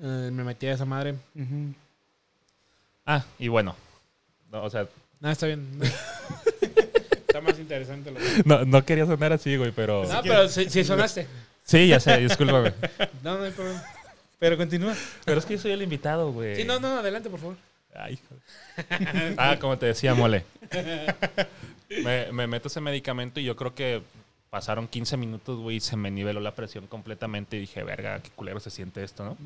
Speaker 1: eh, me metía esa madre.
Speaker 2: Ujú.
Speaker 3: Ah, y bueno. No, o sea,
Speaker 1: Nada, está bien. está más interesante lo que...
Speaker 3: no, no quería sonar así, güey, pero.
Speaker 1: No, pero sí, sí sonaste.
Speaker 3: Sí, ya sé, discúlpame.
Speaker 1: No, no hay problema.
Speaker 2: Pero continúa.
Speaker 3: pero es que yo soy el invitado, güey.
Speaker 1: Sí, no, no, adelante, por favor.
Speaker 3: Ay, joder. ah, como te decía, mole. Me, me meto ese medicamento y yo creo que pasaron 15 minutos, güey, y se me niveló la presión completamente y dije, verga, qué culero se siente esto, ¿no?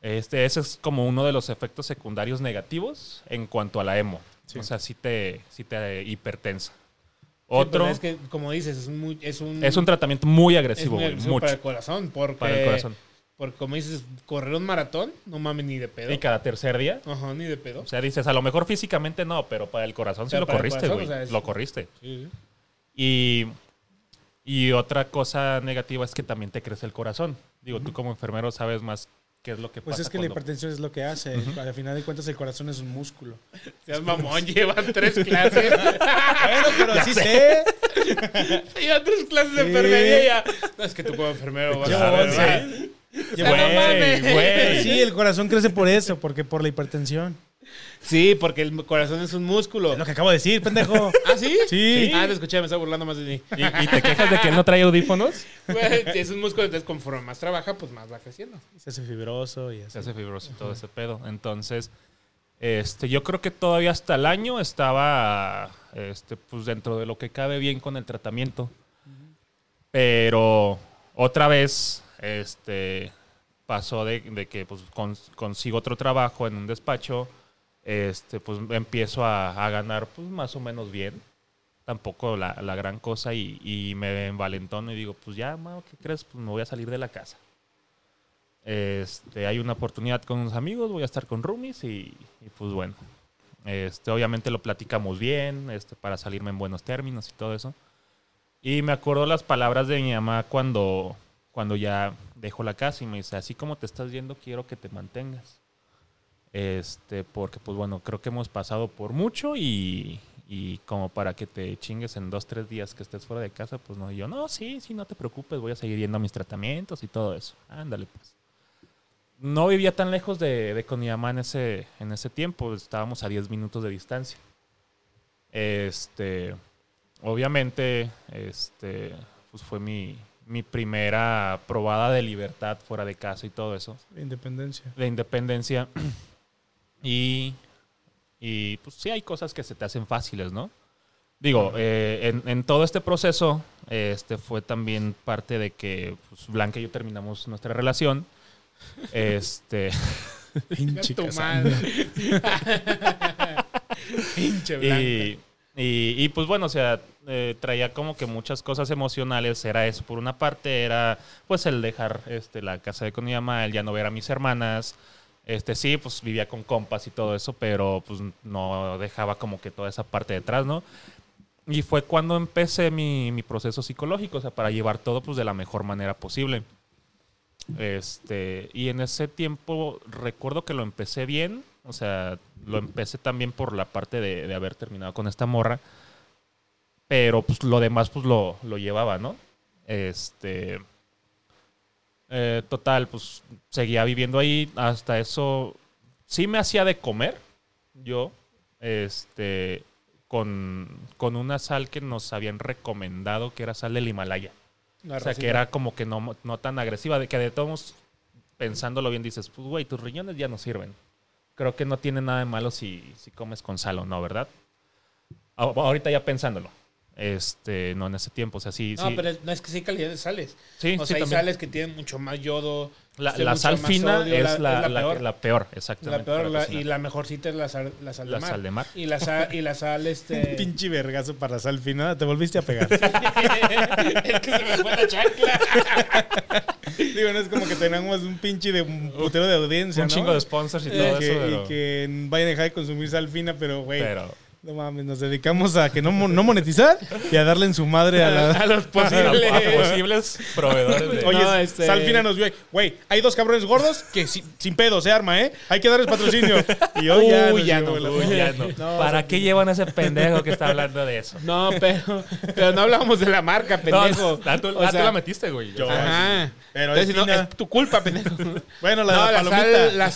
Speaker 3: Este, ese es como uno de los efectos secundarios negativos en cuanto a la emo.
Speaker 2: Sí.
Speaker 3: O sea, sí te, sí te hipertensa.
Speaker 1: Sí,
Speaker 3: Otro
Speaker 1: pero
Speaker 3: es,
Speaker 1: es que, como dices, es, muy, es un...
Speaker 3: un tratamiento muy
Speaker 1: es
Speaker 3: agresivo,
Speaker 1: muy
Speaker 3: güey,
Speaker 1: agresivo
Speaker 3: mucho
Speaker 1: para el corazón, porque...
Speaker 3: para el corazón.
Speaker 1: Porque como dices, correr un maratón, no mames, ni de pedo.
Speaker 3: Y cada tercer día,
Speaker 1: Ajá, ni de pedo.
Speaker 3: o sea, dices, a lo mejor físicamente no, pero para el corazón sí
Speaker 1: Pero
Speaker 3: lo
Speaker 1: para el
Speaker 3: corriste,
Speaker 1: corazón,
Speaker 3: güey.
Speaker 1: o sea, es-
Speaker 3: Lo corriste.
Speaker 1: Sí, sí.
Speaker 3: Y, y otra cosa negativa es que también te crece el corazón. Digo, tú como enfermero sabes más qué es lo que
Speaker 2: Pues
Speaker 3: pasa.
Speaker 2: es que la
Speaker 3: cuando-
Speaker 2: hipertensión es lo que hace. Al final de cuentas, el corazón es un músculo.
Speaker 1: Seas mamón, llevan tres clases.
Speaker 2: Bueno, pero sí sé.
Speaker 1: llevan tres clases de
Speaker 2: Sí.
Speaker 1: enfermería y ya. No, es que tú como enfermero vas
Speaker 2: Claro,
Speaker 1: a ver,
Speaker 2: sí.
Speaker 1: ¿verdad?
Speaker 2: Llevo-
Speaker 1: no mames.
Speaker 3: Güey, güey.
Speaker 2: Sí, el corazón crece por eso, porque por la hipertensión.
Speaker 1: Sí, porque el corazón es un músculo.
Speaker 2: Es lo que acabo de decir, pendejo.
Speaker 1: ¿Ah, sí?
Speaker 2: Sí.
Speaker 1: Ah, te escuché, me estaba burlando más de ti.
Speaker 3: ¿Y, y te quejas de que no trae audífonos?
Speaker 1: Güey, si es un músculo, entonces conforme más trabaja, pues más va creciendo.
Speaker 2: Se hace fibroso y así.
Speaker 3: Se hace fibroso y todo ese pedo. Entonces, este, yo creo que todavía hasta el año estaba este, pues dentro de lo que cabe bien con el tratamiento. Pero otra vez este, pasó de, de que pues, con- consigo otro trabajo en un despacho. Este, pues empiezo a, a ganar pues, más o menos bien. Tampoco la, la gran cosa. Y, y me envalentono y digo, pues ya, mano, ¿qué crees? Pues me voy a salir de la casa este, hay una oportunidad con unos amigos, voy a estar con roomies y, y, pues bueno, este, obviamente lo platicamos bien, este, para salirme en buenos términos y todo eso. Y me acuerdo las palabras de mi mamá cuando, cuando ya dejó la casa y me dice, así como te estás yendo, quiero que te mantengas. Este, porque pues bueno, creo que hemos pasado por mucho y, y como para que te chingues en dos, tres días que estés fuera de casa, pues no, Y yo, no, sí, sí, no te preocupes, voy a seguir yendo a mis tratamientos y todo eso. Ándale, pues no vivía tan lejos de, de con mi mamá en ese, en ese tiempo. Estábamos a 10 minutos de distancia. Este, obviamente, este, pues fue mi, mi primera probada de libertad fuera de casa y todo eso
Speaker 2: La independencia.
Speaker 3: de independencia. Y, y, pues sí hay cosas que se te hacen fáciles, ¿no? Digo, eh, en, en todo este proceso eh, este fue también parte de que pues, Blanca y yo terminamos nuestra relación. Este,
Speaker 1: Chinga tu madre. Pinche blanca.
Speaker 3: y, y- y, pues bueno, o sea, eh, traía como que muchas cosas emocionales. Era eso, por una parte, era pues el dejar este, la casa de con mi mamá, el ya no ver a mis hermanas. Este sí, pues vivía con compas y todo eso, pero pues no dejaba como que toda esa parte detrás, ¿no? Y fue cuando empecé mi, mi proceso psicológico, o sea, para llevar todo pues de la mejor manera posible. Este, y en ese tiempo recuerdo que lo empecé bien, o sea, lo empecé también por la parte de, de haber terminado con esta morra, pero pues lo demás pues lo, lo llevaba, ¿no? Este, eh, total, pues seguía viviendo ahí, hasta eso sí me hacía de comer, yo, este, con, con una sal que nos habían recomendado, que era sal del Himalaya. O sea, que era como que no, no tan agresiva, de que de todos modos, pensándolo bien dices, pues güey, tus riñones ya no sirven. Creo que no tiene nada de malo si, si comes con sal o no, ¿verdad? A- ahorita ya pensándolo. Este, no en ese tiempo, o sea, sí,
Speaker 1: No,
Speaker 3: sí.
Speaker 1: pero no es que sí hay calidad de sales.
Speaker 3: sí,
Speaker 1: o
Speaker 3: sí,
Speaker 1: sea, hay
Speaker 3: también.
Speaker 1: sales que tienen mucho más yodo.
Speaker 3: la,
Speaker 1: tienen
Speaker 3: la
Speaker 1: mucho
Speaker 3: sal
Speaker 1: más
Speaker 3: fina
Speaker 1: sodio,
Speaker 3: es, la,
Speaker 1: es
Speaker 3: la- la peor.
Speaker 1: La
Speaker 3: exactamente.
Speaker 1: peor
Speaker 3: para
Speaker 1: la- y
Speaker 3: cocinar.
Speaker 1: la mejorcita es la sal, la sal de
Speaker 3: La
Speaker 1: mar.
Speaker 3: sal de mar.
Speaker 1: Y la sal, y la sal este...
Speaker 2: Pinche vergazo para sal fina. Te volviste a pegar.
Speaker 1: es que se me fue la chancla.
Speaker 2: Digo, no es como que tengamos un pinche de un putero de audiencia,
Speaker 3: un
Speaker 2: ¿no?
Speaker 3: chingo de sponsors y
Speaker 2: Y
Speaker 3: todo
Speaker 2: que,
Speaker 3: eso, pero,
Speaker 2: y que vayan a dejar de consumir sal fina, pero güey,
Speaker 3: pero-
Speaker 2: no mames, nos dedicamos a que no, mo- no monetizar y a darle en su madre a la...
Speaker 1: A los
Speaker 3: a- a
Speaker 1: posibles.
Speaker 3: posibles proveedores de
Speaker 2: Oye,
Speaker 1: No, este-
Speaker 2: sal fina nos vio, güey, hay dos cabrones gordos que si- sin pedo se arma, ¿eh? Hay que darles patrocinio. Y hoy ya,
Speaker 1: Uy,
Speaker 2: nos
Speaker 1: ya
Speaker 2: llevó
Speaker 1: no,
Speaker 2: la-
Speaker 1: uy, ya no.
Speaker 3: ¿Para qué llevan a ese pendejo que está hablando de eso?
Speaker 1: No, pero, pero no hablábamos de la marca, pendejo.
Speaker 3: No, ah, tú,
Speaker 1: O
Speaker 3: ah, tú
Speaker 1: sea,
Speaker 3: la metiste, güey.
Speaker 2: Yo.
Speaker 1: Ajá.
Speaker 2: Pero
Speaker 1: Entonces,
Speaker 2: es
Speaker 1: no,
Speaker 2: fina.
Speaker 1: es tu culpa, pendejo.
Speaker 2: Bueno, la,
Speaker 1: no,
Speaker 2: de
Speaker 1: la,
Speaker 2: la palomita.
Speaker 1: sal, la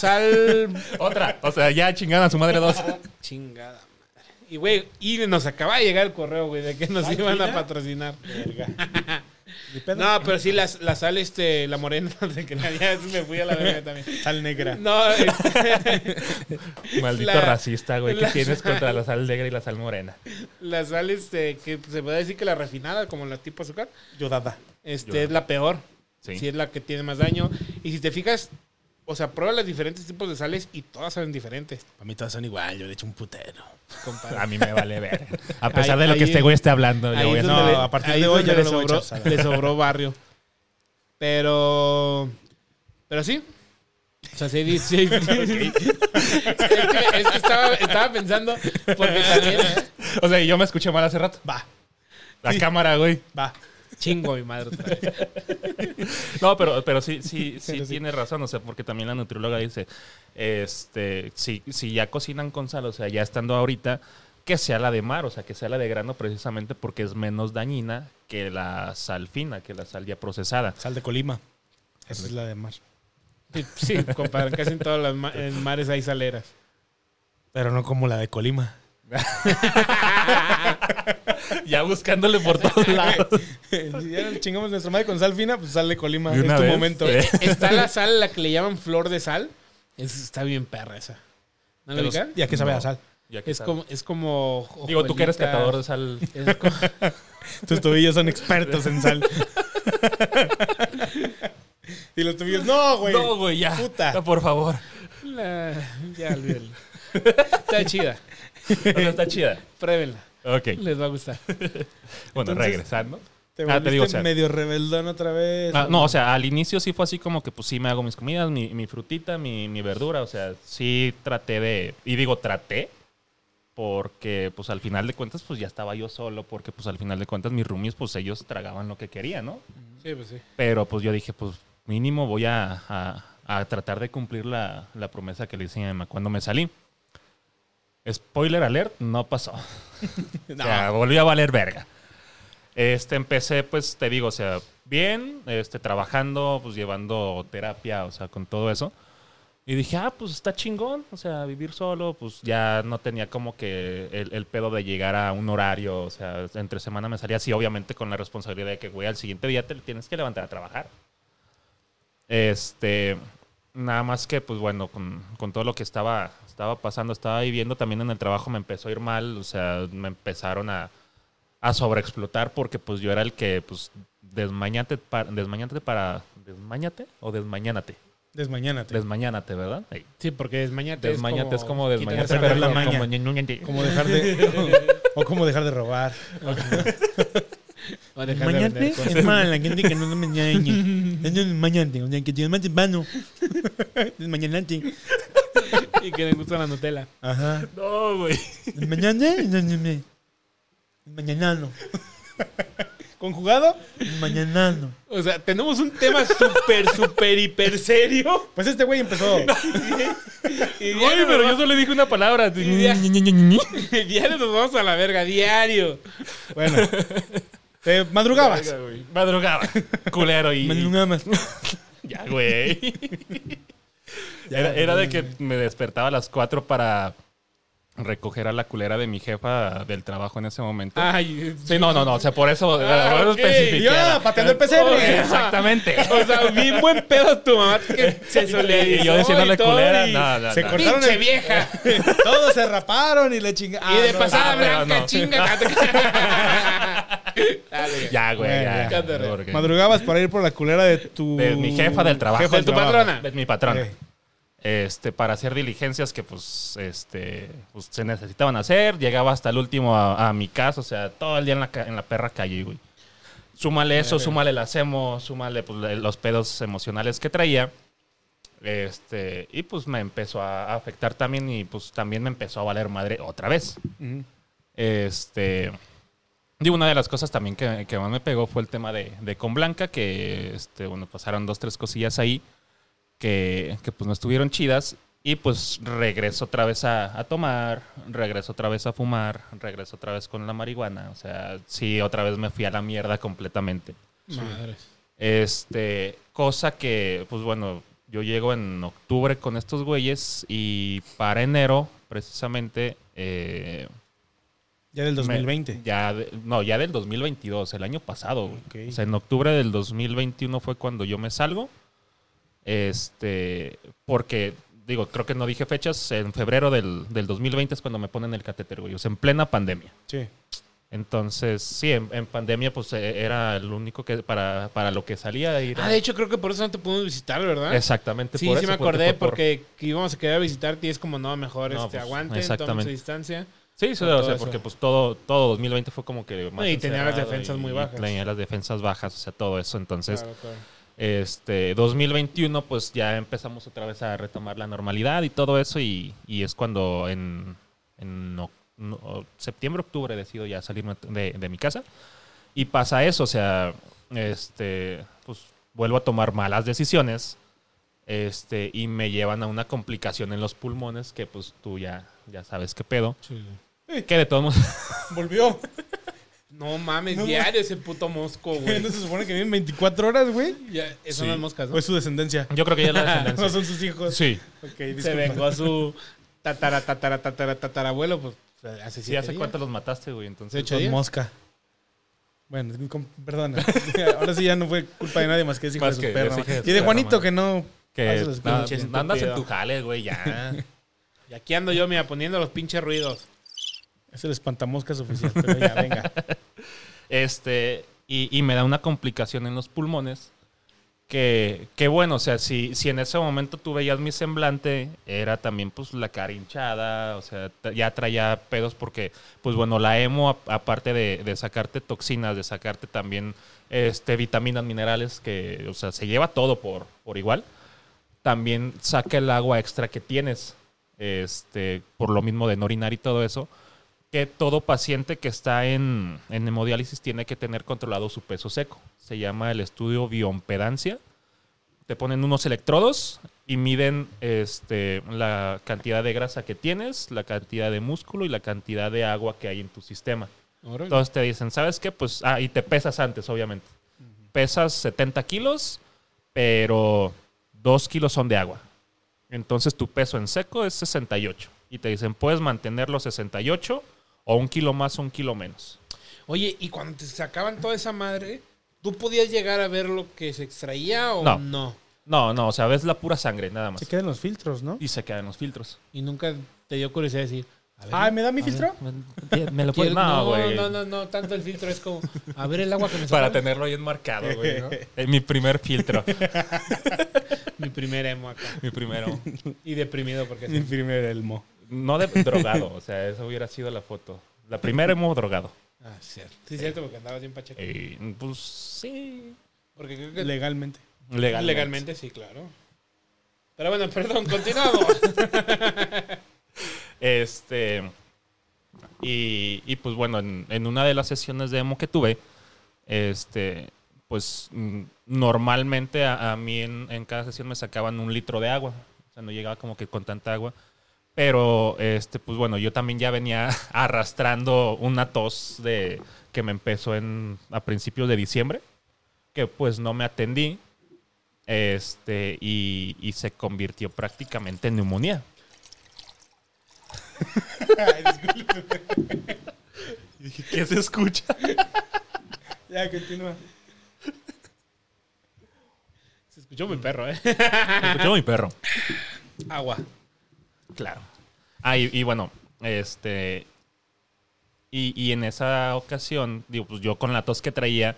Speaker 1: sal
Speaker 3: Otra. O sea, ya chingaron a su madre dos.
Speaker 1: Chingada madre. Y, güey, y nos acaba de llegar el correo, güey, de que nos
Speaker 2: ¿Sal
Speaker 1: iban a
Speaker 2: fina?
Speaker 1: patrocinar.
Speaker 2: Ni pedo.
Speaker 1: No, pero sí, la, la sal, este, la morena, de que ya me fui a la verga también.
Speaker 2: Sal negra.
Speaker 1: No, este,
Speaker 3: Maldito
Speaker 1: La-
Speaker 3: racista, güey. ¿Qué
Speaker 1: la-
Speaker 3: tienes contra la sal negra y la sal morena?
Speaker 1: la sal, este, que se puede decir que la refinada, como la tipo azúcar,
Speaker 2: Yodada.
Speaker 1: este,
Speaker 3: Yo-
Speaker 1: es la peor.
Speaker 3: Sí.
Speaker 1: Sí. es la que tiene más daño. Y si te fijas, o sea, prueba los diferentes tipos de sales y todas saben diferente.
Speaker 2: Para mí todas son igual, yo le echo un putero.
Speaker 3: A mí me vale ver. A pesar
Speaker 1: Ahí-
Speaker 3: de lo que
Speaker 1: ahí-
Speaker 3: este güey esté hablando, yo
Speaker 1: Ahí
Speaker 3: voy a
Speaker 1: es
Speaker 2: no,
Speaker 1: donde le-
Speaker 2: a partir
Speaker 1: ahí
Speaker 2: de
Speaker 1: es
Speaker 2: hoy
Speaker 1: donde
Speaker 2: ya
Speaker 1: le
Speaker 2: no le voy a
Speaker 1: sobró,
Speaker 2: echar sal.
Speaker 1: le sobró barrio. Pero. Pero sí. O sea, sí, sí, sí. es que, es que estaba, estaba pensando, porque también.
Speaker 3: O sea, yo me escuché mal hace rato.
Speaker 2: Va,
Speaker 3: La cámara, güey.
Speaker 2: va.
Speaker 1: Chingo a mi madre otra vez.
Speaker 3: No, pero, pero sí, sí, sí
Speaker 2: Pero sí.
Speaker 3: tiene razón, o sea, porque también la nutrióloga dice, este, si, si ya cocinan con sal, o sea, ya estando ahorita, que sea la de mar, o sea, que sea la de grano precisamente porque es menos dañina que la sal fina, que la sal ya procesada.
Speaker 2: Sal de Colima. Esa es la de mar.
Speaker 1: Sí, Sí, compadre, casi en todos los ma- en mares hay saleras.
Speaker 2: Pero no como la de Colima.
Speaker 3: Ya buscándole por todos lados.
Speaker 2: si ya le chingamos nuestra madre con sal fina, pues sal de Colima.
Speaker 3: De
Speaker 2: Es
Speaker 3: una
Speaker 2: tu
Speaker 3: vez.
Speaker 2: momento.
Speaker 3: Eh.
Speaker 1: Está la sal, la que le llaman flor de sal. Es- está bien perra esa. ¿No la
Speaker 2: Pero
Speaker 1: ubican?
Speaker 2: ya que sabe
Speaker 3: No.
Speaker 2: a sal.
Speaker 3: Ya que
Speaker 1: Es
Speaker 3: sal.
Speaker 1: como, es como.
Speaker 3: Digo, tú que eres
Speaker 1: hojuelita,
Speaker 3: catador de sal.
Speaker 1: es como-
Speaker 2: Tus tobillos son expertos en sal. y los tobillos, no, güey.
Speaker 3: No, güey, ya.
Speaker 2: puta.
Speaker 3: Ya, Por favor.
Speaker 1: la- ya, olvídalo. Está chida.
Speaker 3: O sea, está chida.
Speaker 1: Pruébenla.
Speaker 3: Ok.
Speaker 1: Les va a gustar.
Speaker 3: Bueno,
Speaker 2: Entonces,
Speaker 3: regresando.
Speaker 2: Te
Speaker 3: Ah,
Speaker 2: volviste
Speaker 3: te digo, o sea-
Speaker 2: medio rebeldón otra vez.
Speaker 3: Ah, no, o sea, al inicio sí fue así como que pues sí me hago mis comidas, mi, mi frutita, mi, mi verdura, o sea, sí traté de, y digo traté, porque pues al final de cuentas pues ya estaba yo solo, porque pues al final de cuentas mis roomies pues ellos tragaban lo que querían, ¿no?
Speaker 1: Sí, pues sí.
Speaker 3: Pero pues yo dije pues mínimo voy a, a- a tratar de cumplir la, la promesa que le hice a mi mamá cuando me salí. Spoiler alert, no pasó.
Speaker 2: No.
Speaker 3: O sea, volvió a valer verga. Este, empecé, pues, te digo, o sea, bien, este, trabajando, pues, llevando terapia, o sea, con todo eso. Y dije, ah, pues, está chingón, o sea, vivir solo, pues, ya no tenía como que el, el pedo de llegar a un horario, o sea, entre semana me salía así, obviamente, con la responsabilidad de que, güey, al siguiente día te tienes que levantar a trabajar. Este, nada más que, pues bueno, con, con todo lo que estaba, estaba pasando, estaba viviendo también en el trabajo, me empezó a ir mal, o sea, me empezaron a, a sobreexplotar porque pues yo era el que, pues, desmañate para, desmañate para, desmañate o desmañánate,
Speaker 2: Desmañánate.
Speaker 3: desmañánate, ¿verdad? Ey,
Speaker 1: Sí, porque desmañate.
Speaker 3: Desmañate es como,
Speaker 1: quitarle
Speaker 3: desmañarte,
Speaker 1: esa
Speaker 3: pero
Speaker 2: perder la
Speaker 1: verga.
Speaker 3: como-
Speaker 2: maña.
Speaker 3: como ñuñuñante.
Speaker 2: Como dejar de. o como dejar de robar.
Speaker 1: Va a dejar de vender cosas.
Speaker 2: mala, Pues la gente que no me engañe. Es desmañante, o sea, que te más vano. Desmañante.
Speaker 1: Y que le gusta la Nutella.
Speaker 2: Ajá.
Speaker 3: No, güey.
Speaker 2: Desmañante. Desmañanano. ¿Conjugado? Desmañanano.
Speaker 1: O sea, tenemos un tema súper, súper, hiper serio.
Speaker 2: Pues este güey empezó.
Speaker 1: Y
Speaker 3: Güey,
Speaker 1: diario,
Speaker 3: pero yo
Speaker 1: nos,
Speaker 3: solo dije una palabra.
Speaker 1: ya.
Speaker 3: Ñuñuñuñuñi.
Speaker 1: va- diario nos vamos a la verga, diario.
Speaker 2: Bueno. Te madrugabas.
Speaker 3: Verga, güey. Madrugaba. Culero y...
Speaker 2: Madrugabas.
Speaker 3: Ya, güey. Era, era de que me despertaba a las 4 para recoger a la culera de mi jefa del trabajo en ese momento.
Speaker 1: Ay,
Speaker 3: Sí, no, no, no. O sea, por eso,
Speaker 1: Ah,
Speaker 3: por eso
Speaker 1: ok.
Speaker 3: especifiqué.
Speaker 2: Ya, "Ah, pateando el
Speaker 3: Sí,
Speaker 2: pesebre.
Speaker 3: Exactamente.
Speaker 1: O sea, bien buen pedo tu mamá que se
Speaker 3: Y
Speaker 1: solidarizó
Speaker 3: yo diciéndole
Speaker 1: y todo,
Speaker 3: culera,
Speaker 1: y-
Speaker 3: no, no,
Speaker 2: se
Speaker 3: no.
Speaker 2: cortó.
Speaker 1: Pinche vieja.
Speaker 2: Todos se raparon y le chingaron.
Speaker 1: y de
Speaker 3: ah,
Speaker 1: pasada
Speaker 3: pero
Speaker 1: blanca,
Speaker 3: no.
Speaker 1: chinga. Dale.
Speaker 3: Ya, güey, ya.
Speaker 1: Ya te re-
Speaker 3: Porque-
Speaker 2: Madrugabas para ir por la culera de tu.
Speaker 3: De mi jefa del trabajo.
Speaker 1: De
Speaker 2: Jefa del
Speaker 1: tu
Speaker 2: trabajo.
Speaker 1: patrona.
Speaker 3: De mi patrón.
Speaker 2: Ok.
Speaker 3: Este, para hacer diligencias que pues, este, pues, se necesitaban hacer. Llegaba hasta el último a, a mi casa, o sea, todo el día en la, ca- en la perra calle, güey. Súmale eso, súmale la hacemos, súmale pues, le- los pedos emocionales que traía. Este, y pues me empezó a afectar también y pues también me empezó a valer madre otra vez.
Speaker 2: Ujú.
Speaker 3: Este. Digo, una de las cosas también que, que más me pegó fue el tema de, de con Blanca, que este, bueno, pasaron dos, tres cosillas ahí que, que, pues no estuvieron chidas. Y pues regreso otra vez a, a tomar, regreso otra vez a fumar, regreso otra vez con la marihuana. O sea, sí, otra vez me fui a la mierda completamente.
Speaker 1: Madre.
Speaker 3: Este, cosa que, pues bueno, yo llego en octubre con estos güeyes y para enero, precisamente, eh,
Speaker 2: Ya del 2020.
Speaker 3: me- ya de- no, ya del 2022, el año pasado. güey.
Speaker 2: Ok.
Speaker 3: O sea, en octubre del 2021 fue cuando yo me salgo. Este, porque, digo, creo que no dije fechas. En febrero del, del 2020 es cuando me ponen el catéter, güey. O sea, en plena pandemia.
Speaker 2: Sí.
Speaker 3: Entonces, sí, en, en pandemia, pues eh, era el único que para, para lo que salía. ir a-
Speaker 1: Ah, de hecho, creo que por eso no te pudimos visitar, ¿verdad?
Speaker 3: Exactamente.
Speaker 1: Sí,
Speaker 3: por
Speaker 1: sí
Speaker 3: eso,
Speaker 1: me acordé
Speaker 3: fue por-
Speaker 1: porque que íbamos a querer visitarte y es como, no, mejor
Speaker 3: No,
Speaker 1: este,
Speaker 3: pues,
Speaker 1: aguanten,
Speaker 3: exactamente.
Speaker 1: tomen su distancia.
Speaker 3: Sí, sí,
Speaker 1: Por
Speaker 3: o
Speaker 1: todo
Speaker 3: sea,
Speaker 1: eso.
Speaker 3: porque pues todo, todo 2020 fue como que más
Speaker 1: Y tenía las
Speaker 3: encerrado
Speaker 1: defensas muy
Speaker 3: y
Speaker 1: bajas.
Speaker 3: Tenía las defensas bajas, o sea, todo eso. Entonces,
Speaker 1: Claro, claro.
Speaker 3: Este, 2021, pues ya empezamos otra vez a retomar la normalidad y todo eso. Y, y es cuando en, en oc- no- septiembre, octubre decido ya salirme de, de mi casa Y pasa eso, o sea, este, pues vuelvo a tomar malas decisiones este, y me llevan a una complicación en los pulmones que pues tú ya, ya sabes qué pedo. Que de todos modos
Speaker 2: Volvió.
Speaker 1: No mames,
Speaker 2: No
Speaker 1: diario ese puto mosco, güey.
Speaker 2: ¿No se supone que viven 24 horas, güey?
Speaker 1: Ya, Eso
Speaker 3: Sí.
Speaker 1: no es moscas, ¿no?
Speaker 2: ¿O es su descendencia?
Speaker 3: Yo creo que ya es la
Speaker 2: No
Speaker 3: descendencia.
Speaker 2: son sus hijos.
Speaker 3: Ah, Sí.
Speaker 2: Ok,
Speaker 1: Se
Speaker 2: disculpa.
Speaker 1: vengó a su tatara, tatara, tatara, tatarabuelo, pues hace
Speaker 3: Sí,
Speaker 1: siete
Speaker 3: hace
Speaker 1: días.
Speaker 3: cuánto los mataste, güey.
Speaker 1: De
Speaker 3: Entonces,
Speaker 1: hecho,
Speaker 2: Con
Speaker 1: días.
Speaker 2: mosca. Bueno, con- perdona. Ahora sí ya no fue culpa de nadie más que ese hijo
Speaker 3: Más
Speaker 2: de su
Speaker 3: que
Speaker 2: perra.
Speaker 3: ese hijo de
Speaker 2: madre.
Speaker 3: su
Speaker 2: Y de
Speaker 3: perra
Speaker 2: Juanito
Speaker 3: madre.
Speaker 2: que no. Ah,
Speaker 3: que
Speaker 2: hace los
Speaker 3: no,
Speaker 2: pinches
Speaker 3: no andas en tu
Speaker 2: estúpidos.
Speaker 3: jale, güey, ya.
Speaker 1: Y aquí ando yo, mira, poniendo los pinches ruidos.
Speaker 2: Es el espantamoscas oficial, pero ya, venga.
Speaker 3: Este, y, y me da una complicación en los pulmones. Que, que bueno, o sea, si, si en ese momento tú veías mi semblante, era también pues la cara hinchada, o sea, t- ya traía pedos porque, pues bueno, la emo, a- aparte de, de sacarte toxinas, de sacarte también este, vitaminas, minerales, que, o sea, se lleva todo por, por igual, también saca el agua extra que tienes, este, por lo mismo de no orinar y todo eso que todo paciente que está en, en hemodiálisis tiene que tener controlado su peso seco. Se llama el estudio bioimpedancia. Te ponen unos electrodos y miden este, la cantidad de grasa que tienes, la cantidad de músculo y la cantidad de agua que hay en tu sistema. Entonces te dicen, ¿sabes qué? Pues, ah, y te pesas antes, obviamente. Pesas 70 kilos, pero 2 kilos son de agua. Entonces tu peso en seco es 68. Y te dicen, puedes mantenerlo 68 o un kilo más o un kilo menos.
Speaker 1: Oye, y cuando te sacaban toda esa madre, ¿tú podías llegar a ver lo que se extraía o no?
Speaker 3: No. No, no, o sea, ves la pura sangre, nada más.
Speaker 2: Se quedan los filtros, ¿no?
Speaker 3: Y se quedan los filtros.
Speaker 1: Y nunca te dio curiosidad de decir. a ver,
Speaker 2: Ay, Ah, ¿me da mi filtro?
Speaker 3: ¿Me, lo
Speaker 1: quiero-
Speaker 3: No, güey.
Speaker 1: no, no, no, tanto el filtro es como, a ver el agua que me
Speaker 3: Para
Speaker 1: sacaron.
Speaker 3: tenerlo ahí enmarcado, güey. ¿no? Eh, Mi primer filtro.
Speaker 1: Mi primer emo acá.
Speaker 3: mi primero.
Speaker 1: Y deprimido porque
Speaker 2: Mi
Speaker 1: sí.
Speaker 2: primer elmo.
Speaker 3: No de drogado, o sea, esa hubiera sido la foto. La primera hemos drogado.
Speaker 1: Ah, cierto. Sí, cierto, porque andabas bien pacheco.
Speaker 3: Eh, pues sí.
Speaker 1: Porque creo que
Speaker 2: Legalmente.
Speaker 1: legalmente. sí, claro. Pero bueno, perdón, continuamos.
Speaker 3: Este. Y, y, pues bueno, en, en una de las sesiones de emo que tuve, este, pues mm, normalmente a, a mí en, en cada sesión me sacaban un litro de agua. O sea, no llegaba como que con tanta agua. Pero, este, pues bueno, yo también ya venía arrastrando una tos de, que me empezó en, a principios de diciembre, que pues no me atendí. Este, y, y se convirtió prácticamente en neumonía. Y dije, ¿qué se escucha?
Speaker 2: Ya, continúa.
Speaker 1: Se escuchó mi perro, ¿eh?
Speaker 3: Escuchó mi perro.
Speaker 1: Agua.
Speaker 3: Claro. Ah, y, y bueno, este. Y, y en esa ocasión, digo, pues yo con la tos que traía,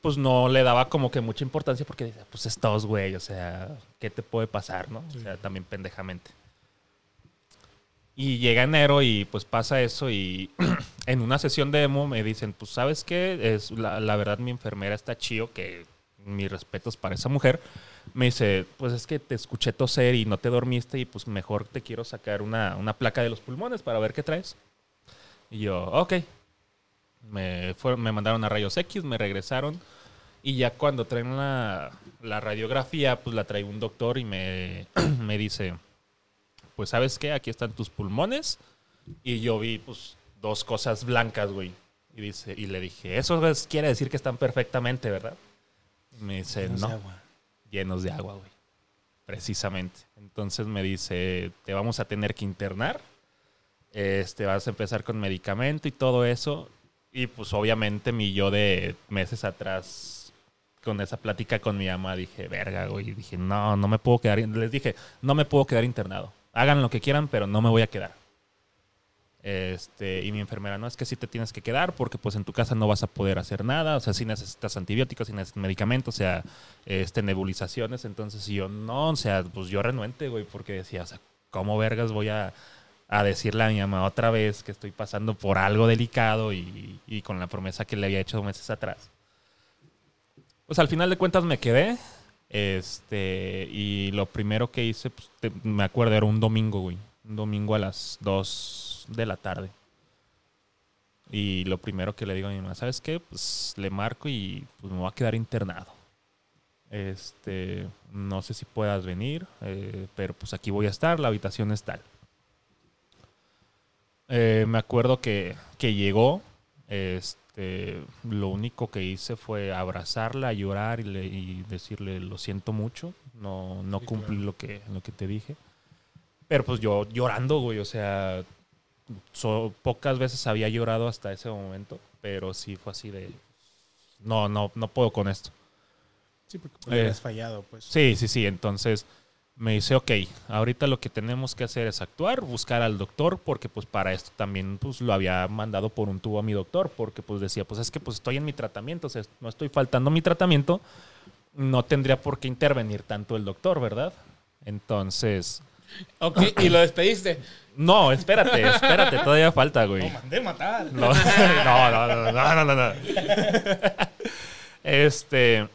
Speaker 3: pues no le daba como que mucha importancia porque decía, pues es tos, güey, o sea, ¿qué te puede pasar, no? O sea, también pendejamente. Y llega enero y pues pasa eso y en una sesión de emo me dicen, pues sabes qué, es, la, la verdad mi enfermera está chido, que mis respetos para esa mujer. Me dice, pues es que te escuché toser y no te dormiste y pues mejor te quiero sacar una, una placa de los pulmones para ver qué traes. Y yo, ok. Me, fueron- me mandaron a rayos X, me regresaron y ya cuando traen la, la radiografía, pues la trae un doctor y me, me dice, pues sabes qué, aquí están tus pulmones. Y yo vi pues dos cosas blancas, güey. Y, dice, y le dije, eso es- quiere decir que están perfectamente, ¿verdad? Y me dice,
Speaker 2: Llenos
Speaker 3: no
Speaker 2: de agua.
Speaker 3: llenos de agua, güey. Precisamente. Entonces me dice, te vamos a tener que internar, este, vas a empezar con medicamento y todo eso. Y pues obviamente mi yo de meses atrás, con esa plática con mi mamá, dije, verga, güey. Y Dije, no, no me puedo quedar. in-". Les dije, no me puedo quedar internado. Hagan lo que quieran, pero no me voy a quedar. Este, y mi enfermera, no, es que sí te tienes que quedar porque pues en tu casa no vas a poder hacer nada, o sea, si necesitas antibióticos, si necesitas medicamentos, o sea, este, nebulizaciones, entonces y yo no, o sea, pues yo renuente, güey, porque decía, o sea, ¿cómo vergas voy a, a decirle a mi mamá otra vez que estoy pasando por algo delicado y, y con la promesa que le había hecho meses atrás? Pues al final de cuentas me quedé, este, y lo primero que hice, pues, te- me acuerdo, era un domingo, güey, un domingo a las 2 de la tarde. Y lo primero que le digo a mi mamá, ¿sabes qué? Pues le marco y pues, me voy a quedar internado. Este, no sé si puedas venir, eh, pero pues aquí voy a estar, la habitación es tal. Eh, me acuerdo que, que llegó, este, lo único que hice fue abrazarla, llorar y, le- y decirle lo siento mucho, no, no
Speaker 1: Sí,
Speaker 3: cumplí lo, que, lo que te dije. Pero pues yo llorando, güey, o sea, so- pocas veces había llorado hasta ese momento, pero sí fue así de, no, no, no puedo con esto.
Speaker 2: Sí, porque
Speaker 3: Eh.
Speaker 2: hubieras fallado, pues.
Speaker 3: Sí, sí, sí. Entonces me dice, ok, ahorita lo que tenemos que hacer es actuar, buscar al doctor, porque pues para esto también pues lo había mandado por un tubo a mi doctor, porque pues decía, pues es que pues estoy en mi tratamiento, o sea, no estoy faltando mi tratamiento, no tendría por qué intervenir tanto el doctor, ¿verdad? Entonces,
Speaker 1: Ok, y lo despediste.
Speaker 3: no, espérate, espérate, todavía falta, güey.
Speaker 2: mandé matar.
Speaker 3: No, no, no, no, no, no, no, no. Este.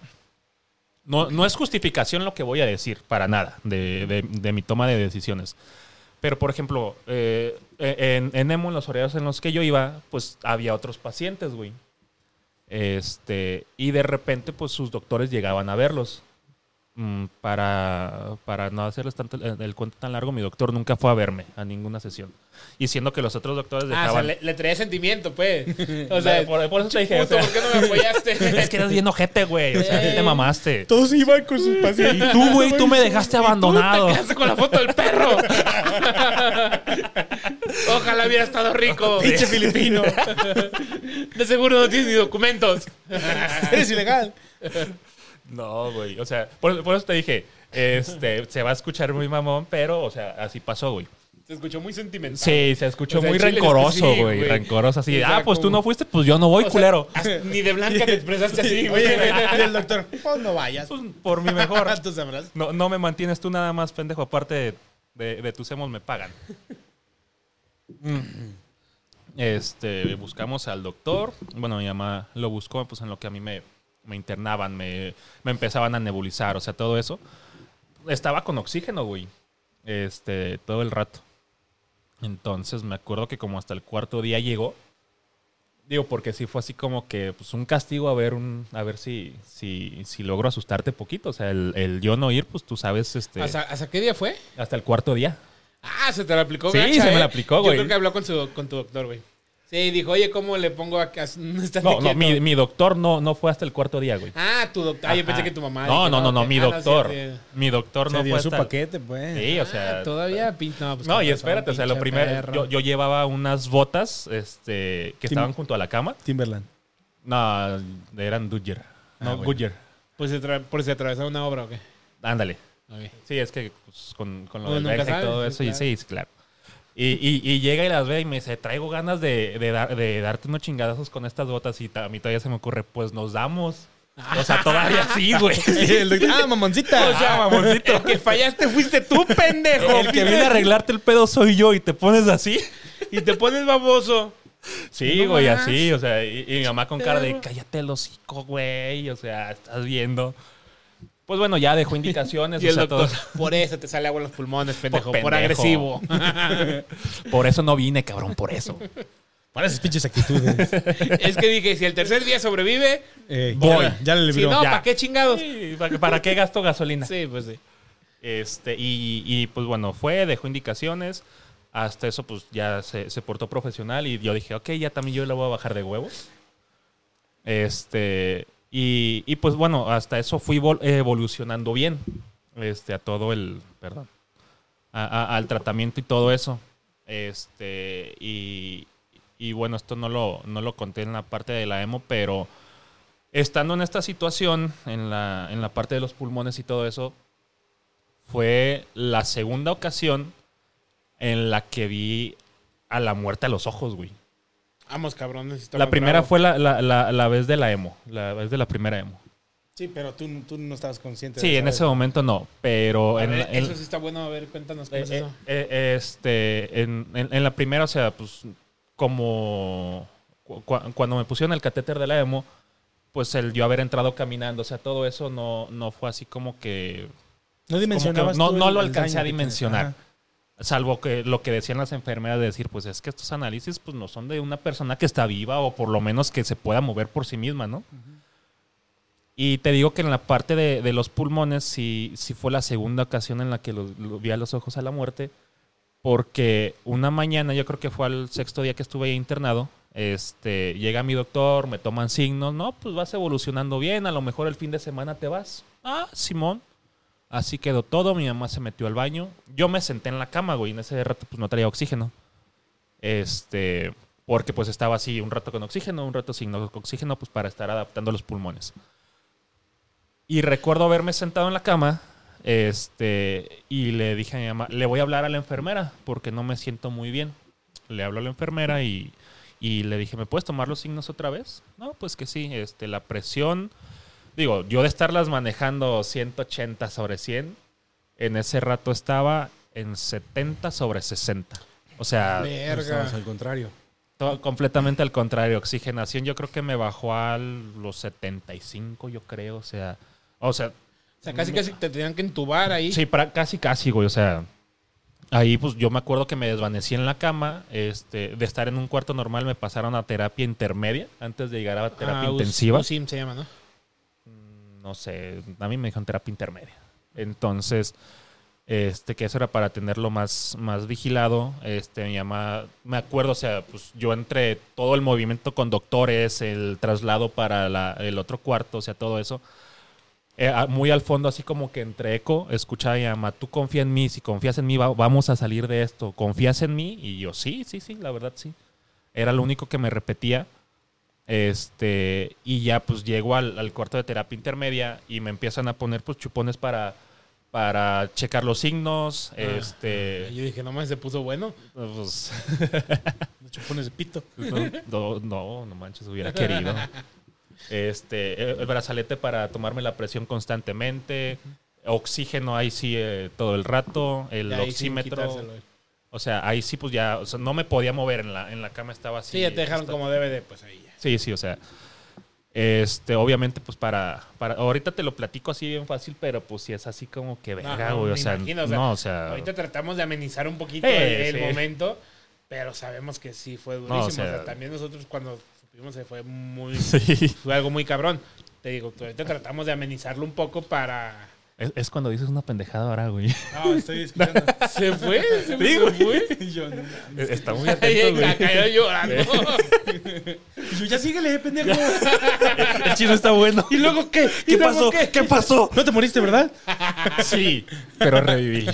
Speaker 3: No, no es justificación lo que voy a decir, para nada, de, de- de mi toma de decisiones. Pero, por ejemplo, eh, en, en Emo, en los horarios en los que yo iba, pues había otros pacientes, güey. Este, y de repente, pues sus doctores llegaban a verlos. Mm, Para, para no hacerles tanto el, el cuento tan largo, mi doctor nunca fue a verme a ninguna sesión. Y siendo que los otros doctores
Speaker 1: Ah,
Speaker 3: dejaban...
Speaker 1: o sea, le, le traía sentimiento, pues. O
Speaker 3: O sea,
Speaker 1: sea,
Speaker 3: por, por eso te dije. o
Speaker 1: puto,
Speaker 3: sea,
Speaker 1: ¿por qué no me
Speaker 3: es
Speaker 1: apoyaste?
Speaker 3: que eres bien ojete, güey. O sea, sí te mamaste.
Speaker 2: Todos iban con sus pacientes.
Speaker 3: Y tú, güey, tú me dejaste abandonado.
Speaker 1: Quedaste con la foto del perro. Ojalá hubiera estado rico.
Speaker 2: Pinche filipino.
Speaker 1: De seguro no tienes ni documentos.
Speaker 2: Eres ilegal.
Speaker 3: No, güey. O sea, por, por eso te dije. Este, se va a escuchar muy mamón, pero, o sea, así pasó, güey. Ah,
Speaker 1: Se escuchó muy sentimental.
Speaker 3: Sí, se escuchó
Speaker 1: O sea,
Speaker 3: muy
Speaker 1: chile,
Speaker 3: rencoroso,
Speaker 1: sí,
Speaker 3: güey.
Speaker 1: güey.
Speaker 3: rencoroso, así.
Speaker 1: O sea,
Speaker 3: ah, pues tú
Speaker 1: como-
Speaker 3: no fuiste, pues yo no voy,
Speaker 1: O sea,
Speaker 3: culero.
Speaker 1: hasta ni de blanca te expresaste así, güey.
Speaker 2: Oye, y el doctor, pues no vayas.
Speaker 3: Pues, por mi mejor.
Speaker 2: Tú sabrás.
Speaker 3: No, no me mantienes tú nada más, pendejo. Aparte de, de- de tus hemos me pagan. Este, buscamos al doctor. Bueno, mi mamá lo buscó, pues en lo que a mí me, me internaban, me, me empezaban a nebulizar, o sea, todo eso. Estaba con oxígeno, güey. Este, todo el rato. Entonces me acuerdo que como hasta el cuarto día llegó. Digo, porque sí fue así como que pues, un castigo a ver un, a ver si, si, si logro asustarte poquito. O sea, el, el yo no ir, pues tú sabes, este,
Speaker 1: ¿Hasta, hasta qué día fue?
Speaker 3: hasta el cuarto día.
Speaker 1: Ah, se te la aplicó,
Speaker 3: Sí,
Speaker 1: gacha,
Speaker 3: se me la
Speaker 1: eh.
Speaker 3: aplicó,
Speaker 1: Yo
Speaker 3: güey.
Speaker 1: creo que habló con, su, con tu doctor, güey. Sí, dijo, oye, ¿cómo le pongo acá? No, estás
Speaker 3: No, no,
Speaker 1: quieto.
Speaker 3: mi, mi doctor no, no fue hasta el cuarto día, güey.
Speaker 1: Ah, tu doctor. Ah, yo pensé
Speaker 3: Ajá.
Speaker 1: que tu mamá.
Speaker 3: No,
Speaker 1: dijo,
Speaker 3: no, no, no,
Speaker 1: que-
Speaker 3: mi
Speaker 1: ah,
Speaker 3: doctor.
Speaker 1: sí, sí.
Speaker 3: Mi doctor
Speaker 2: Se
Speaker 3: no
Speaker 2: dio
Speaker 3: fue
Speaker 2: su
Speaker 3: hasta.
Speaker 2: paquete, pues.
Speaker 3: Sí, o
Speaker 1: Ah,
Speaker 3: sea.
Speaker 1: todavía pin- No, pues,
Speaker 3: No,
Speaker 1: con
Speaker 3: y
Speaker 1: razón,
Speaker 3: espérate, o sea, lo
Speaker 1: pinche
Speaker 3: primero,
Speaker 1: perro.
Speaker 3: yo, yo llevaba unas botas este, que
Speaker 2: Tim-
Speaker 3: estaban junto a la cama.
Speaker 2: Timberland.
Speaker 3: No, eran Dudger. No,
Speaker 2: Ah, bueno.
Speaker 3: Goodyear.
Speaker 1: Pues se tra- por si atravesaba una obra o qué.
Speaker 3: Ándale.
Speaker 1: Ok.
Speaker 3: Sí, es que pues, con, con lo
Speaker 1: Uno
Speaker 3: del
Speaker 1: nunca
Speaker 3: Brexit y
Speaker 1: sabe,
Speaker 3: todo
Speaker 1: sí,
Speaker 3: eso, y
Speaker 1: claro.
Speaker 3: sí, sí, claro. Y, y- y llega y las ve y me dice, traigo ganas de, de dar- de darte unos chingadazos con estas botas y ta- a mí todavía se me ocurre, pues nos damos.
Speaker 1: Ah.
Speaker 3: O sea, todavía sí, güey.
Speaker 2: El doctor, ah, mamoncita.
Speaker 3: Ah, mamoncito.
Speaker 1: El que fallaste fuiste tú, pendejo.
Speaker 3: El que viene a arreglarte el pedo soy yo y te pones así.
Speaker 1: Y te pones baboso.
Speaker 3: Sí,
Speaker 1: No
Speaker 3: güey,
Speaker 1: más.
Speaker 3: así, o sea, y, y mi mamá con cara de
Speaker 1: Perro.
Speaker 3: cállate el hocico, güey, o sea, estás viendo. Pues bueno, ya dejó indicaciones,
Speaker 1: Y
Speaker 3: o
Speaker 1: el
Speaker 3: sea,
Speaker 1: doctor,
Speaker 3: todo-
Speaker 1: por eso te sale agua en los pulmones, pendejo. Por,
Speaker 3: pendejo.
Speaker 1: agresivo.
Speaker 3: por eso no vine, cabrón, por eso.
Speaker 2: Para esas pinches actitudes.
Speaker 1: es que dije, si el tercer día sobrevive,
Speaker 2: Eh,
Speaker 3: Voy.
Speaker 2: Ya, ya le
Speaker 1: si
Speaker 2: libró.
Speaker 1: no,
Speaker 3: ya.
Speaker 1: ¿para qué chingados?
Speaker 3: Sí, ¿pa- ¿Para qué gasto gasolina?
Speaker 1: Sí, pues sí.
Speaker 3: Este, y, y, pues bueno, fue, dejó indicaciones. Hasta eso, pues ya se, se portó profesional. Y yo dije, ok, ya también yo le voy a bajar de huevos. Este, y, y, pues bueno, hasta eso fui vol- evolucionando bien. Este, a todo el. Perdón. a- a- al tratamiento y todo eso. Este, y, y bueno, esto no lo, no lo conté en la parte de la emo, pero estando en esta situación, en la, en la parte de los pulmones y todo eso, fue la segunda ocasión en la que vi a la muerte a los ojos, güey.
Speaker 1: Vamos, cabrón. necesito
Speaker 3: La
Speaker 1: más
Speaker 3: primera
Speaker 1: bravo.
Speaker 3: fue la, la- la- la vez de la emo, la vez de la primera emo.
Speaker 2: Sí, pero tú, tú no estabas consciente.
Speaker 3: Sí,
Speaker 2: de
Speaker 3: en
Speaker 2: eso.
Speaker 3: ese momento no, pero
Speaker 1: A
Speaker 3: en,
Speaker 1: ver,
Speaker 3: la- en-
Speaker 1: Eh, eso sí está bueno. A ver, cuéntanos cómo
Speaker 3: eh,
Speaker 1: es
Speaker 3: eh,
Speaker 1: eso.
Speaker 3: eh, este, en, en- en la primera, o sea, pues como cu- cu- cuando me pusieron el catéter de la emo, pues el yo haber entrado caminando, o sea, todo eso no, no fue así como que
Speaker 2: No dimensionabas.
Speaker 3: no-
Speaker 2: tú
Speaker 3: no
Speaker 2: el-
Speaker 3: lo
Speaker 2: el
Speaker 3: alcancé a
Speaker 2: daño que tienes.
Speaker 3: dimensionar.
Speaker 2: Ajá.
Speaker 3: Salvo que lo que decían las enfermeras de decir, pues es que estos análisis pues no son de una persona que está viva o por lo menos que se pueda mover por sí misma, ¿no? Y te digo que en la parte de, de los pulmones sí, sí fue la segunda ocasión en la que lo- lo vi a los ojos a la muerte, porque una mañana, yo creo que fue al sexto día que estuve ahí internado, este, llega mi doctor, me toman signos, no, pues vas evolucionando bien, a lo mejor el fin de semana te vas. Ah, Simón. Así quedó todo, mi mamá se metió al baño. Yo me senté en la cama, güey, en ese rato pues no traía oxígeno. Este, porque pues estaba así un rato con oxígeno, un rato sin oxígeno, pues para estar adaptando los pulmones. Y recuerdo haberme sentado en la cama, este, y le dije a mi mamá, le voy a hablar a la enfermera porque no me siento muy bien. Le hablo a la enfermera y, y le dije, ¿me puedes tomar los signos otra vez? No, pues que sí, este, la presión, digo, yo de estarlas manejando 180 sobre 100, en ese rato estaba en 70 sobre 60. O sea,
Speaker 1: Verga.
Speaker 2: al contrario.
Speaker 3: todo completamente al contrario. Oxigenación yo creo que me bajó a los 75, yo creo. O sea, o sea,
Speaker 1: O sea, casi casi te tenían que entubar ahí.
Speaker 3: Sí, pra- casi, casi, güey. O sea, ahí pues yo me acuerdo que me desvanecí en la cama. Este, de estar en un cuarto normal me pasaron a terapia intermedia antes de llegar a terapia
Speaker 1: Ah, Us-
Speaker 3: intensiva.
Speaker 1: Usim se llama, ¿no?
Speaker 3: No sé, a mí me dijeron terapia intermedia. Entonces, este, que eso era para tenerlo más, más vigilado. Este, mi mamá, me acuerdo, o sea, pues yo entre todo el movimiento con doctores, el traslado para la- el otro cuarto, o sea, todo eso. eh, a- muy al fondo, así como que entre eco, escuchaba a mi mamá, tú confía en mí, si confías en mí, va- vamos a salir de esto. ¿Confías en mí? Y yo, sí, sí, sí, la verdad sí. Era lo único que me repetía. Este, y ya pues llego al, al cuarto de terapia intermedia y me empiezan a poner pues chupones para, para checar los signos. este,
Speaker 1: Yo dije, no más se puso bueno.
Speaker 3: pues,
Speaker 2: Chupones de pito.
Speaker 3: no, no, no manches, hubiera querido. Este, el, el brazalete para tomarme la presión constantemente. Oxígeno ahí sí eh, todo el rato. El
Speaker 1: Y ahí sin
Speaker 3: oxímetro.
Speaker 1: quitárselo.
Speaker 3: O sea, ahí sí pues ya, o sea, no me podía mover en la, en la cama, estaba así.
Speaker 1: Sí, ya te dejaron
Speaker 3: esta-
Speaker 1: como DVD, pues ahí ya.
Speaker 3: Sí, sí, o sea. Este, obviamente, pues para, para. Ahorita te lo platico así bien fácil, pero pues si es así como que verga,
Speaker 1: no,
Speaker 3: güey. o,
Speaker 1: me
Speaker 3: sea,
Speaker 1: imagino, o sea,
Speaker 3: no, o sea.
Speaker 1: Ahorita tratamos de amenizar un poquito
Speaker 3: Eh,
Speaker 1: el, el
Speaker 3: sí.
Speaker 1: momento, pero sabemos que sí fue durísimo.
Speaker 3: No, o
Speaker 1: o, sea,
Speaker 3: sea-
Speaker 1: también nosotros cuando supimos se fue muy
Speaker 3: Sí.
Speaker 1: fue algo muy cabrón. Te digo, ahorita tratamos de amenizarlo un poco para
Speaker 3: Es, es cuando dices una pendejada ahora, güey.
Speaker 2: No, Ah, estoy escuchando.
Speaker 1: se fue, se
Speaker 3: Sí, güey.
Speaker 1: fue.
Speaker 2: Y yo, no,
Speaker 3: Está muy
Speaker 1: Ay,
Speaker 3: atento,
Speaker 1: ca-
Speaker 3: güey.
Speaker 1: cayó llorando.
Speaker 2: y yo, ya síguele, pendejo.
Speaker 3: El chino está bueno.
Speaker 1: ¿Y luego qué? ¿Y
Speaker 3: ¿Qué
Speaker 1: luego
Speaker 3: pasó?
Speaker 1: qué?
Speaker 3: ¿Qué pasó?
Speaker 2: No te moriste, ¿verdad?
Speaker 3: Sí, pero reviví.